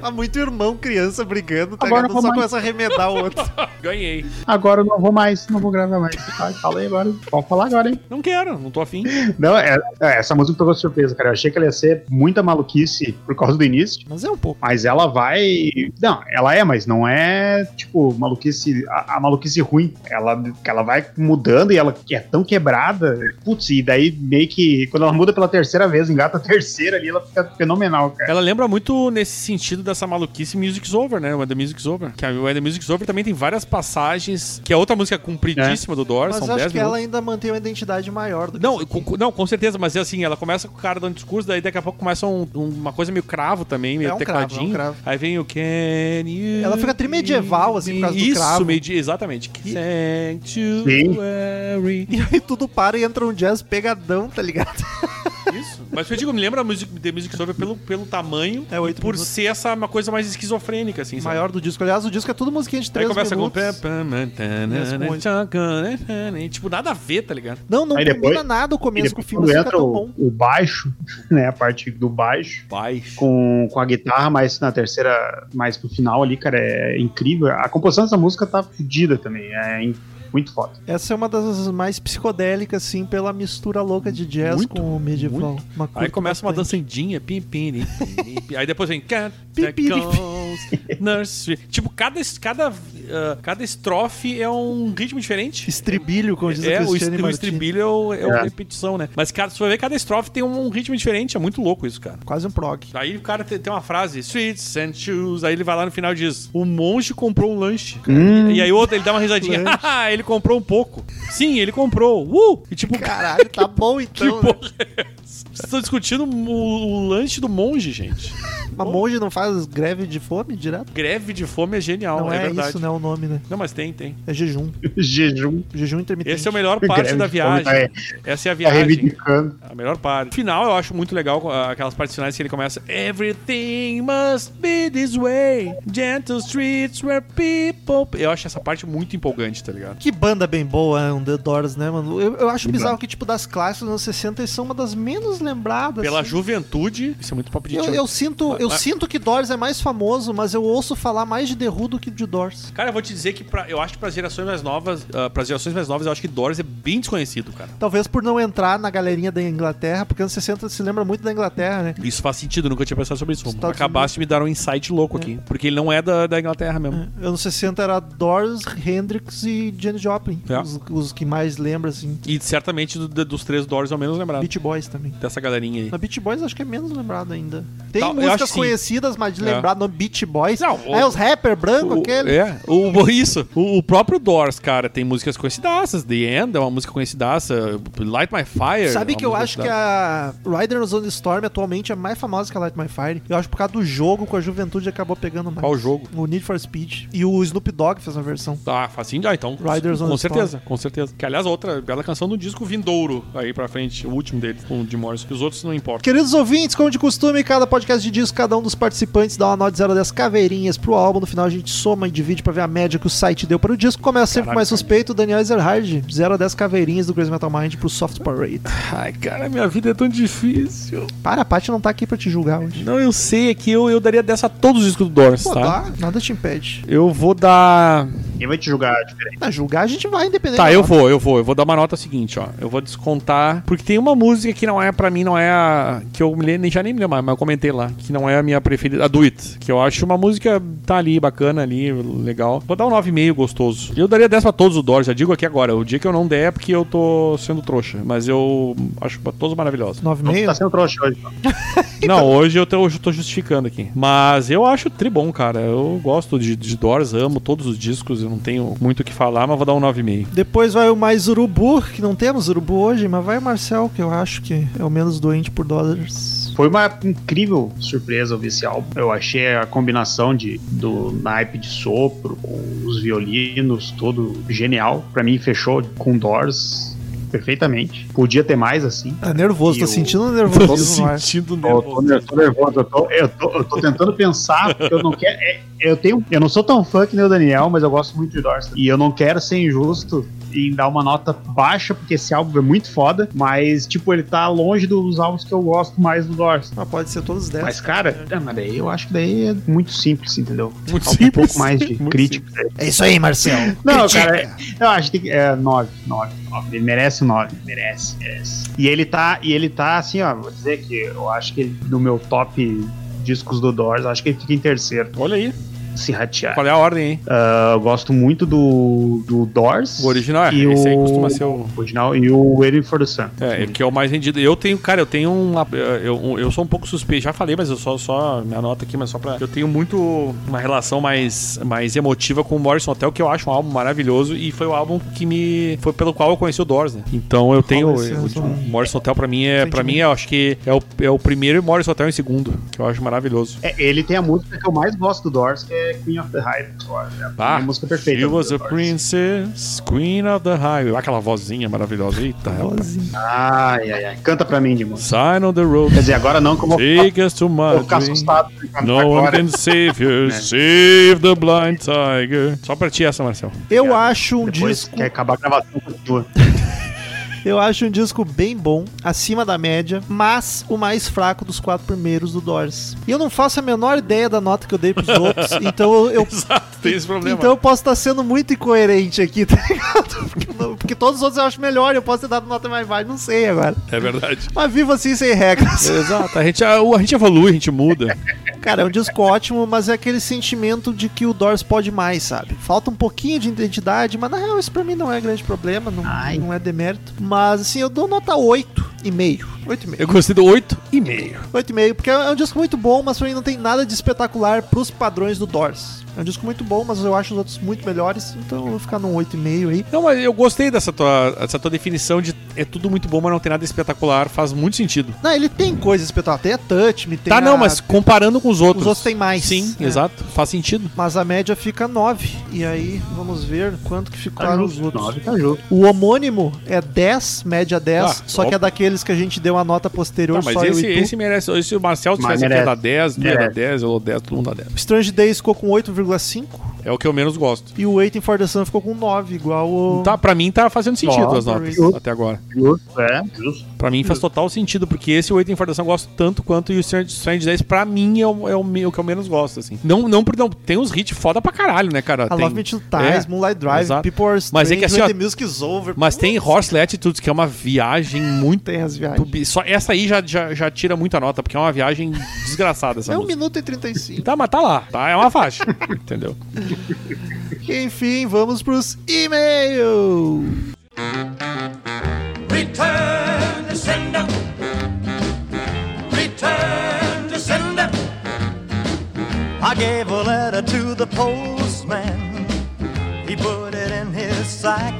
[SPEAKER 2] Tá muito irmão, criança brigando, tá
[SPEAKER 4] Agora
[SPEAKER 2] ligado?
[SPEAKER 4] eu vou
[SPEAKER 2] Só
[SPEAKER 4] mais.
[SPEAKER 2] começa a remedar o
[SPEAKER 3] *laughs*
[SPEAKER 2] outro.
[SPEAKER 3] Ganhei.
[SPEAKER 4] Agora eu não vou mais, não vou gravar mais. Tá, fala aí agora, pode falar agora, hein?
[SPEAKER 3] Não quero, não tô afim.
[SPEAKER 4] Não, é, é, essa música me pegou de surpresa, cara. Eu achei que ela ia ser muita maluquice por causa do início.
[SPEAKER 2] Mas é um pouco.
[SPEAKER 4] Mas ela vai. Não, ela é, mas não é tipo maluquice. A, a maluquice ruim. Ela, ela vai mudando e ela é tão quebrada. Putz, e daí meio que. Quando ela muda pela terceira vez, engata a terceira ali, ela fica fenomenal, cara.
[SPEAKER 3] Ela lembra muito nesse sentido dessa maluquice Music's Over, né? When the Music's Over. Que a When the Music's Over também tem várias passagens, que é outra música compridíssima do Doors,
[SPEAKER 2] Mas
[SPEAKER 3] são
[SPEAKER 2] acho
[SPEAKER 3] 10
[SPEAKER 2] que
[SPEAKER 3] minutos.
[SPEAKER 2] ela ainda mantém uma identidade maior do que
[SPEAKER 3] Não,
[SPEAKER 2] isso aqui.
[SPEAKER 3] com, não, com certeza, mas é assim, ela começa com o cara dando discurso, daí daqui a pouco começa um- um- uma coisa meio cravo também, meio
[SPEAKER 2] É um cravo,
[SPEAKER 3] tecladinho.
[SPEAKER 2] é um cravo.
[SPEAKER 3] Aí vem o Can you
[SPEAKER 2] Ela fica trimedieval, assim, por causa do cravo.
[SPEAKER 3] Isso, medi- exatamente. Sanctuary.
[SPEAKER 2] E aí tudo para e entra um jazz pegadão, tá ligado?
[SPEAKER 3] Isso. Mas eu digo, me lembra a music, The Music Over pelo, pelo tamanho
[SPEAKER 2] É,
[SPEAKER 3] e
[SPEAKER 2] oito
[SPEAKER 3] por
[SPEAKER 2] minutos.
[SPEAKER 3] ser essa uma coisa mais esquizofrênica, assim, sabe?
[SPEAKER 2] Maior do disco. Aliás, o disco é tudo musiquinha de
[SPEAKER 3] Aí
[SPEAKER 2] três
[SPEAKER 3] começa com.
[SPEAKER 2] minutos.
[SPEAKER 3] Responde. Tipo, nada a ver, tá ligado?
[SPEAKER 2] Não, não
[SPEAKER 4] Aí
[SPEAKER 2] combina
[SPEAKER 4] depois-
[SPEAKER 2] nada o
[SPEAKER 4] E
[SPEAKER 2] começo com o
[SPEAKER 4] depois,
[SPEAKER 2] fim,
[SPEAKER 4] quando
[SPEAKER 2] mas fica
[SPEAKER 4] entra
[SPEAKER 2] tão bom.
[SPEAKER 4] o, o baixo, *laughs* né? A parte do baixo.
[SPEAKER 3] Baixo.
[SPEAKER 4] Com, com a guitarra, mas na terceira, mais pro final ali, cara, é incrível. A composição dessa música tá fodida também. É in- muito foda. *laughs*
[SPEAKER 2] Essa é uma das mais psicodélicas, assim, pela mistura louca de jazz
[SPEAKER 3] Muito,
[SPEAKER 2] com o medieval. Uma
[SPEAKER 3] Aí
[SPEAKER 2] curta
[SPEAKER 3] começa uma
[SPEAKER 2] bastante.
[SPEAKER 3] dançandinha, pim, pim, pim, pim, pim. Aí depois vem cat,
[SPEAKER 2] Pim, pim,
[SPEAKER 3] tacos, nursery. Tipo, cada, es- cada, ah, cada estrofe é um ritmo diferente.
[SPEAKER 2] Estribilho, como diz
[SPEAKER 3] É,
[SPEAKER 2] a
[SPEAKER 3] o,
[SPEAKER 2] Cristiane
[SPEAKER 3] est- o
[SPEAKER 2] Martini.
[SPEAKER 3] estribilho é, o- é uma
[SPEAKER 4] É.
[SPEAKER 3] repetição, né? Mas, cara, se você ver, cada estrofe tem um, um ritmo diferente. É muito louco isso, cara.
[SPEAKER 2] Quase um prog.
[SPEAKER 3] Aí o cara te- tem, uma frase, sweets and shoes. Aí ele vai lá no final e diz: O monge comprou um lanche.
[SPEAKER 4] Hum.
[SPEAKER 3] E aí outro, ele dá uma risadinha. *laughs* Haha, ele comprou um pouco. Sim, ele comprou. Uh! E tipo, *laughs*
[SPEAKER 2] Caralho, tá bom
[SPEAKER 3] que
[SPEAKER 2] então. né?
[SPEAKER 3] porra é essa? Vocês estão discutindo o, o lanche do monge, gente.
[SPEAKER 2] Mas monge não faz greve de fome direto?
[SPEAKER 3] Greve de fome é genial,
[SPEAKER 2] Não,
[SPEAKER 3] é,
[SPEAKER 2] é,
[SPEAKER 3] verdade.
[SPEAKER 2] isso, né? O nome, né?
[SPEAKER 3] Não, mas tem, tem.
[SPEAKER 2] É jejum.
[SPEAKER 4] Jejum.
[SPEAKER 2] Jejum intermitente.
[SPEAKER 3] Esse é o melhor parte
[SPEAKER 4] Greve
[SPEAKER 3] da
[SPEAKER 4] de fome,
[SPEAKER 3] viagem.
[SPEAKER 4] tá,
[SPEAKER 3] Essa é a
[SPEAKER 4] tá
[SPEAKER 3] viagem.
[SPEAKER 4] reivindicando.
[SPEAKER 3] A melhor parte. No final, eu acho muito legal ah, aquelas partes finais que ele começa. Everything must be this way. Gentle streets where people. Eu acho essa parte muito empolgante, tá ligado?
[SPEAKER 2] Que banda bem boa é um The Doors, né, mano? Eu, eu acho
[SPEAKER 4] Que
[SPEAKER 2] bizarro que, tipo, das clássicas dos anos 60, eles são uma das menos lembradas.
[SPEAKER 3] Pela
[SPEAKER 2] assim.
[SPEAKER 3] juventude. Isso é muito papo de
[SPEAKER 2] eu,
[SPEAKER 3] tio.
[SPEAKER 2] eu sinto, eu
[SPEAKER 3] Mas-
[SPEAKER 2] sinto que Doors é mais famoso, mas eu ouço falar mais de The Who do que de Doors.
[SPEAKER 3] Cara, eu vou te dizer que pra- eu acho que para gerações mais novas, ah, pras gerações mais novas, eu acho que Doris é bem desconhecido, cara.
[SPEAKER 2] Talvez por não entrar na galerinha da Inglaterra, porque anos 60 se lembra muito da Inglaterra, né?
[SPEAKER 3] Isso faz sentido, nunca tinha pensado sobre isso. Romulo.
[SPEAKER 2] Estados
[SPEAKER 3] Acabaste de me dar um insight louco aqui. Porque ele não é da, da Inglaterra mesmo.
[SPEAKER 2] Anos 60 era Doors, Hendrix e Janis Joplin.
[SPEAKER 3] É.
[SPEAKER 2] Os, os que mais lembra, assim.
[SPEAKER 3] E certamente do- do- dos três Doors é o menos lembrado.
[SPEAKER 2] Beach Boys também.
[SPEAKER 3] Dessa galerinha aí.
[SPEAKER 2] Na Beach Boys acho que é menos lembrado ainda. Tem
[SPEAKER 3] Tá, eu acho
[SPEAKER 2] músicas
[SPEAKER 3] que sim.
[SPEAKER 2] conhecidas, mas de
[SPEAKER 3] É.
[SPEAKER 2] lembrar no Beach Boys.
[SPEAKER 3] Não, o-
[SPEAKER 2] é os rapper branco,
[SPEAKER 3] O-
[SPEAKER 2] aquele.
[SPEAKER 3] É, o, isso. O, o próprio Doors, cara, tem músicas conhecidaças. The End é uma música conhecidaça. Light My Fire. é
[SPEAKER 2] Sabe que eu acho que a Riders on the Storm atualmente é mais famosa que a Light My Fire. Eu acho por causa do jogo com a juventude acabou pegando mais.
[SPEAKER 3] Qual jogo?
[SPEAKER 2] O Need for Speed. E o Snoop Dogg fez uma versão.
[SPEAKER 3] Ah, facinho. Ah, então.
[SPEAKER 2] é Riders on
[SPEAKER 3] com
[SPEAKER 2] the
[SPEAKER 3] certeza, com certeza. Que aliás, outra bela canção do disco Vindouro aí pra frente, o último dele, o de Morris. Os outros não importam.
[SPEAKER 2] Queridos ouvintes, como de costume, cada podcast de disco, cada um dos participantes dá uma nota de 0 a 10 caveirinhas pro álbum. No final a gente soma e divide pra ver a média que o site deu para o disco. Começa sempre com o mais suspeito, Daniel Ezerhard. 0 a 10 caveirinhas do Grace Metal Mind pro Soft Parade.
[SPEAKER 3] Ai, cara, minha vida é tão difícil.
[SPEAKER 2] Para, a Paty não tá aqui pra te julgar hoje.
[SPEAKER 3] Não, eu sei, é que eu, eu daria dessa a todos os discos do Doors,
[SPEAKER 2] Pô,
[SPEAKER 3] tá?
[SPEAKER 2] dá, nada te impede.
[SPEAKER 3] Eu vou dar.
[SPEAKER 4] Quem vai te julgar É diferente?
[SPEAKER 2] Tá, julgar a gente vai, independente.
[SPEAKER 3] Tá,
[SPEAKER 2] da
[SPEAKER 3] eu
[SPEAKER 2] nota.
[SPEAKER 3] vou, eu vou. Eu vou dar uma nota seguinte, ó. Eu vou descontar. Porque tem uma música que não é, pra mim, não é a. Que eu me lembro, já nem me lembro, mais, mas eu comentei lá. Que não é a minha preferida. A Do It. Que eu acho uma música, tá ali, bacana ali, legal. Vou dar um 9,5 gostoso. Eu daria 10 pra todos o Doors, já digo aqui agora. O dia que eu não der é porque eu tô sendo trouxa. Mas eu acho pra todos maravilhosos.
[SPEAKER 4] Tu
[SPEAKER 2] 9,5?
[SPEAKER 4] tá sendo trouxa hoje. ó.
[SPEAKER 2] tá-
[SPEAKER 3] Não, hoje eu, tô, hoje eu tô justificando aqui. Mas eu acho tri bom, cara. Eu gosto de, de Doors, amo todos os discos. Eu não tenho muito o que falar, mas vou dar um 9,5.
[SPEAKER 2] Depois vai o mais urubu, que não temos urubu hoje, mas vai o Marcel, que eu acho que é o menos doente por dólares.
[SPEAKER 4] Foi uma incrível surpresa ouvir esse álbum. Eu achei a combinação de, do naipe de sopro com os violinos, tudo genial. Pra mim, fechou com Doors. perfeitamente. Podia ter mais, assim.
[SPEAKER 2] Tá nervoso, tô
[SPEAKER 4] E o-
[SPEAKER 2] sentindo
[SPEAKER 3] Tô
[SPEAKER 2] nervosismo. no ar.
[SPEAKER 3] sentindo
[SPEAKER 4] Eu tô,
[SPEAKER 3] nervoso.
[SPEAKER 4] ner- tô nervoso, eu tô, eu, tô, eu tô tentando pensar, porque eu não quero. é- eu, tenho, eu não sou tão fã que nem o Daniel, mas eu gosto muito de Doors. E eu não quero ser injusto em dar uma nota baixa, porque esse álbum é muito foda, mas, tipo, ele tá longe dos álbuns que eu gosto mais do Doors.
[SPEAKER 2] Ah, pode ser todos 10.
[SPEAKER 4] Mas, cara, é, mas daí eu acho que daí é muito simples, entendeu?
[SPEAKER 3] Muito
[SPEAKER 4] Falta um
[SPEAKER 3] simples,
[SPEAKER 4] pouco mais de
[SPEAKER 3] *laughs* muito
[SPEAKER 4] crítica.
[SPEAKER 2] É isso aí, Marcelo.
[SPEAKER 4] Não, cara, eu acho que tem que- é 9, 9, 9. Ele merece o 9, merece, merece. E ele tá, e ele tá assim, ó, vou dizer que eu acho que ele, no meu top discos do Doors, eu acho que ele fica em terceiro,
[SPEAKER 3] Olha aí.
[SPEAKER 4] se ratear.
[SPEAKER 3] Qual é a ordem, hein?
[SPEAKER 4] Ah, eu gosto muito do, do Doors.
[SPEAKER 3] O original é.
[SPEAKER 4] E
[SPEAKER 3] Esse aí
[SPEAKER 4] o-
[SPEAKER 3] costuma ser o.
[SPEAKER 4] o original e o Waiting for the Sun.
[SPEAKER 3] É, que é o mais vendido. Eu tenho, cara, eu tenho uma. Eu, eu sou um pouco suspeito, já falei, mas eu só, só minha nota aqui, mas só pra. Eu tenho muito uma relação mais, mais emotiva com o Morrison Hotel, que eu acho um álbum maravilhoso e foi o álbum que me. Foi pelo qual eu conheci o Doors, né? Então eu tenho.
[SPEAKER 2] vai ser
[SPEAKER 3] eu-
[SPEAKER 2] a
[SPEAKER 3] o
[SPEAKER 2] sua-
[SPEAKER 3] Morrison Hotel pra mim é. para mim, eu acho que é o, é o primeiro e Morrison Hotel em segundo, que eu acho maravilhoso.
[SPEAKER 4] É, ele tem a música que eu mais gosto do Doors, que é Queen of the Hype. eu acho. É a
[SPEAKER 3] Ah,
[SPEAKER 4] música perfeita.
[SPEAKER 3] She
[SPEAKER 4] do
[SPEAKER 3] was a
[SPEAKER 4] Doors.
[SPEAKER 3] princess, queen of the highway. Aquela vozinha maravilhosa. Eita, rapaz.
[SPEAKER 4] Ai, ai, ai. Canta pra mim, Dimon.
[SPEAKER 3] Sign on the road.
[SPEAKER 4] Quer dizer, agora não, como eu
[SPEAKER 3] Take us to
[SPEAKER 4] vou
[SPEAKER 3] my
[SPEAKER 4] ficar
[SPEAKER 3] dream.
[SPEAKER 4] assustado de cantar
[SPEAKER 3] No one
[SPEAKER 4] agora.
[SPEAKER 3] can save you, save the blind tiger. Só pra ti essa, Marcel.
[SPEAKER 2] Eu
[SPEAKER 4] Obrigado.
[SPEAKER 2] acho um
[SPEAKER 4] Depois
[SPEAKER 2] disco.
[SPEAKER 3] é.
[SPEAKER 4] quer acabar a gravação continua.
[SPEAKER 2] Eu acho um disco bem bom, acima da média, mas o mais fraco dos quatro primeiros do Doors. E eu não faço a menor ideia da nota que eu dei pros
[SPEAKER 3] *laughs*
[SPEAKER 2] outros, então eu, eu-
[SPEAKER 3] Exato, tem esse problema.
[SPEAKER 2] então eu posso estar sendo muito incoerente aqui, *laughs* tá ligado? Porque, eu não- porque todos os outros eu acho melhor, eu posso ter dado nota mais baixa, não sei agora.
[SPEAKER 3] É verdade.
[SPEAKER 2] Mas viva assim sem regras.
[SPEAKER 3] Exato, Tá, a gente, a, a gente evolui, a gente muda.
[SPEAKER 2] Cara, é um disco ótimo, mas é aquele sentimento de que o Doors pode mais, sabe? Falta um pouquinho de identidade, mas na real isso pra mim não é grande problema, não, não é demérito. Mas assim, eu dou nota 8 e meio. 8,5.
[SPEAKER 3] Eu gostei do 8,5.
[SPEAKER 2] 8,5, porque é um disco muito bom, mas pra mim não tem nada de espetacular pros padrões do Doors. É um disco muito bom, mas eu acho os outros muito melhores, então eu vou ficar num 8,5 aí.
[SPEAKER 3] Não, mas eu gostei dessa tua, essa tua definição de é tudo muito bom, mas não tem nada espetacular. Faz muito sentido.
[SPEAKER 2] Não, ele tem coisa espetacular, tem a Touch Me, tem
[SPEAKER 3] tá,
[SPEAKER 2] a-
[SPEAKER 3] não, mas comparando com os outros.
[SPEAKER 2] Os outros têm mais.
[SPEAKER 3] Sim,
[SPEAKER 2] É.
[SPEAKER 3] exato. Faz sentido.
[SPEAKER 2] Mas a média fica 9, e aí vamos ver quanto que
[SPEAKER 4] Tá
[SPEAKER 2] ficaram os
[SPEAKER 4] justo,
[SPEAKER 2] outros.
[SPEAKER 4] nove tá justo.
[SPEAKER 2] O homônimo é 10, média 10,
[SPEAKER 3] Ah,
[SPEAKER 2] só que
[SPEAKER 3] óbvio.
[SPEAKER 2] é daqueles que a gente deu a nota posterior,
[SPEAKER 3] Tá, mas
[SPEAKER 2] só
[SPEAKER 3] esse,
[SPEAKER 2] eu e tu.
[SPEAKER 3] esse merece. Esse o Marcel
[SPEAKER 4] Mas
[SPEAKER 3] tivesse aqui
[SPEAKER 4] merece.
[SPEAKER 3] da 10, tu ia dar
[SPEAKER 4] Merece.
[SPEAKER 3] 10, eu dou 10, todo mundo dá 10.
[SPEAKER 2] O Strange Days ficou com 8,5
[SPEAKER 3] É o que eu menos gosto.
[SPEAKER 2] e o Waiting for the Sun ficou com 9, igual o...
[SPEAKER 3] Tá, pra mim tá fazendo sentido
[SPEAKER 2] Nossa,
[SPEAKER 3] as notas
[SPEAKER 2] justo.
[SPEAKER 3] até agora.
[SPEAKER 4] Justo, é, justo.
[SPEAKER 3] Pra mim faz total sentido, porque esse 8 em Fortaleza eu gosto tanto quanto e o Strange Strange 10, pra mim, é o, é o meu- que eu menos gosto, assim. Não, não, por- não tem uns hits foda pra caralho, né, cara?
[SPEAKER 2] A
[SPEAKER 3] Tem-
[SPEAKER 2] Love Me Till Ties,
[SPEAKER 3] É,
[SPEAKER 2] Moonlight Drive,
[SPEAKER 3] exato.
[SPEAKER 2] People Are
[SPEAKER 3] Mas é que assim,
[SPEAKER 2] When
[SPEAKER 3] ó,
[SPEAKER 2] The Music Is Over.
[SPEAKER 3] Mas tem Horse Latitudes, que é uma viagem muito...
[SPEAKER 2] Ah, Tem as viagens.
[SPEAKER 3] Só essa aí já, já, já tira muita nota, porque é uma viagem desgraçada
[SPEAKER 2] *laughs*
[SPEAKER 3] essa
[SPEAKER 2] É um
[SPEAKER 3] música.
[SPEAKER 2] minuto e 35.
[SPEAKER 3] Tá, mas tá lá, tá? É
[SPEAKER 2] *laughs*
[SPEAKER 3] uma faixa, entendeu?
[SPEAKER 2] Enfim, vamos pros e-mails.
[SPEAKER 1] Return to sender. Return to sender.
[SPEAKER 6] I gave a letter to the postman. He put it in his sack.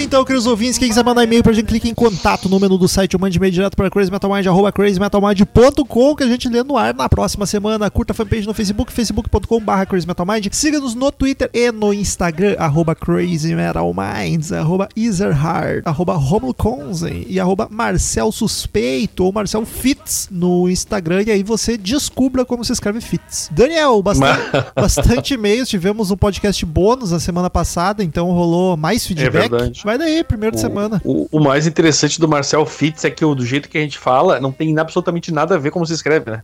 [SPEAKER 2] Então, queridos ouvintes, quem quiser mandar e-mail pra gente, clique em contato no menu do site ou mande e-mail direto pra crazymetalmind, arroba crazymetalmind.com, que a gente lê no ar na próxima semana. Curta a fanpage no Facebook, facebook.com barra crazymetalmind. Siga-nos no Twitter e no Instagram, arroba crazymetalminds, arroba easerhard, arroba Romulo Conzen e arroba Marcel Suspeito ou Marcel Fitz no Instagram. E aí você descubra como se escreve Fitz. Daniel, bastante, bastante e-mails. Tivemos um podcast bônus na semana passada, então rolou mais feedback.
[SPEAKER 7] verdade.
[SPEAKER 2] Vai daí, primeiro de semana.
[SPEAKER 7] O, o mais interessante do Marcel Fitz é que o, do jeito que a gente fala, não tem absolutamente nada a ver como se escreve, né?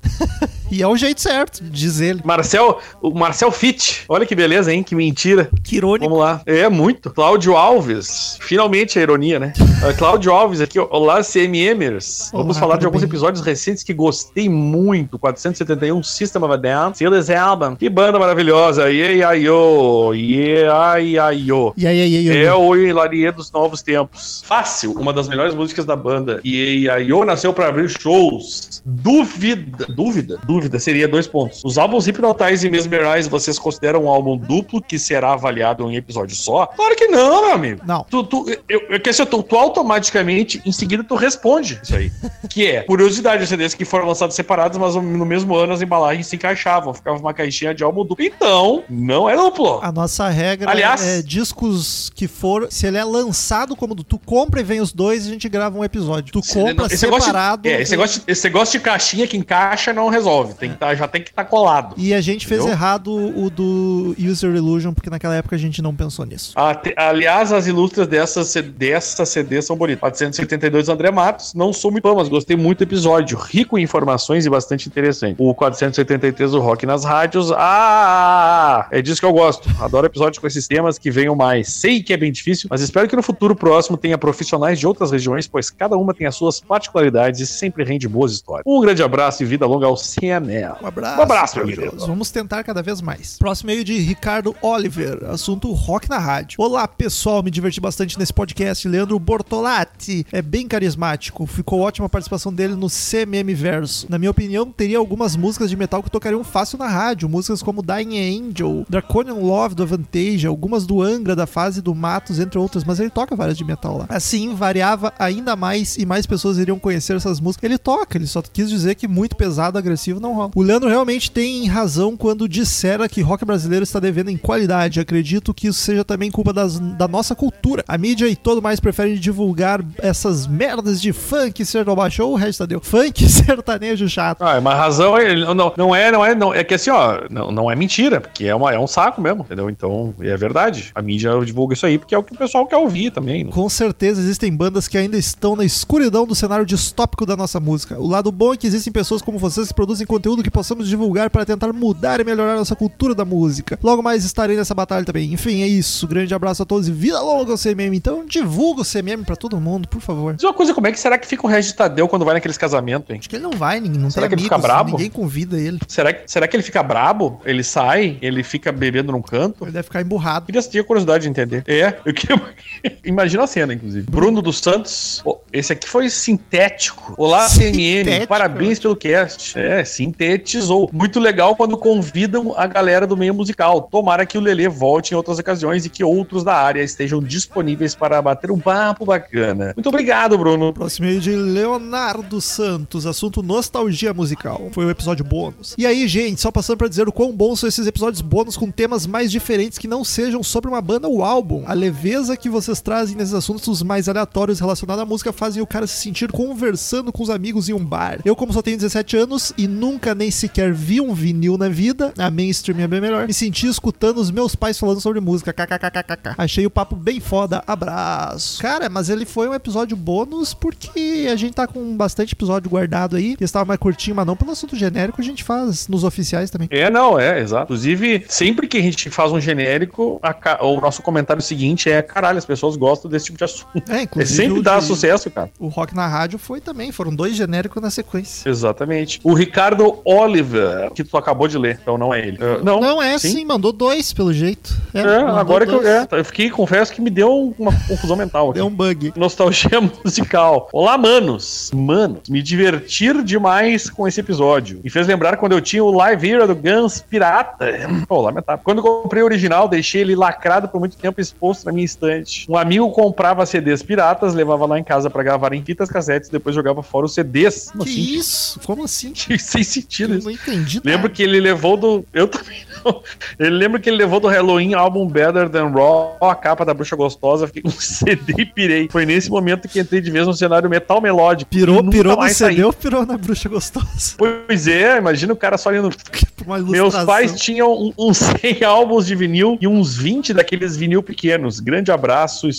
[SPEAKER 2] E é o jeito certo, diz ele.
[SPEAKER 7] Marcel, o Marcel Fitz. Olha que beleza, hein? Que mentira.
[SPEAKER 2] Que irônico.
[SPEAKER 7] Vamos lá. É, muito. Cláudio Alves. Finalmente a ironia, né? Ah, Cláudio Alves aqui. ó. Olá, CMMers. Vamos
[SPEAKER 2] Olá,
[SPEAKER 7] falar
[SPEAKER 2] tudo
[SPEAKER 7] de alguns
[SPEAKER 2] bem?
[SPEAKER 7] episódios recentes que gostei muito. 471 System of a Down. Silas Album. Que banda maravilhosa. Yeah, yo. Yeah, yo.
[SPEAKER 2] E aí, aí, aí, aí.
[SPEAKER 7] É o Hilarie dos Novos Tempos. Fácil, uma das melhores músicas da banda. E a Yo nasceu pra abrir shows. Dúvida, dúvida, dúvida,
[SPEAKER 3] dúvida, seria dois pontos. Os álbuns Hypnotize e Mesmerize, vocês consideram um álbum duplo que será avaliado em um episódio só? Claro que não, meu amigo.
[SPEAKER 2] Não.
[SPEAKER 3] Tu, tu, eu, eu, quer dizer, tu, tu automaticamente, em seguida, tu responde isso aí. que é, curiosidade, os CDs que foram lançados separados, mas no mesmo ano as embalagens se encaixavam, ficava uma caixinha de álbum duplo. Então, não é duplo.
[SPEAKER 2] A nossa regra
[SPEAKER 3] Aliás-
[SPEAKER 2] é discos que for, se ele é lançado como do- tu compra e vem os dois, a gente grava um episódio. Tu compra
[SPEAKER 3] Esse negócio de-
[SPEAKER 2] separado.
[SPEAKER 3] é, esse negócio, de- esse negócio de caixinha que encaixa não resolve. Tem que tá, já tem que estar colado.
[SPEAKER 2] E a gente fez
[SPEAKER 3] Entendeu?
[SPEAKER 2] errado o do User Illusion, porque naquela época a gente não pensou nisso.
[SPEAKER 3] Ah, te- aliás, as ilustras dessa, C- dessa CD são bonitas. 472 André Matos, não sou muito fã, mas gostei muito do episódio. Rico em informações e bastante interessante. O 483, o Rock nas Rádios. Ah, ah, ah, é disso que eu gosto. Adoro episódios com esses temas que venham mais. Sei que é bem difícil, mas espero que no futuro próximo tenha profissionais de outras regiões, pois cada uma tem as suas particularidades e sempre rende boas histórias. Um grande abraço e vida longa ao CML.
[SPEAKER 2] Um abraço.
[SPEAKER 3] Um abraço, meu
[SPEAKER 2] queridos.
[SPEAKER 3] querido.
[SPEAKER 2] Vamos tentar cada vez mais. Próximo meio de Ricardo Oliver, assunto rock na rádio. Olá, pessoal, me diverti bastante nesse podcast. Leandro Bortolatti é bem carismático. Ficou ótima a participação dele no CMM Verso. Na minha opinião, teria algumas músicas de metal que tocariam fácil na rádio, músicas como Dying Angel, Draconian Love do Avantage, algumas do Angra da fase do Matos, entre outras, mas ele toca várias de metal lá. Assim, variava ainda mais e mais pessoas iriam conhecer essas músicas. Ele toca, ele só quis dizer que muito pesado, agressivo não rola. O Leandro realmente tem razão quando dissera que rock brasileiro está devendo em qualidade. Acredito que isso seja também culpa das- da nossa cultura. A mídia e todo mais preferem divulgar essas merdas de funk sertanejo. Ou o resto Tadeu. Funk sertanejo chato.
[SPEAKER 3] Ah, mas a razão é. Não, não é, não é, não. É que assim, ó, não, não é mentira, porque é, uma, é um saco mesmo, entendeu? Então, é verdade. A mídia divulga isso aí porque é o que o pessoal quer ouvir também. né?
[SPEAKER 2] Com certeza existem bandas que ainda estão na escuridão do cenário distópico da nossa música. O lado bom é que existem pessoas como vocês que produzem conteúdo que possamos divulgar para tentar mudar e melhorar nossa cultura da música. Logo mais estarei nessa batalha também. Enfim, é isso. Grande abraço a todos e vida longa ao CMM. Então divulga o CMM para todo mundo, por favor.
[SPEAKER 3] Diz uma coisa, como é que será que fica o resto de Tadeu quando vai naqueles casamentos, hein?
[SPEAKER 2] Acho que ele não vai, ninguém não
[SPEAKER 3] Será
[SPEAKER 2] tem
[SPEAKER 3] que ele
[SPEAKER 2] amigos,
[SPEAKER 3] fica brabo?
[SPEAKER 2] ninguém convida ele.
[SPEAKER 3] Será que, será que ele fica brabo? Ele sai? Ele fica bebendo num canto?
[SPEAKER 2] Ele deve ficar emburrado.
[SPEAKER 3] Queria ter curiosidade de entender. É, eu queria. *laughs* Imagina a cena, inclusive. Bruno dos Santos. Ó, esse aqui foi sintético. Olá,
[SPEAKER 2] Sintético.
[SPEAKER 3] CNN. Parabéns pelo cast. É, sintetizou. Muito legal quando convidam a galera do meio musical. Tomara que o Lelê volte em outras ocasiões e que outros da área estejam disponíveis para bater um papo bacana. Muito obrigado, Bruno.
[SPEAKER 2] Próximo e-mail de Leonardo Santos, assunto nostalgia musical. Foi o episódio bônus. E aí, gente, só passando pra dizer o quão bons são esses episódios bônus com temas mais diferentes que não sejam sobre uma banda ou álbum. A leveza que vocês trazem nesses assuntos mais aleatórios relacionados à música fazem o cara se sentir conversando com os amigos em um bar. Eu, como só tenho 17 anos e nunca nem sequer vi um vinil na vida, a mainstream é bem melhor, me senti escutando os meus pais falando sobre música. KKKKK. Achei o papo bem foda. Abraço. Cara, mas ele foi um episódio bônus porque a gente tá com bastante episódio guardado aí. que estava mais curtinho, mas não pelo assunto genérico, a gente faz nos oficiais também.
[SPEAKER 3] É, não, é, exato. Inclusive, sempre que a gente faz um genérico, a ca- o nosso comentário seguinte é: caralho, as pessoas gostam desse tipo de assunto.
[SPEAKER 2] É,
[SPEAKER 3] É,
[SPEAKER 2] inclusive.
[SPEAKER 3] sempre
[SPEAKER 2] o
[SPEAKER 3] dá
[SPEAKER 2] de-
[SPEAKER 3] sucesso, cara.
[SPEAKER 2] O Rock na Rádio foi também, foram dois genéricos na sequência.
[SPEAKER 3] Exatamente. O Ricardo Oliver, que tu acabou de ler, então não é ele. Uh, não,
[SPEAKER 2] Não, é sim. mandou dois, pelo jeito.
[SPEAKER 3] É,
[SPEAKER 2] mandou
[SPEAKER 3] agora que eu,
[SPEAKER 2] dois.
[SPEAKER 3] é, eu fiquei, confesso que me deu uma confusão mental aqui.
[SPEAKER 2] Deu um bug.
[SPEAKER 3] Nostalgia *laughs* musical. Olá, manos. Manos, me divertir demais com esse episódio. Me fez lembrar quando eu tinha o Live Era do Guns Pirata. Pô, lamentável. Quando comprei o original, deixei ele lacrado por muito tempo exposto na minha estante. Um amigo comprava CDs piratas, levava lá em casa pra gravar em fitas cassetes, depois jogava fora os CDs. Como
[SPEAKER 2] que
[SPEAKER 3] assim?
[SPEAKER 2] isso? Como assim?
[SPEAKER 3] *laughs* Sem sentido
[SPEAKER 2] Eu
[SPEAKER 3] isso.
[SPEAKER 2] não entendi nada.
[SPEAKER 3] Lembro que ele levou do. Eu também não. Ele lembra que ele levou do Halloween álbum Better Than Raw, a capa da Bruxa Gostosa, fiquei com *laughs* CD e pirei. Foi nesse momento que entrei de vez no cenário metal melódico. e
[SPEAKER 2] Pirou,
[SPEAKER 3] nunca
[SPEAKER 2] pirou no
[SPEAKER 3] mais saí.
[SPEAKER 2] CD ou pirou na bruxa gostosa? *laughs*
[SPEAKER 3] Pois é, imagina o cara só olhando.
[SPEAKER 2] Por uma
[SPEAKER 3] Meus
[SPEAKER 2] ilustração.
[SPEAKER 3] pais tinham um- *laughs* uns 100 álbuns de vinil e uns 20 daqueles vinil pequenos. Grande abraço e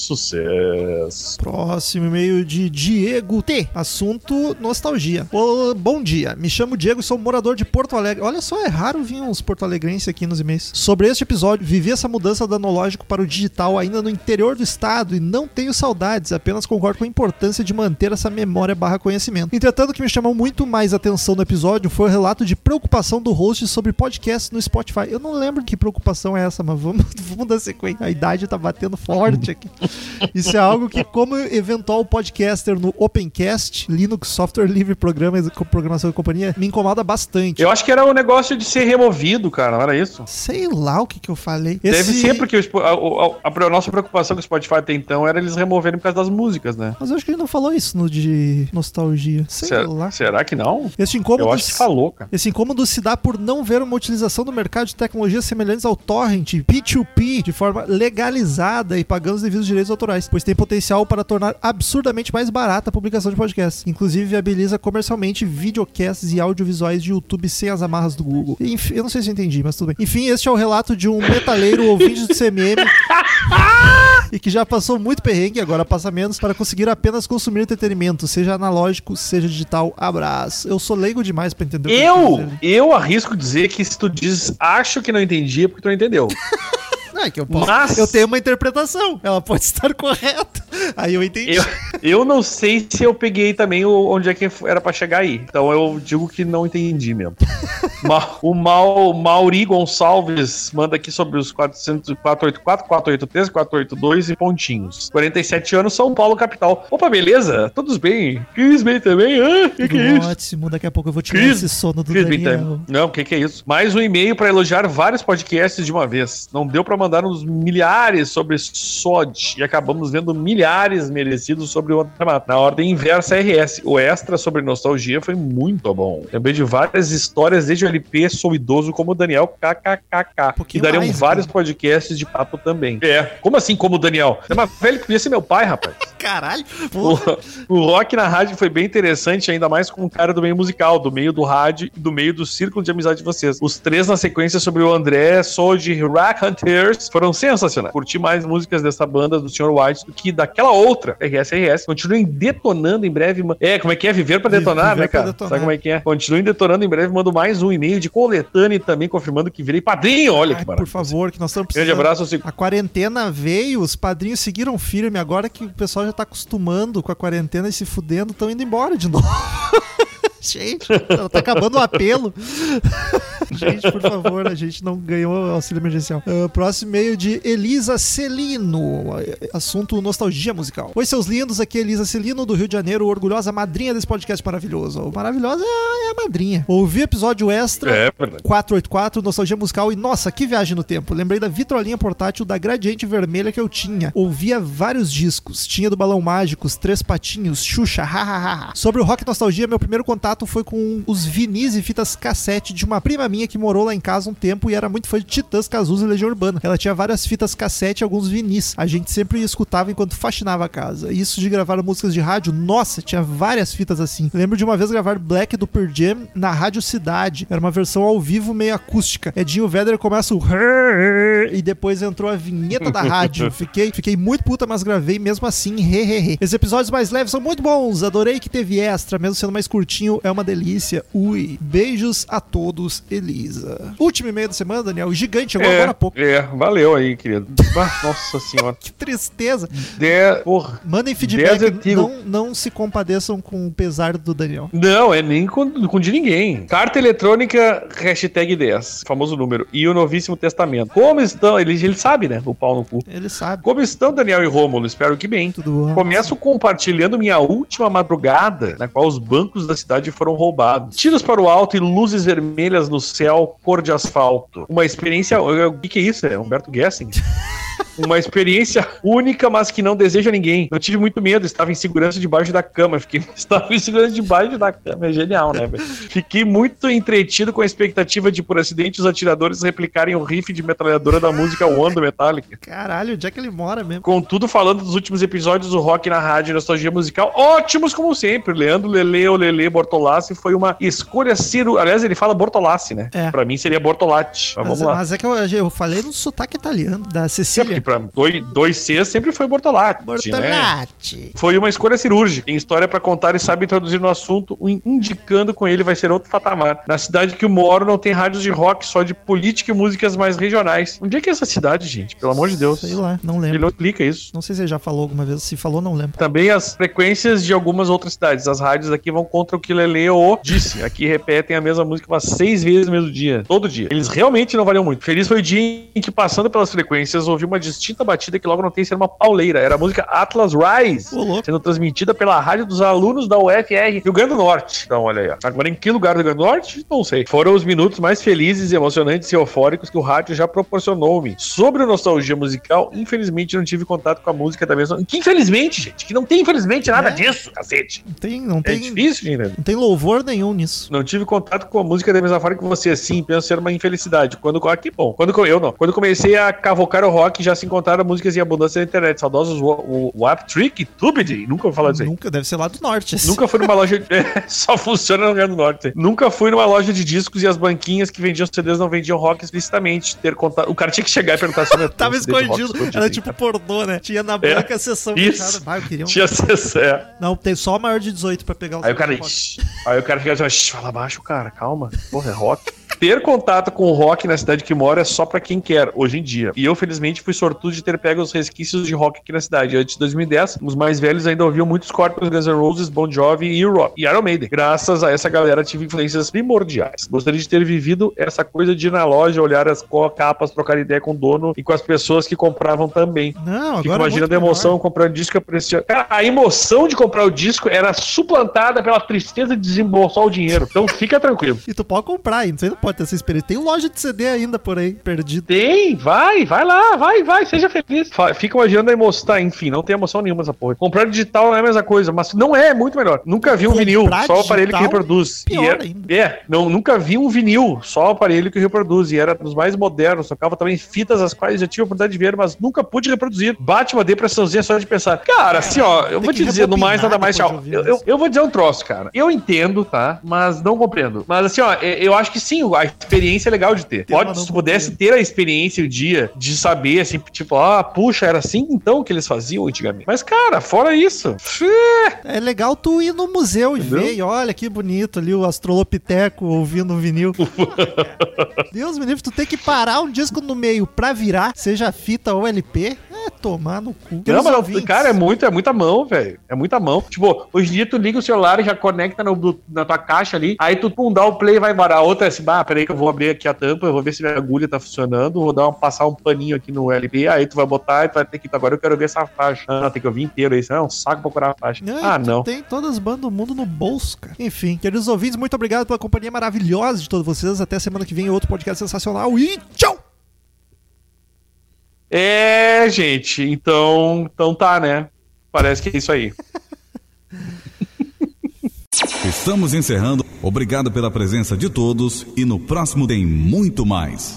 [SPEAKER 3] sucesso.
[SPEAKER 2] Próximo e-mail de Diego T. Assunto nostalgia. Ô, bom dia, me chamo Diego e sou morador de Porto Alegre. Olha só, é raro vir uns porto-alegrenses aqui nos e-mails. Sobre este episódio, vivi essa mudança do analógico para o digital ainda no interior do estado e não tenho saudades, apenas concordo com a importância de manter essa memória barra conhecimento. Entretanto, o que me chamou muito mais atenção no episódio foi o relato de preocupação do host sobre podcast no Spotify. Eu não lembro que preocupação é essa, mas vamos, *laughs* vamos dar sequência. A idade tá batendo forte aqui. Isso é algo que, como eventual podcast podcaster no Opencast, Linux Software Livre Programas, com Programação e Companhia, me incomoda bastante.
[SPEAKER 3] Eu acho que era o negócio de ser removido, cara, não era isso?
[SPEAKER 2] Sei lá o que, que eu falei.
[SPEAKER 3] Deve ser, porque o Spo- a, o- a- a nossa preocupação com o Spotify até então era eles removerem por causa das músicas, né?
[SPEAKER 2] Mas eu acho que ele não falou isso no de nostalgia. Sei
[SPEAKER 3] Será-
[SPEAKER 2] lá.
[SPEAKER 3] será que não?
[SPEAKER 2] Este incômodo
[SPEAKER 3] Eu acho que falou, cara.
[SPEAKER 2] Esse incômodo se dá por não ver uma utilização do mercado de tecnologias semelhantes ao torrent P2P de forma legalizada e pagando os devidos direitos autorais, pois tem potencial para tornar absurdamente mais barata a publicação de podcasts. Inclusive, viabiliza comercialmente videocasts e audiovisuais de YouTube sem as amarras do Google. Enfim, eu não sei se eu entendi, mas tudo bem. Enfim, este é o relato de um metaleiro ouvinte do CMM *laughs* e que já passou muito perrengue, agora passa menos, para conseguir apenas consumir entretenimento, seja analógico, seja digital. Abraço. Eu sou leigo demais pra entender o que ele quer
[SPEAKER 3] Eu,
[SPEAKER 2] dizer, né?
[SPEAKER 3] eu arrisco dizer que se tu diz acho que não entendi é porque tu
[SPEAKER 2] *laughs*
[SPEAKER 3] não entendeu.
[SPEAKER 2] Não, é que eu posso.
[SPEAKER 3] Mas-
[SPEAKER 2] Eu tenho uma interpretação. Ela pode estar correta. Aí eu entendi.
[SPEAKER 3] Eu, eu não sei se eu peguei também o- onde é que era pra chegar aí. Então eu digo que não entendi
[SPEAKER 2] *laughs*
[SPEAKER 3] mesmo. Ma- o Mau, Mauri Gonçalves manda aqui sobre os 400, 484, 483, 482 e pontinhos. 47 anos, São Paulo, capital. Opa, beleza? Todos bem? Cris bem também? Ah, que que é isso?
[SPEAKER 2] Ótimo, daqui a pouco eu vou tirar
[SPEAKER 3] Cris-
[SPEAKER 2] esse sono do
[SPEAKER 3] Cris Bintani.
[SPEAKER 2] Daniel.
[SPEAKER 3] Não, o que, que é isso? Mais um e-mail para elogiar vários podcasts de uma vez. Não deu para mandar uns milhares sobre SOD e acabamos vendo milhares merecidos sobre o Antemata. Na ordem inversa RS. O extra sobre nostalgia foi muito bom. Lembrei de várias histórias desde o LP Sou Idoso como o Daniel KKKK.
[SPEAKER 2] Um pouquinho
[SPEAKER 3] e dariam
[SPEAKER 2] mais, né?
[SPEAKER 3] vários podcasts de papo também. É, como assim como o Daniel? É uma velha que podia ser meu pai, rapaz.
[SPEAKER 2] Caralho.
[SPEAKER 3] O,
[SPEAKER 2] Pô,
[SPEAKER 3] o rock na rádio foi bem interessante, ainda mais com o cara do meio musical, do meio do rádio e do meio do círculo de amizade de vocês. Os três na sequência sobre o André, sou de Rack Hunters, foram sensacionais. Curti mais músicas dessa banda do Sr. White do que daquela outra, RSRS. Continuem detonando em breve. ma- É, como é que é? Viver pra
[SPEAKER 2] Vi-
[SPEAKER 3] detonar,
[SPEAKER 2] viver
[SPEAKER 3] né,
[SPEAKER 2] pra
[SPEAKER 3] cara?
[SPEAKER 2] detonar.
[SPEAKER 3] Sabe como é que é? Continuem detonando em breve. Mando mais um e-mail de coletânea e também confirmando que virei padrinho. Olha
[SPEAKER 2] ai,
[SPEAKER 3] que
[SPEAKER 2] por
[SPEAKER 3] maravilha.
[SPEAKER 2] favor, que nós estamos
[SPEAKER 3] Grande abraço, eu sigo.
[SPEAKER 2] A quarentena veio, os padrinhos seguiram firme. Agora que o pessoal já tá acostumando com a quarentena e se fudendo, estão indo embora de *laughs* novo. Gente, tá acabando o apelo. *laughs* gente, por favor, a gente não ganhou auxílio emergencial. Ah, próximo e-mail de Elisa Celino. Assunto nostalgia musical. Oi, seus lindos. Aqui é Elisa Celino, do Rio de Janeiro, orgulhosa madrinha desse podcast maravilhoso. Maravilhosa é a madrinha. Ouvi episódio extra.
[SPEAKER 3] É, verdade.
[SPEAKER 2] 484, Nostalgia Musical e nossa, que viagem no tempo. Lembrei da vitrolinha portátil da Gradiente Vermelha que eu tinha. Ouvia vários discos. Tinha do Balão Mágicos, Três Patinhos, Xuxa, hahaha. Sobre o rock nostalgia, meu primeiro contato foi com os vinis e fitas cassete de uma prima minha que morou lá em casa um tempo e era muito fã de Titãs, Cazuza e Legião Urbana. Ela tinha várias fitas cassete e alguns vinis. A gente sempre escutava enquanto faxinava a casa. Isso de gravar músicas de rádio, nossa, tinha várias fitas assim. Lembro de uma vez gravar Black do Pearl Jam na Rádio Cidade. Era uma versão ao vivo meio acústica. Edinho Vedder começa o e depois entrou a vinheta da
[SPEAKER 3] *laughs*
[SPEAKER 2] rádio. Fiquei, fiquei muito puta, mas gravei mesmo assim. He, he, he. Esses episódios mais leves são muito bons. Adorei que teve extra, mesmo sendo mais curtinho, é uma delícia. Ui. Beijos a todos, Elisa. Último e-mail da semana, Daniel. O gigante chegou
[SPEAKER 3] É,
[SPEAKER 2] agora há pouco.
[SPEAKER 3] é, valeu aí, querido. Ah, Nossa senhora.
[SPEAKER 2] Que tristeza.
[SPEAKER 3] De... Porra.
[SPEAKER 2] Mandem
[SPEAKER 3] Dez
[SPEAKER 2] feedback.
[SPEAKER 3] artigos.
[SPEAKER 2] Não, não se compadeçam com o pesar do Daniel.
[SPEAKER 3] Não, é nem com, com de ninguém. Carta eletrônica, hashtag 10, famoso número. E o novíssimo testamento. Como estão? Ele, ele sabe, né? O pau no cu.
[SPEAKER 2] Ele sabe.
[SPEAKER 3] Como estão, Daniel e Rômulo? Espero que bem.
[SPEAKER 2] Tudo bom?
[SPEAKER 3] Começo compartilhando minha última madrugada, na qual os bancos da cidade foram roubados. Tiros para o alto e luzes vermelhas no céu, cor de asfalto. Uma experiência. O que, que é isso? É Humberto Gessing? Uma experiência única, mas que não desejo a ninguém. Eu tive muito medo, estava em segurança debaixo da cama. Fiquei, *laughs* estava em segurança debaixo da cama. É genial, né, velho? Fiquei muito entretido com a expectativa de, por acidente, os atiradores replicarem o riff de metralhadora da música One do Metallica.
[SPEAKER 2] Caralho, onde é que ele mora mesmo?
[SPEAKER 3] Contudo, falando dos últimos episódios do Rock na Rádio e Nostalgia Musical, ótimos como sempre. Leandro Lele, o Lele Bortolassi foi uma escolha ciro. Aliás, ele fala Bortolassi, né?
[SPEAKER 2] É.
[SPEAKER 3] Pra mim seria Bortolatti. Mas,
[SPEAKER 2] Mas,
[SPEAKER 3] vamos lá.
[SPEAKER 2] mas é que eu, eu falei no sotaque italiano, da
[SPEAKER 3] É, porque
[SPEAKER 2] Cecília.
[SPEAKER 3] pra dois, dois Cs sempre foi Bortolatti. Né?
[SPEAKER 2] Bortonati.
[SPEAKER 3] Foi uma escolha cirúrgica. Tem história pra contar e sabe introduzir no assunto, in- indicando com ele vai ser outro patamar. Na cidade que eu moro não tem rádios de rock, só de política e músicas mais regionais. Onde é que é essa cidade, gente? Pelo amor de Deus.
[SPEAKER 2] Sei lá, né? não
[SPEAKER 3] Ele
[SPEAKER 2] lembro.
[SPEAKER 3] não explica isso.
[SPEAKER 2] Não sei se ele já falou alguma vez. Se falou, não lembro.
[SPEAKER 3] Também as frequências de algumas outras cidades. As rádios aqui vão contra o que Leleo disse. Aqui repetem a mesma música umas seis vezes no mesmo dia. Todo dia. Eles realmente não valiam muito. Feliz foi o dia em que, passando pelas frequências, ouvi uma uma distinta batida que logo não tem ser uma pauleira. Era a música Atlas Rise,
[SPEAKER 2] Ô, louco.
[SPEAKER 3] sendo transmitida pela rádio dos alunos da UFR Rio Grande do Norte. Então, olha aí. ó. Agora, em que lugar do Rio Grande do Norte? Não sei. Foram os minutos mais felizes, emocionantes e eufóricos que o rádio já proporcionou-me. Sobre o nostalgia musical, infelizmente não tive contato com a música da mesma. Que infelizmente, gente, que não tem infelizmente nada
[SPEAKER 2] É.
[SPEAKER 3] disso, cacete.
[SPEAKER 8] Não tem, não
[SPEAKER 3] É
[SPEAKER 8] tem,
[SPEAKER 3] difícil, gente.
[SPEAKER 8] não tem louvor nenhum nisso.
[SPEAKER 3] Não tive contato com a música da mesma forma que você, sim, penso ser uma infelicidade. Quando, ah, que bom. Quando co- eu não. Quando comecei a cavocar o rock, já se encontraram músicas em abundância na internet. Saudosos o, o, o App Trick e Tubid. Nunca vou falar disso aí.
[SPEAKER 2] Nunca, deve ser lá do norte. assim. esse.
[SPEAKER 3] Nunca fui numa loja. de- *laughs* É, Só funciona no Rio Grande do Norte. Nunca fui numa loja de discos e as banquinhas que vendiam CDs não vendiam rock explicitamente. Ter contato. O cara tinha um que chegar e perguntar
[SPEAKER 2] *laughs*
[SPEAKER 3] se
[SPEAKER 2] *laughs*
[SPEAKER 3] eu
[SPEAKER 2] Tava escondido. Era tipo pornô, né? Tinha na banca a sessão
[SPEAKER 3] É. Isso.
[SPEAKER 2] fechada. Ah, eu queria um-
[SPEAKER 3] Tinha acesso. é.
[SPEAKER 2] Não, tem só maior de 18 pra pegar um
[SPEAKER 3] Aí o cara.
[SPEAKER 2] Fox.
[SPEAKER 3] "Ixi." Aí o cara fica assim, "Shh, fala baixo, cara, calma. Porra, é rock. Ter contato com o rock na cidade que mora é só pra quem quer, hoje em dia. E eu, felizmente, fui sortudo de ter pego os resquícios de rock aqui na cidade. Antes de 2010, os mais velhos ainda ouviam muitos Scorpions, Guns N' Roses, Bon Jovi e Rock. E Iron Maiden. Graças a essa galera, tive influências primordiais. Gostaria de ter vivido essa coisa de ir na loja, olhar as co- capas, trocar ideia com o dono e com as pessoas que compravam também.
[SPEAKER 2] Não,
[SPEAKER 3] Fico
[SPEAKER 2] agora. é
[SPEAKER 3] imaginando a
[SPEAKER 2] muito menor.
[SPEAKER 3] emoção comprando disco e apreciando. Cara, a emoção de comprar o disco era suplantada pela tristeza de desembolsar o dinheiro. Então fica tranquilo.
[SPEAKER 2] E tu pode comprar ainda. Você não pode ter essa experiência. Tem loja de CD ainda por aí, perdido.
[SPEAKER 3] Tem, vai, vai lá, vai, vai, seja feliz. Fa- Fica imaginando a emoção. Tá, enfim, não tem emoção nenhuma essa porra. Comprar digital não é a mesma coisa, mas não é, é muito melhor. Nunca vi um
[SPEAKER 2] Comprar
[SPEAKER 3] vinil, só o aparelho que
[SPEAKER 2] digital,
[SPEAKER 3] reproduz. E
[SPEAKER 2] pior
[SPEAKER 3] era-
[SPEAKER 2] ainda.
[SPEAKER 3] É, não, nunca vi um vinil, só o aparelho que reproduz. E era dos mais modernos, tocava também fitas, as quais eu tive a oportunidade de ver, mas nunca pude reproduzir. Bate uma depressãozinha só de pensar. Cara, assim, ó,
[SPEAKER 2] Tem
[SPEAKER 3] eu vou
[SPEAKER 2] que
[SPEAKER 3] te dizer, no mais,
[SPEAKER 2] rebobinar
[SPEAKER 3] nada mais,
[SPEAKER 2] depois de
[SPEAKER 3] tchau.
[SPEAKER 2] ouvir
[SPEAKER 3] Eu,
[SPEAKER 2] isso.
[SPEAKER 3] eu- eu vou dizer um troço, cara. Eu entendo, tá? Mas não compreendo. Mas assim, ó, é- eu acho que sim, a experiência é legal de ter.
[SPEAKER 2] Tem uma
[SPEAKER 3] Pode, se
[SPEAKER 2] não
[SPEAKER 3] tu pudesse
[SPEAKER 2] compreendo.
[SPEAKER 3] ter a experiência um dia de saber, assim, tipo, ah, puxa, era assim então que eles faziam antigamente. Mas, cara, fora isso,
[SPEAKER 2] É legal tu ir no museu e
[SPEAKER 3] Entendeu?
[SPEAKER 2] ver. E olha que bonito ali o Astrolopiteco ouvindo o
[SPEAKER 3] *laughs*
[SPEAKER 2] vinil. Porra, cara. Deus me livre, tu tem que parar um disco no meio pra virar, seja fita ou LP. É tomar no cu.
[SPEAKER 3] Não,
[SPEAKER 2] Queridos
[SPEAKER 3] mas não,
[SPEAKER 2] ouvintes,
[SPEAKER 3] cara, é muito, é muita mão, velho. É muita mão. Tipo, hoje em dia tu liga o celular e já conecta no Blu- na tua caixa ali, aí tu pum, dá o play e vai embora. A outra é assim, ah, peraí que eu vou abrir aqui a tampa, eu vou ver se minha agulha tá funcionando, vou dar uma, passar um paninho aqui no LP, aí tu vai botar e tu vai ter que, agora eu quero ver essa faixa. Ah, tem que ouvir inteiro isso, é um saco procurar a faixa.
[SPEAKER 2] Não,
[SPEAKER 3] ah,
[SPEAKER 2] tu
[SPEAKER 3] não.
[SPEAKER 2] Tem todas as bandas do mundo no bolso, cara. Enfim, queridos ouvintes, muito obrigado pela companhia maravilhosa de todos vocês. Até semana que vem, outro podcast sensacional. E tchau!
[SPEAKER 3] É, gente, então, então tá, né? Parece que é isso aí.
[SPEAKER 9] Estamos encerrando. Obrigado pela presença de todos e no próximo tem muito mais.